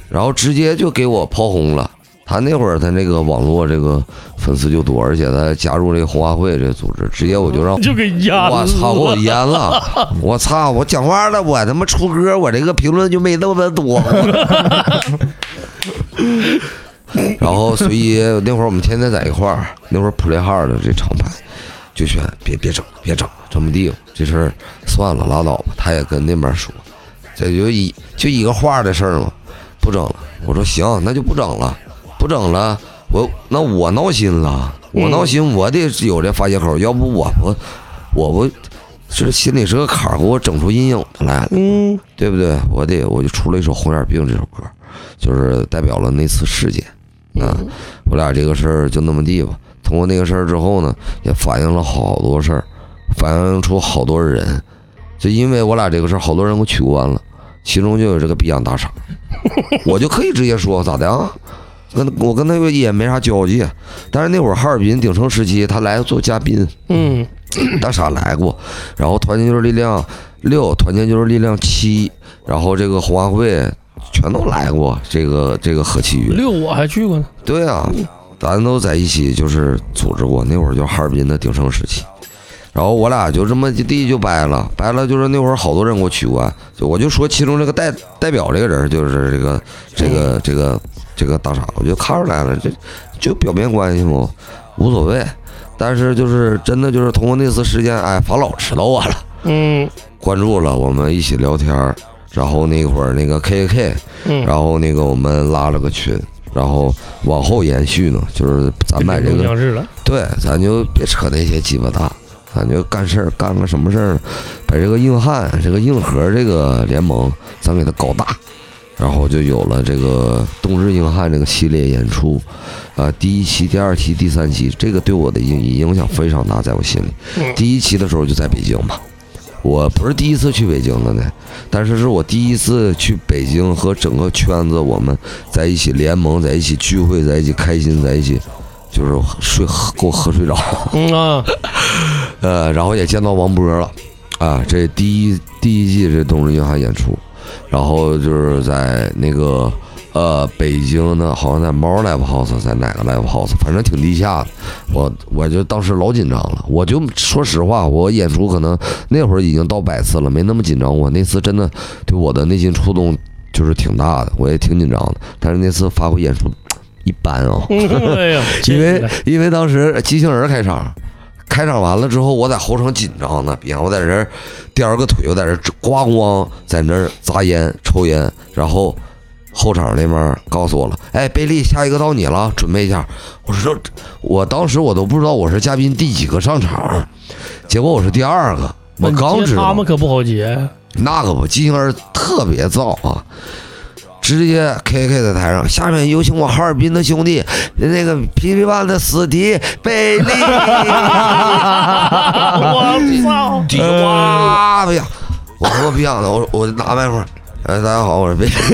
[SPEAKER 5] 然后直接就给我炮轰了。他那会儿他那个网络这个粉丝就多，而且他加入这个红花会这组织，直接我就让
[SPEAKER 2] 就给压
[SPEAKER 5] (laughs) 我
[SPEAKER 2] 了。
[SPEAKER 5] 操，给我淹了！我操，我讲话了，我他妈出歌，我这个评论就没那么多。然后，所以那会儿我们天天在一块儿，那会儿 Play Hard 的这厂牌就选别别整，别整，这么地这事儿算了，拉倒吧。他也跟那边说，这就一就一个话的事儿嘛，不整了。我说行，那就不整了，不整了。我那我闹心了，我闹心，我得有这发泄口，要不我不我不这心里是个坎儿，给我整出阴影来了，
[SPEAKER 2] 嗯
[SPEAKER 5] 对不对？我得我就出了一首《红眼病》这首歌，就是代表了那次事件。啊，我俩这个事儿就那么地吧。通过那个事儿之后呢，也反映了好多事儿，反映出好多人。就因为我俩这个事儿，好多人给我取关了，其中就有这个逼样大傻，我就可以直接说咋的啊？跟我跟他也没啥交集，但是那会儿哈尔滨鼎盛时期，他来做嘉宾，
[SPEAKER 2] 嗯
[SPEAKER 5] 大傻来过，然后团结就是力量六，团结就是力量七，然后这个红花会全都来过，这个这个何其云。
[SPEAKER 2] 六我还去过呢。
[SPEAKER 5] 对啊，咱都在一起就是组织过，那会儿就哈尔滨的鼎盛时期。然后我俩就这么地就掰了，掰了就是那会儿好多人给我取关，就我就说其中这个代代表这个人就是这个这个这个这个大傻，我就看出来了，这就表面关系嘛，无所谓。但是就是真的就是通过那次事件，哎，法老知道我了。
[SPEAKER 2] 嗯
[SPEAKER 5] 关注了，我们一起聊天儿，然后那会儿那个 KK，
[SPEAKER 2] 嗯
[SPEAKER 5] 然后那个我们拉了个群，然后往后延续呢，就是咱买这
[SPEAKER 2] 中
[SPEAKER 5] 个，
[SPEAKER 2] 央制了。
[SPEAKER 5] 对，咱就别扯那些鸡巴蛋，咱就干事儿，干个什么事儿呢？把这个硬汉、这个硬核这个联盟，咱给它搞大，然后就有了这个冬日硬汉这个系列演出，啊、第一期、第二期、第三期，这个对我的影影响非常大，在我心里。
[SPEAKER 2] 嗯
[SPEAKER 5] 第一期的时候就在北京嘛，我不是第一次去北京了呢，但是是我第一次去北京和整个圈子我们在一起联盟，在一起聚会，在一起开心，在一起。就是睡给我喝睡着，
[SPEAKER 2] 嗯啊，
[SPEAKER 5] 呃，然后也见到王波了，啊，这第一第一季这冬日银行演出，然后就是在那个呃北京的，好像在猫 live house，在哪个 live house，反正挺地下的，我我就当时老紧张了，我就说实话，我演出可能那会儿已经到百次了，没那么紧张过，那次真的对我的内心触动就是挺大的，我也挺紧张的，但是那次发挥演出一般啊、
[SPEAKER 2] 嗯哎呀，
[SPEAKER 5] (laughs) 因为因为当时畸形人开场，开场完了之后，我在后场紧张呢，比方我在这儿颠儿个腿，我在这儿咣咣在那儿砸烟抽烟，然后后场那边告诉我了，哎，贝利，下一个到你了，准备一下。我说，我当时我都不知道我是嘉宾第几个上场，结果我是第二个，我刚
[SPEAKER 2] 接
[SPEAKER 5] 知
[SPEAKER 2] 他
[SPEAKER 5] 道
[SPEAKER 2] 们。可不好
[SPEAKER 5] (laughs)
[SPEAKER 2] 接。
[SPEAKER 5] 那可不，畸形儿特别燥啊！直接 KK 在台上，下面有请我哈尔滨的兄弟，那个皮皮万的死敌贝利，
[SPEAKER 2] 我操！
[SPEAKER 5] 迪哇！哎呀，我他妈不想了，我我拿麦克风，哎，大家好，我是贝利， (laughs)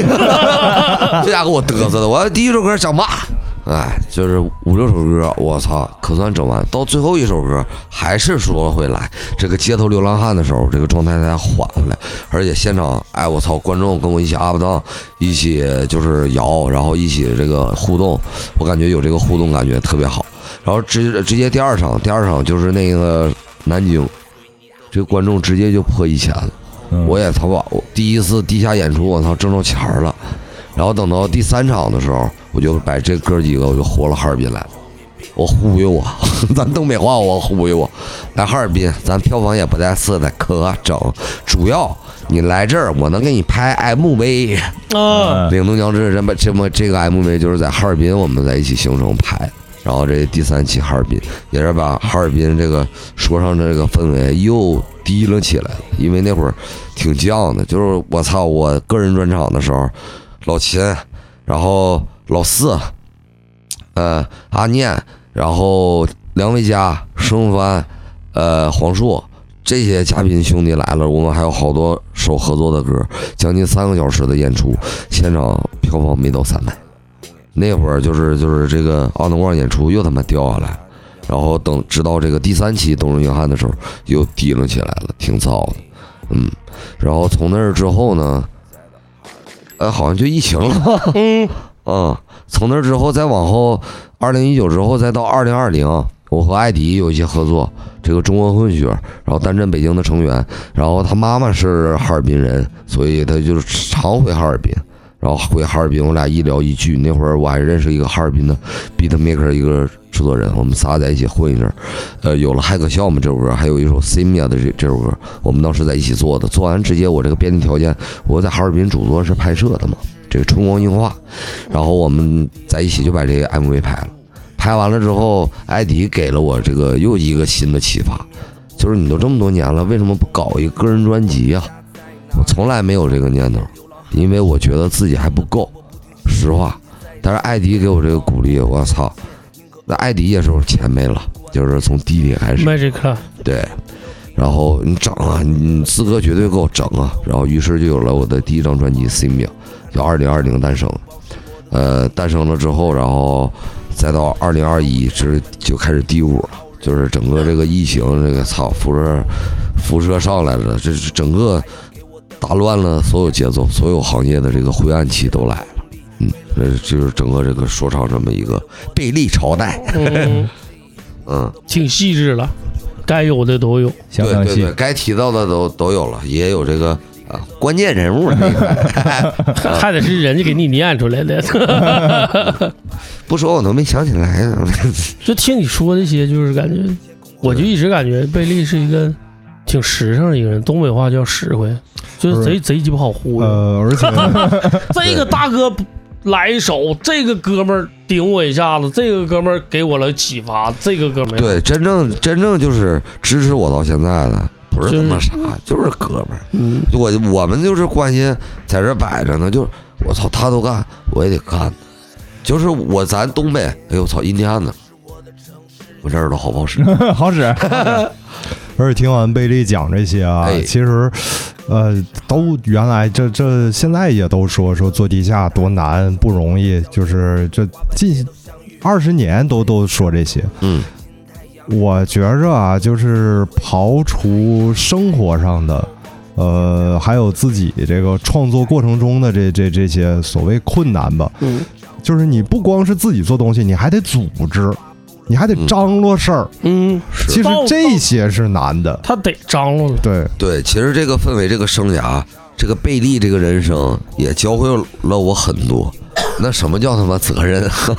[SPEAKER 5] 这家给我嘚瑟的，我要第一首歌想骂。哎，就是五六首歌，我操，可算整完。到最后一首歌，还是说回来，这个街头流浪汉的时候，这个状态才缓回来，而且现场，哎，我操，观众跟我一起 up down，一起就是摇，然后一起这个互动，我感觉有这个互动感觉特别好。然后直直接第二场，第二场就是那个南京，这个观众直接就破一千了。
[SPEAKER 4] 嗯
[SPEAKER 5] 我也他妈我第一次地下演出，我操挣着钱儿了。然后等到第三场的时候，我就把这哥几个我就活了哈尔滨来了。我 (laughs) 忽悠啊，咱东北话我忽悠啊，来哈尔滨，咱票房也不带次的，可整。主要你来这儿，我能给你拍 MV。
[SPEAKER 2] 啊，
[SPEAKER 5] 领东将至这么这么这个 MV 就是在哈尔滨我们在一起形成拍，然后这第三期哈尔滨也是把哈尔滨这个说唱这个氛围又提了起来了，因为那会儿挺犟的，就是我操我个人专场的时候，老秦，然后老四，呃阿念，然后梁维嘉、生帆，呃黄硕。这些嘉宾兄弟来了，我们还有好多首合作的歌，将近三个小时的演出，现场票房没到三百。那会儿就是就是这个奥能旺演出又他妈掉下来，然后等直到这个第三期《东人约翰》的时候又提了起来了，挺燥的，嗯。然后从那儿之后呢，呃，好像就疫情了，
[SPEAKER 2] 嗯，
[SPEAKER 5] 嗯。从那儿之后再往后，二零一九之后再到二零二零，我和艾迪有一些合作，这个中文混血，然后担任北京的成员，然后他妈妈是哈尔滨人，所以他就是常回哈尔滨。然后回哈尔滨，我俩一聊一聚。那会儿我还认识一个哈尔滨的 beat maker，一个制作人，我们仨在一起混一阵儿。呃，有了《骇客笑》嘛这首歌，还有一首《Simia》的这这首歌，我们当时在一起做的。做完直接我这个编辑条件，我在哈尔滨主做是拍摄的嘛，这个春光映画，然后我们在一起就把这个 MV 拍了。拍完了之后，艾迪给了我这个又一个新的启发，就是你都这么多年了，为什么不搞一个个人专辑呀、啊我从来没有这个念头，因为我觉得自己还不够，实话。但是艾迪给我这个鼓励，我操，那艾迪也是我前辈了，就是从弟弟开始。
[SPEAKER 2] 麦这克，
[SPEAKER 5] 对，然后你整啊，你你资格绝对够整啊，然后于是就有了我的第一张专辑《C 秒》，叫二零二零诞生。呃，诞生了之后，然后再到二零二一，这就开始低谷了，就是整个这个疫情，这个操辐射辐射上来了，这是整个打乱了所有节奏，所有行业的这个灰暗期都来了。嗯，这就是整个这个说唱这么一个贝利朝代。
[SPEAKER 2] 嗯，
[SPEAKER 5] 嗯，
[SPEAKER 2] 挺细致了，该有的都
[SPEAKER 5] (laughs)
[SPEAKER 2] 有。
[SPEAKER 4] 相
[SPEAKER 5] 对
[SPEAKER 4] 当
[SPEAKER 5] 对
[SPEAKER 4] 细
[SPEAKER 5] 对，。该提到的都都有了，也有这个啊关键人物那一 (laughs) 块，
[SPEAKER 2] 还得是人家给你念出来的。
[SPEAKER 5] 不说我都没想起来。
[SPEAKER 2] 就听你说这些，就是感觉，我就一直感觉贝利是一个挺实诚的一个人，东北话叫实惠，就是贼贼鸡巴好
[SPEAKER 5] 嗯
[SPEAKER 2] 忽悠。
[SPEAKER 3] 呃，
[SPEAKER 5] (laughs)
[SPEAKER 3] 而且
[SPEAKER 2] 这个大哥不来一首，这个哥们儿顶我一下子，这个哥们儿给我了启发，这个哥们儿
[SPEAKER 5] (laughs) 对，真正真正就是支持我到现在的，不是他妈啥，就是哥们儿。
[SPEAKER 2] 嗯，
[SPEAKER 5] 我我们就是关心在这摆着呢，就是我操，他都干，我也得干。就是我咱东北，哎呦我操，印第安的，我这耳朵好不好 (laughs) 使？
[SPEAKER 4] (laughs) 好使，
[SPEAKER 3] 而且听完贝利讲这些啊，
[SPEAKER 5] 哎
[SPEAKER 3] 其实，呃，都原来这这现在也都说说做地下多难不容易，就是这近二十年都都说这些。
[SPEAKER 5] 嗯，
[SPEAKER 3] 我觉着啊，就是刨除生活上的，呃，还有自己这个创作过程中的这这这些所谓困难吧，
[SPEAKER 2] 嗯
[SPEAKER 3] 就是你不光是自己做东西，你还得组织，你还得
[SPEAKER 5] 嗯
[SPEAKER 3] 张罗事儿，
[SPEAKER 2] 嗯，
[SPEAKER 5] 是
[SPEAKER 3] 其实
[SPEAKER 2] 到
[SPEAKER 3] 这些是难的。
[SPEAKER 2] 他得张罗了。
[SPEAKER 3] 对，
[SPEAKER 5] 对，其实这个氛围，这个生涯，这个贝利这个人生，也教会了我很多。那什么叫他妈责任？啊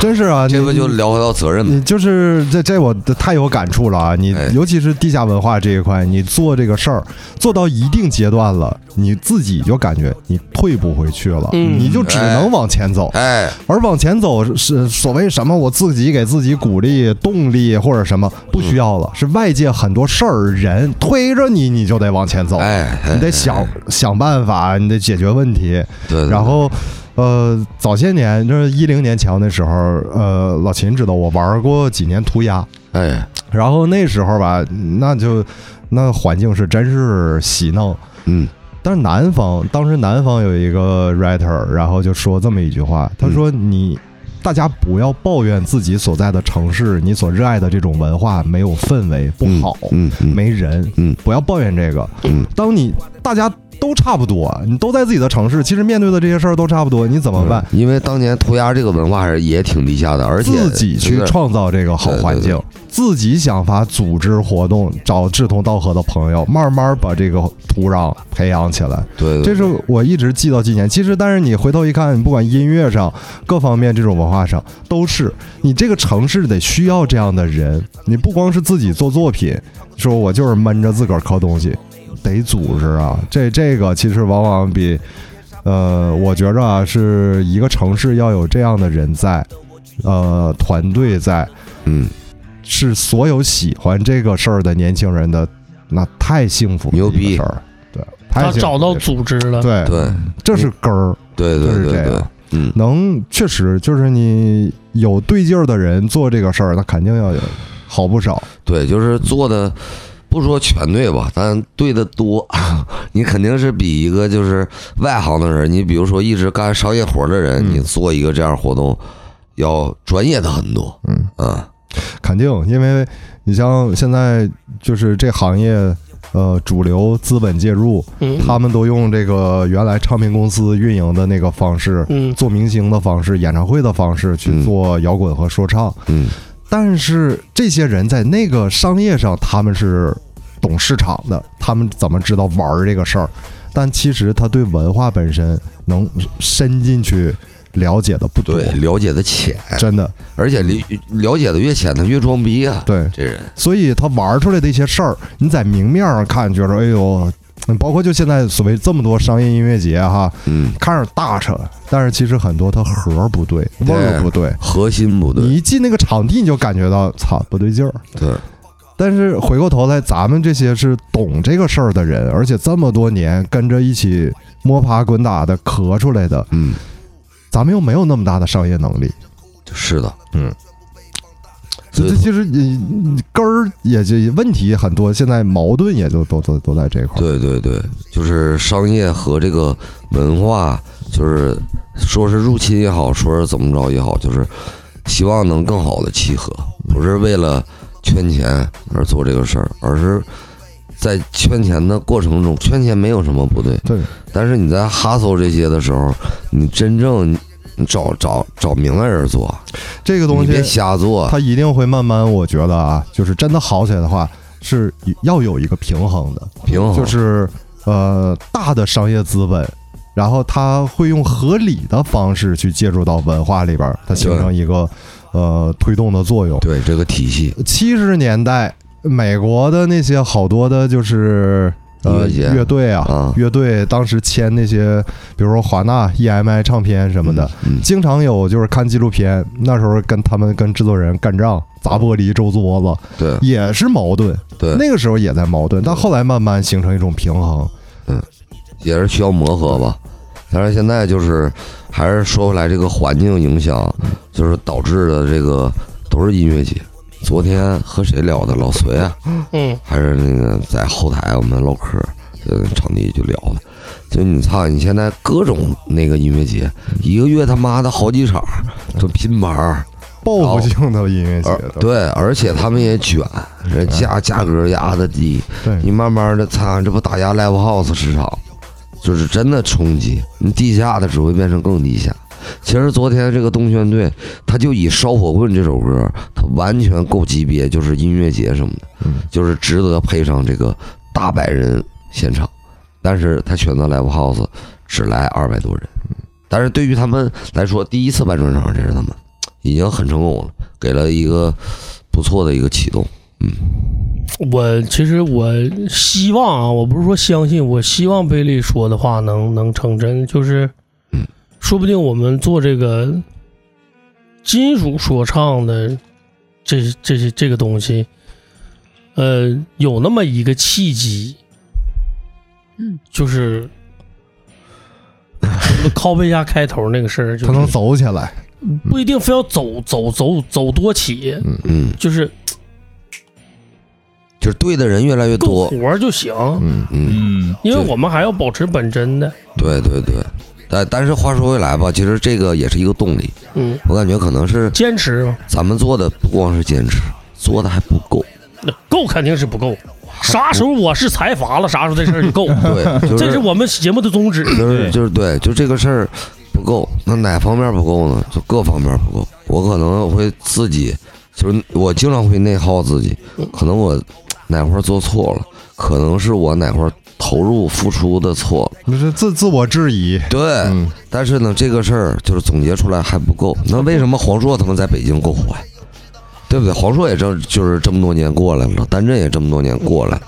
[SPEAKER 3] 真是啊，
[SPEAKER 5] 这
[SPEAKER 3] 你
[SPEAKER 5] 不就聊回到责任吗？
[SPEAKER 3] 你就是这这我太有感触了啊！你
[SPEAKER 5] 哎
[SPEAKER 3] 尤其是地下文化这一块，你做这个事儿做到一定阶段了，你自己就感觉你退不回去了，
[SPEAKER 2] 嗯
[SPEAKER 3] 你就只能往前走。
[SPEAKER 5] 哎，
[SPEAKER 3] 而往前走是是所谓什么？我自己给自己鼓励、动力或者什么不需要
[SPEAKER 5] 嗯
[SPEAKER 3] 了，是外界很多事儿、人推着你，你就得往前走。
[SPEAKER 5] 哎，哎
[SPEAKER 3] 你得想想办法，你得解决问题。
[SPEAKER 5] 对，对
[SPEAKER 3] 然后，呃，早些年就是一零年前后那时候，呃，老秦知道我玩过几年涂鸦，
[SPEAKER 5] 哎，
[SPEAKER 3] 然后那时候吧，那就那环境是真是洗弄。
[SPEAKER 5] 嗯，
[SPEAKER 3] 但是南方当时南方有一个 writer，然后就说这么一句话，他说
[SPEAKER 5] 嗯
[SPEAKER 3] 你。大家不要抱怨自己所在的城市，你所热爱的这种文化没
[SPEAKER 5] 嗯
[SPEAKER 3] 有氛围，不好，
[SPEAKER 5] 嗯，嗯，
[SPEAKER 3] 没人，
[SPEAKER 5] 嗯，
[SPEAKER 3] 不要抱怨这个。
[SPEAKER 5] 嗯，
[SPEAKER 3] 当你大家都差不多，你都在自己的城市，其实面对的这些事儿都差不多，你怎么办？
[SPEAKER 5] 因为当年涂鸦这个文化还是也挺低下的，嗯而且
[SPEAKER 3] 自己去
[SPEAKER 5] 就是
[SPEAKER 3] 创造这个好环境，
[SPEAKER 5] 对对
[SPEAKER 3] 自己想法组织活动，找志同道合的朋友，慢慢把这个土壤培养起来。
[SPEAKER 5] 对，对
[SPEAKER 3] 这是我一直记到今年。其实，但是你回头一看，你不管音乐上各方面这种文化上，都是你这个城市得需要这样的人。你不光是自己做作品，说我就是闷着自个儿抠东西，得组织啊。这这个其实往往比，呃，我觉着啊，是一个城市要有这样的人在，呃，团队在，
[SPEAKER 5] 嗯，
[SPEAKER 3] 是所有喜欢这个事儿的年轻人的，那太幸福的
[SPEAKER 5] 牛
[SPEAKER 3] 一个
[SPEAKER 5] 逼
[SPEAKER 3] 事儿。对，太
[SPEAKER 2] 他
[SPEAKER 3] 幸福
[SPEAKER 2] 找
[SPEAKER 3] 了
[SPEAKER 2] 到
[SPEAKER 3] 这事
[SPEAKER 2] 组织了，
[SPEAKER 3] 对
[SPEAKER 5] 对
[SPEAKER 3] 这
[SPEAKER 2] 嗯
[SPEAKER 3] 是根儿，
[SPEAKER 5] 对
[SPEAKER 3] 就
[SPEAKER 5] 对
[SPEAKER 3] 是
[SPEAKER 5] 对
[SPEAKER 3] 这
[SPEAKER 5] 对
[SPEAKER 3] 样，。
[SPEAKER 5] 嗯，
[SPEAKER 3] 能确实就是你有对劲儿的人做这个事儿，那肯定要有好不少。
[SPEAKER 5] 对，就是做的不说全对吧，但对的多， (laughs) 你肯定是比一个就是外行的人，你比如说一直干商业活的人，
[SPEAKER 3] 嗯
[SPEAKER 5] 你做一个这样活动要专业的很多，
[SPEAKER 3] 嗯
[SPEAKER 5] 啊，
[SPEAKER 3] 肯定，因为你像现在就是这行业，呃，主流资本介入，
[SPEAKER 2] 嗯
[SPEAKER 3] 他们都用这个原来唱片公司运营的那个方式，
[SPEAKER 2] 嗯，
[SPEAKER 3] 做明星的方式、演唱会的方式去
[SPEAKER 5] 嗯
[SPEAKER 3] 做摇滚和说唱。
[SPEAKER 5] 嗯，
[SPEAKER 3] 但是这些人在那个商业上，他们是懂市场的，他们怎么知道玩儿这个事儿？但其实他对文化本身能深进去了解的不多
[SPEAKER 5] 对，，了解的浅，
[SPEAKER 3] 真的
[SPEAKER 5] 而且了了解的越浅，他越装逼啊，
[SPEAKER 3] 对。
[SPEAKER 5] 这人，
[SPEAKER 3] 所以他玩出来的一些事儿，你在明面上看，觉得哎呦，包括就现在所谓这么多商业音乐节哈，
[SPEAKER 5] 嗯，
[SPEAKER 3] 看着大扯，但是其实很多它核儿不对，味儿不对。
[SPEAKER 5] 核心不
[SPEAKER 3] 你
[SPEAKER 5] 对，
[SPEAKER 3] 一进那个场地，你就感觉到操不对劲儿。
[SPEAKER 5] 对，
[SPEAKER 3] 但是回过头来，咱们这些是懂这个事儿的人，而且这么多年跟着一起摸爬滚打的咳出来的，
[SPEAKER 5] 嗯，
[SPEAKER 3] 咱们又没有那么大的商业能力。
[SPEAKER 5] 是的，
[SPEAKER 3] 嗯。
[SPEAKER 5] 所
[SPEAKER 3] 这
[SPEAKER 5] 以
[SPEAKER 3] 这其实你你根儿也就问题很多，现在矛盾也就都都都在这块儿。
[SPEAKER 5] 对对对，就是商业和这个文化，就是说是入侵也好，说是怎么着也好，就是希望能更好的契合，不是为了圈钱而做这个事儿，而是在圈钱的过程中，圈钱没有什么不对，
[SPEAKER 3] 对，
[SPEAKER 5] 但是你在哈搜这些的时候，你真正你找找找明白人做，
[SPEAKER 3] 这个东
[SPEAKER 5] 你别
[SPEAKER 3] 西
[SPEAKER 5] 瞎做。
[SPEAKER 3] 它一定会慢慢，我觉得啊，就是真的好起来的话，是要有一个平衡的。
[SPEAKER 5] 平衡
[SPEAKER 3] 就是呃大的商业资本，然后他会用合理的方式去介入到文化里边儿，它形成一个呃推动的作用。
[SPEAKER 5] 对这个体系，
[SPEAKER 3] 七十年代美国的那些好多的就是。呃，
[SPEAKER 5] 音乐节
[SPEAKER 3] 乐队啊，
[SPEAKER 5] 啊
[SPEAKER 3] 乐队当时签那些，比如说华纳、EMI 唱片什么的，
[SPEAKER 5] 嗯，
[SPEAKER 3] 经常有就是看纪录片，那时候跟他们跟制作人干仗，砸玻璃、周桌子，
[SPEAKER 5] 对
[SPEAKER 3] 也是矛盾。
[SPEAKER 5] 对，
[SPEAKER 3] 那个时候也在矛盾，但后来慢慢形成一种平衡。
[SPEAKER 5] 也是需要磨合吧。但是现在就是，还是说回来这个环境影响，就是导致的这个都是音乐节。昨天和谁聊的？老隋啊，
[SPEAKER 2] 嗯，
[SPEAKER 5] 还是那个在后台我们唠嗑，呃，场地就聊的。就你操，你现在各种那个音乐节，一个月他妈的好几场，就拼盘儿，
[SPEAKER 3] 报复性的音乐节
[SPEAKER 5] 而，
[SPEAKER 3] 对
[SPEAKER 5] 对，而且他们也卷，人价价格压的低，你慢慢的，擦，这不打压 live house 市场，就是真的冲击。你地下的只会变成更地下。其实昨天这个东宣队，他就以《烧火棍》这首歌，他完全够级别，就是音乐节什么的，
[SPEAKER 3] 嗯
[SPEAKER 5] 就是值得配上这个大百人现场。但是他选择 live house，只来二百多人。但是对于他们来说，第一次办专场，这是他们已经很成功了，给了一个不错的一个启动。
[SPEAKER 2] 我其实我希望啊，我不是说相信，我希望贝利说的话能能成真，就是
[SPEAKER 5] 嗯，
[SPEAKER 2] 说不定我们做这个金属说唱的这这这这个东西，呃，有那么一个契机，嗯，就是。拷贝一下开头那个事儿，就
[SPEAKER 3] 他能
[SPEAKER 2] 是
[SPEAKER 3] 走起来。
[SPEAKER 2] 不一定非要走走走走多起，
[SPEAKER 5] 嗯，
[SPEAKER 2] 就是
[SPEAKER 5] 就是对的人越来越
[SPEAKER 2] 够
[SPEAKER 5] 多。
[SPEAKER 2] 活儿就行。
[SPEAKER 3] 嗯，
[SPEAKER 5] 嗯，
[SPEAKER 4] 嗯，
[SPEAKER 2] 因为
[SPEAKER 5] 对
[SPEAKER 2] 我们还要保持本真的，
[SPEAKER 5] 对对对，但但是话说回来吧，其实这个也是一个动力。
[SPEAKER 2] 嗯，
[SPEAKER 5] 我感觉可能是
[SPEAKER 2] 坚持嘛，
[SPEAKER 5] 咱们做的不光是坚持，做的还不够，
[SPEAKER 2] 那够肯定是不够，啥时候我是财阀了，啥时候这事儿就 (laughs) 够。
[SPEAKER 5] 对，就
[SPEAKER 2] 这是
[SPEAKER 5] 是
[SPEAKER 2] 我们节目的宗 (laughs) 旨。
[SPEAKER 5] 就是就是对，就这个事儿不够，那哪方面不够呢？就各方面不够。我可能会自己，就是我经常会内耗自己，可能我哪块儿做错了，可能是我哪块儿投入付出的错了。
[SPEAKER 3] 就是自自我质疑。
[SPEAKER 5] 对，
[SPEAKER 3] 嗯，
[SPEAKER 5] 但是呢，这个事儿就是总结出来还不够。那为什么黄硕他们在北京够火呀？对不对？黄硕也这就是这么多年过来了，丹震也这么多年过来了，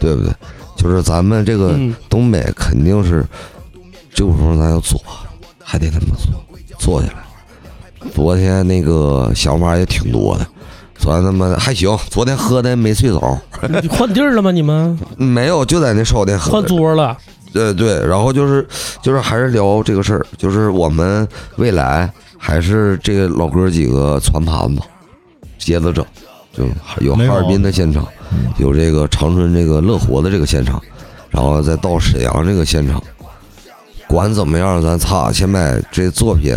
[SPEAKER 5] 对不对？就是咱们这个
[SPEAKER 2] 嗯
[SPEAKER 5] 东北肯定是这股风咱要做，还得他妈做，做起来。昨天那个想法也挺多的，昨天他妈的还行，昨天喝的没睡着，
[SPEAKER 2] 你换地儿了吗？你们
[SPEAKER 5] 没有就在那烧烤店喝
[SPEAKER 2] 换
[SPEAKER 5] 的。
[SPEAKER 2] 桌了？
[SPEAKER 5] 对呃对，然后就是就是还是聊这个事儿，就是我们未来还是这个老哥几个攒盘子，接着整，就有
[SPEAKER 3] 没
[SPEAKER 5] 哈
[SPEAKER 3] 有
[SPEAKER 5] 尔滨的现场，有这个长春这个乐活的这个现场，然后再到沈阳这个现场，管怎么样，咱擦，先把这作品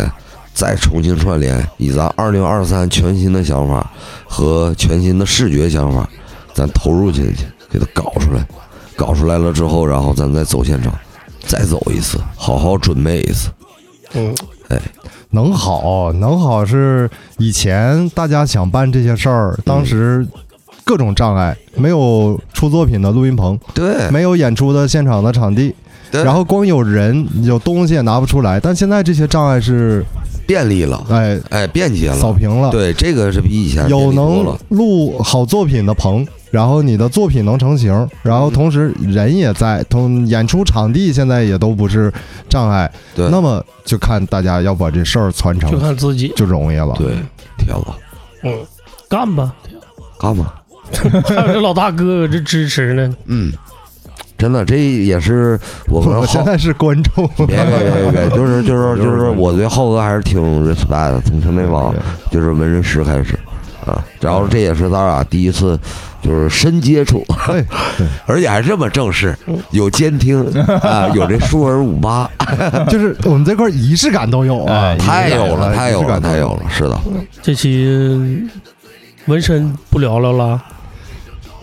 [SPEAKER 5] 再重新串联，以咱二零二三全新的想法和全新的视觉想法，咱投入进去，给它搞出来，搞出来了之后，然后咱再走现场，再走一次，好好准备一次。
[SPEAKER 2] 嗯，
[SPEAKER 3] 能好能好是以前大家想办这些事儿，当时各种障碍，没有出作品的录音棚，
[SPEAKER 5] 对，
[SPEAKER 3] 没有演出的现场的场地，
[SPEAKER 5] 对
[SPEAKER 3] 然后光有人有东西也拿不出来。但现在这些障碍是
[SPEAKER 5] 便利了，
[SPEAKER 3] 哎
[SPEAKER 5] 哎，便捷
[SPEAKER 3] 扫
[SPEAKER 5] 了。
[SPEAKER 3] 平了，
[SPEAKER 5] 对，这个是比以前便
[SPEAKER 3] 有
[SPEAKER 5] 利多
[SPEAKER 3] 能
[SPEAKER 5] 了。
[SPEAKER 3] 录好作品的棚。然后你的作品能成型，然后同时人也在，同演出场地现在也都不是障碍，
[SPEAKER 5] 对，
[SPEAKER 3] 那么就看大家要把这事儿传
[SPEAKER 2] 就
[SPEAKER 3] 承
[SPEAKER 2] 看自己。
[SPEAKER 3] 就容易了。
[SPEAKER 5] 对，天了，
[SPEAKER 2] 嗯，干 (laughs) 吧，
[SPEAKER 5] 干吧。
[SPEAKER 2] 还有这老大哥这支持呢。
[SPEAKER 5] 嗯，真的，这也是我们
[SPEAKER 3] 我
[SPEAKER 5] 浩
[SPEAKER 3] 现在是观众，
[SPEAKER 5] (laughs) 别别别别别，就
[SPEAKER 3] (laughs)
[SPEAKER 5] 是就是就是，我对浩哥还是挺 respect 的，从从那帮就是文人师开始啊，然后这也是咱俩第一次就是深接触，
[SPEAKER 3] 哎，
[SPEAKER 5] (laughs) 而且还这么正式，有
[SPEAKER 3] (laughs)
[SPEAKER 5] 监听啊，有这舒尔五八，
[SPEAKER 3] 就是我们这块仪式感都有啊，
[SPEAKER 4] 哎
[SPEAKER 5] 太有了，太有
[SPEAKER 3] 仪式
[SPEAKER 5] 了，
[SPEAKER 3] 感都
[SPEAKER 5] 太有。了，是的，
[SPEAKER 2] 这期纹身不聊聊了，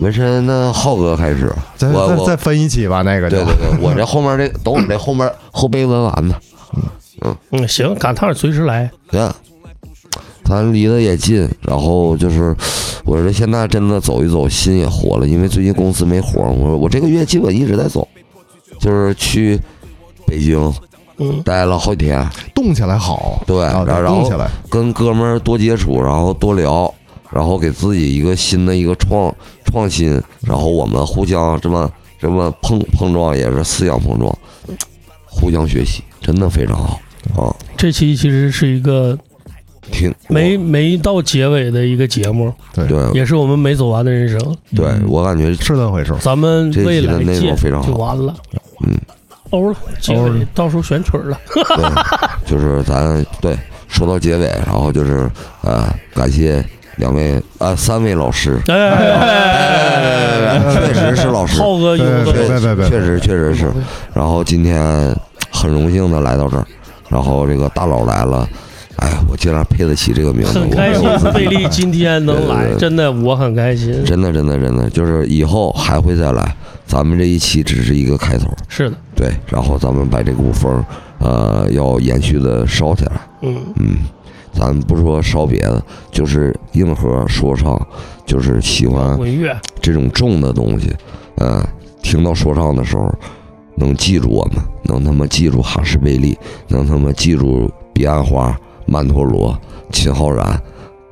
[SPEAKER 5] 纹身那浩哥开始，
[SPEAKER 3] 再
[SPEAKER 5] 我
[SPEAKER 3] 再
[SPEAKER 5] 我
[SPEAKER 3] 再分一期吧，那个
[SPEAKER 5] 对
[SPEAKER 3] 就
[SPEAKER 5] 对对，我这后面这等我这后 (laughs) 面后背纹完呢，
[SPEAKER 2] 嗯，行，赶趟儿随时来。
[SPEAKER 5] 对，咱离得也近，然后就是，我这现在真的走一走，心也活了，因为最近公司没活儿，我我这个月基本一直在走，就是去北京
[SPEAKER 2] 嗯，
[SPEAKER 5] 待了好几天，
[SPEAKER 3] 动起来好，
[SPEAKER 5] 对，
[SPEAKER 3] 啊，
[SPEAKER 5] 然后
[SPEAKER 3] 对
[SPEAKER 5] 哎然
[SPEAKER 3] 动起
[SPEAKER 5] 后
[SPEAKER 3] 来，
[SPEAKER 5] 跟哥们儿多接触，然后多聊，然后给自己一个新的一个创创新，然后我们互相这么这么碰碰撞，也是思想碰撞，互相学习，真的非常好啊！
[SPEAKER 2] 这期其实是一个
[SPEAKER 5] 挺
[SPEAKER 2] 没没到结尾的一个节目，
[SPEAKER 3] 对，
[SPEAKER 5] 对
[SPEAKER 2] 也是我们没走完的人生。
[SPEAKER 5] 对，我感觉
[SPEAKER 3] 是那回事儿。
[SPEAKER 2] 咱们未来
[SPEAKER 5] 这期的内
[SPEAKER 2] 见
[SPEAKER 5] 容非常好
[SPEAKER 2] 就完了，
[SPEAKER 5] 嗯，
[SPEAKER 2] 欧了，结
[SPEAKER 3] 欧
[SPEAKER 2] 尾
[SPEAKER 3] 了
[SPEAKER 2] 到时候选曲儿了。
[SPEAKER 5] 对，就是咱对说到结尾，然后就是呃，感谢两位呃三位老师，
[SPEAKER 2] 哎哎哎哎哎，
[SPEAKER 5] 确实是老师，
[SPEAKER 2] 浩哥有
[SPEAKER 3] 对
[SPEAKER 5] 确
[SPEAKER 2] 的
[SPEAKER 3] 对对对
[SPEAKER 5] 确实确实是。然后今天很荣幸的来到这儿，然后这个大佬来了，哎，我竟然配得起这个名字，
[SPEAKER 2] 很开心
[SPEAKER 5] 我，
[SPEAKER 2] 贝利今天能
[SPEAKER 5] 对对
[SPEAKER 2] 来，
[SPEAKER 5] 对
[SPEAKER 2] 真的我很开心。
[SPEAKER 5] 真的真的真的，就是以后还会再来。咱们这一期只是一个开头，
[SPEAKER 2] 是的，
[SPEAKER 5] 对，然后咱们把这股风，呃，要延续的烧起来。
[SPEAKER 2] 嗯，
[SPEAKER 5] 嗯，咱不说烧别的，就是硬核说唱，就是喜欢
[SPEAKER 2] 滚乐，
[SPEAKER 5] 这种重的东西。呃，听到说唱的时候，能记住我们，能他妈记住哈士贝利，能他妈记住彼岸花、曼陀罗、秦昊然、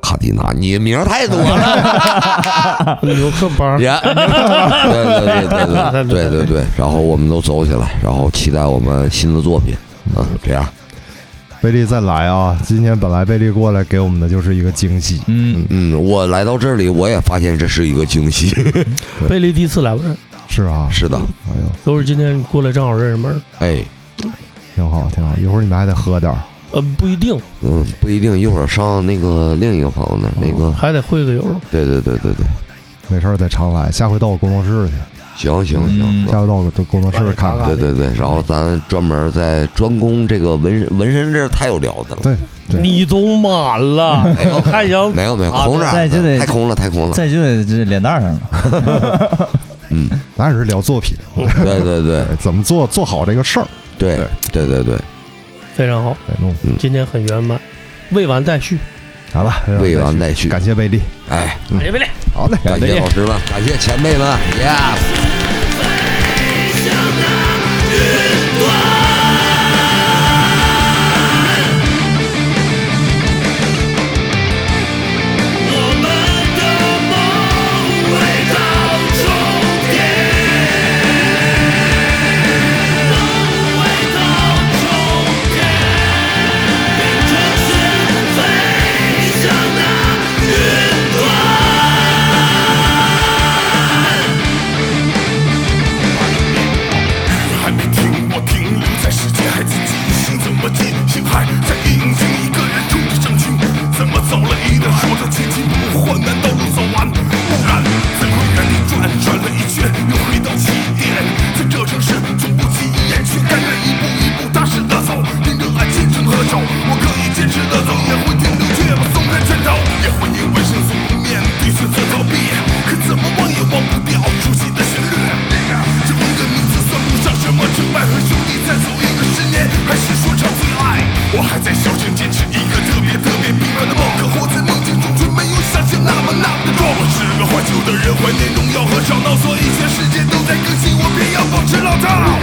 [SPEAKER 5] 卡迪娜，你名儿太多了。
[SPEAKER 2] 牛克帮，
[SPEAKER 5] 也，对对对对对对对对，然后我们都走起来，然后期待我们新的作品。嗯，这样，
[SPEAKER 3] 贝利再来啊！今天本来贝利过来给我们的就是一个惊喜，
[SPEAKER 4] 嗯，
[SPEAKER 5] 嗯，我来到这里，我也发现这是一个惊喜。
[SPEAKER 2] 贝利第一次来我这儿，
[SPEAKER 3] 是啊，
[SPEAKER 5] 是的，
[SPEAKER 3] 哎呦，
[SPEAKER 2] 都是今天过来正好认识门儿。
[SPEAKER 5] 哎，
[SPEAKER 3] 挺好挺好。一会儿你们还得喝点儿，
[SPEAKER 2] 呃，不一定，
[SPEAKER 5] 嗯，不一定，一会儿上那个另一个朋友那儿那个，
[SPEAKER 2] 还得会个友。
[SPEAKER 5] 对对对对对，
[SPEAKER 3] 没事儿再常来。下回到我工作室去，
[SPEAKER 5] 行行
[SPEAKER 4] 嗯
[SPEAKER 5] 行，
[SPEAKER 3] 下回到我工作室看看。
[SPEAKER 5] 对对对，然后咱专门在专攻这个纹身，纹身这太有聊的了，哎
[SPEAKER 3] 对对，
[SPEAKER 2] 你都满了，
[SPEAKER 5] (laughs)
[SPEAKER 2] 还想
[SPEAKER 5] 没有没有，
[SPEAKER 2] 啊
[SPEAKER 5] 空着
[SPEAKER 4] 在就得
[SPEAKER 5] 太空了太空了，
[SPEAKER 4] 再就得这脸蛋儿上了，
[SPEAKER 5] 嗯，
[SPEAKER 3] 咱也是聊作品，
[SPEAKER 5] 对对对
[SPEAKER 3] 对怎么做做好这个事儿。
[SPEAKER 5] 对对对对，
[SPEAKER 2] 非常好，
[SPEAKER 3] 对弄
[SPEAKER 5] 嗯
[SPEAKER 2] 今天很圆满，未完待续。
[SPEAKER 3] 好吧，
[SPEAKER 5] 未完待续。
[SPEAKER 3] 感谢贝利，
[SPEAKER 5] 哎，
[SPEAKER 2] 哎，别嘞。
[SPEAKER 3] 好嘞，
[SPEAKER 5] 感谢老师们，感谢前辈们，yes。
[SPEAKER 6] 还没停，我停留在世界还自己一行怎么进行？还在隐形，一个人冲着上去，怎么走了一段？说着前进不换，难道路走完？不然，在灰暗里转转了一圈，又回到起点。在这城市，从不起眼，却甘愿一步一步踏实的走，因热爱虔诚和手，我可以坚持的走，也会停留，却不松开拳头，也会因为生死不面对选择逃避，可怎么忘也忘不掉熟悉的旋律。这五个名字算不上什么崇拜和兄弟，再走一个十年，还是说唱最爱。我还在小城坚持一个特别特别平凡的梦，可活在梦境中却没有想象那么那么的壮。我是个怀旧的人，怀念荣耀和吵闹，所以全世界都在更新，我偏要保持老套。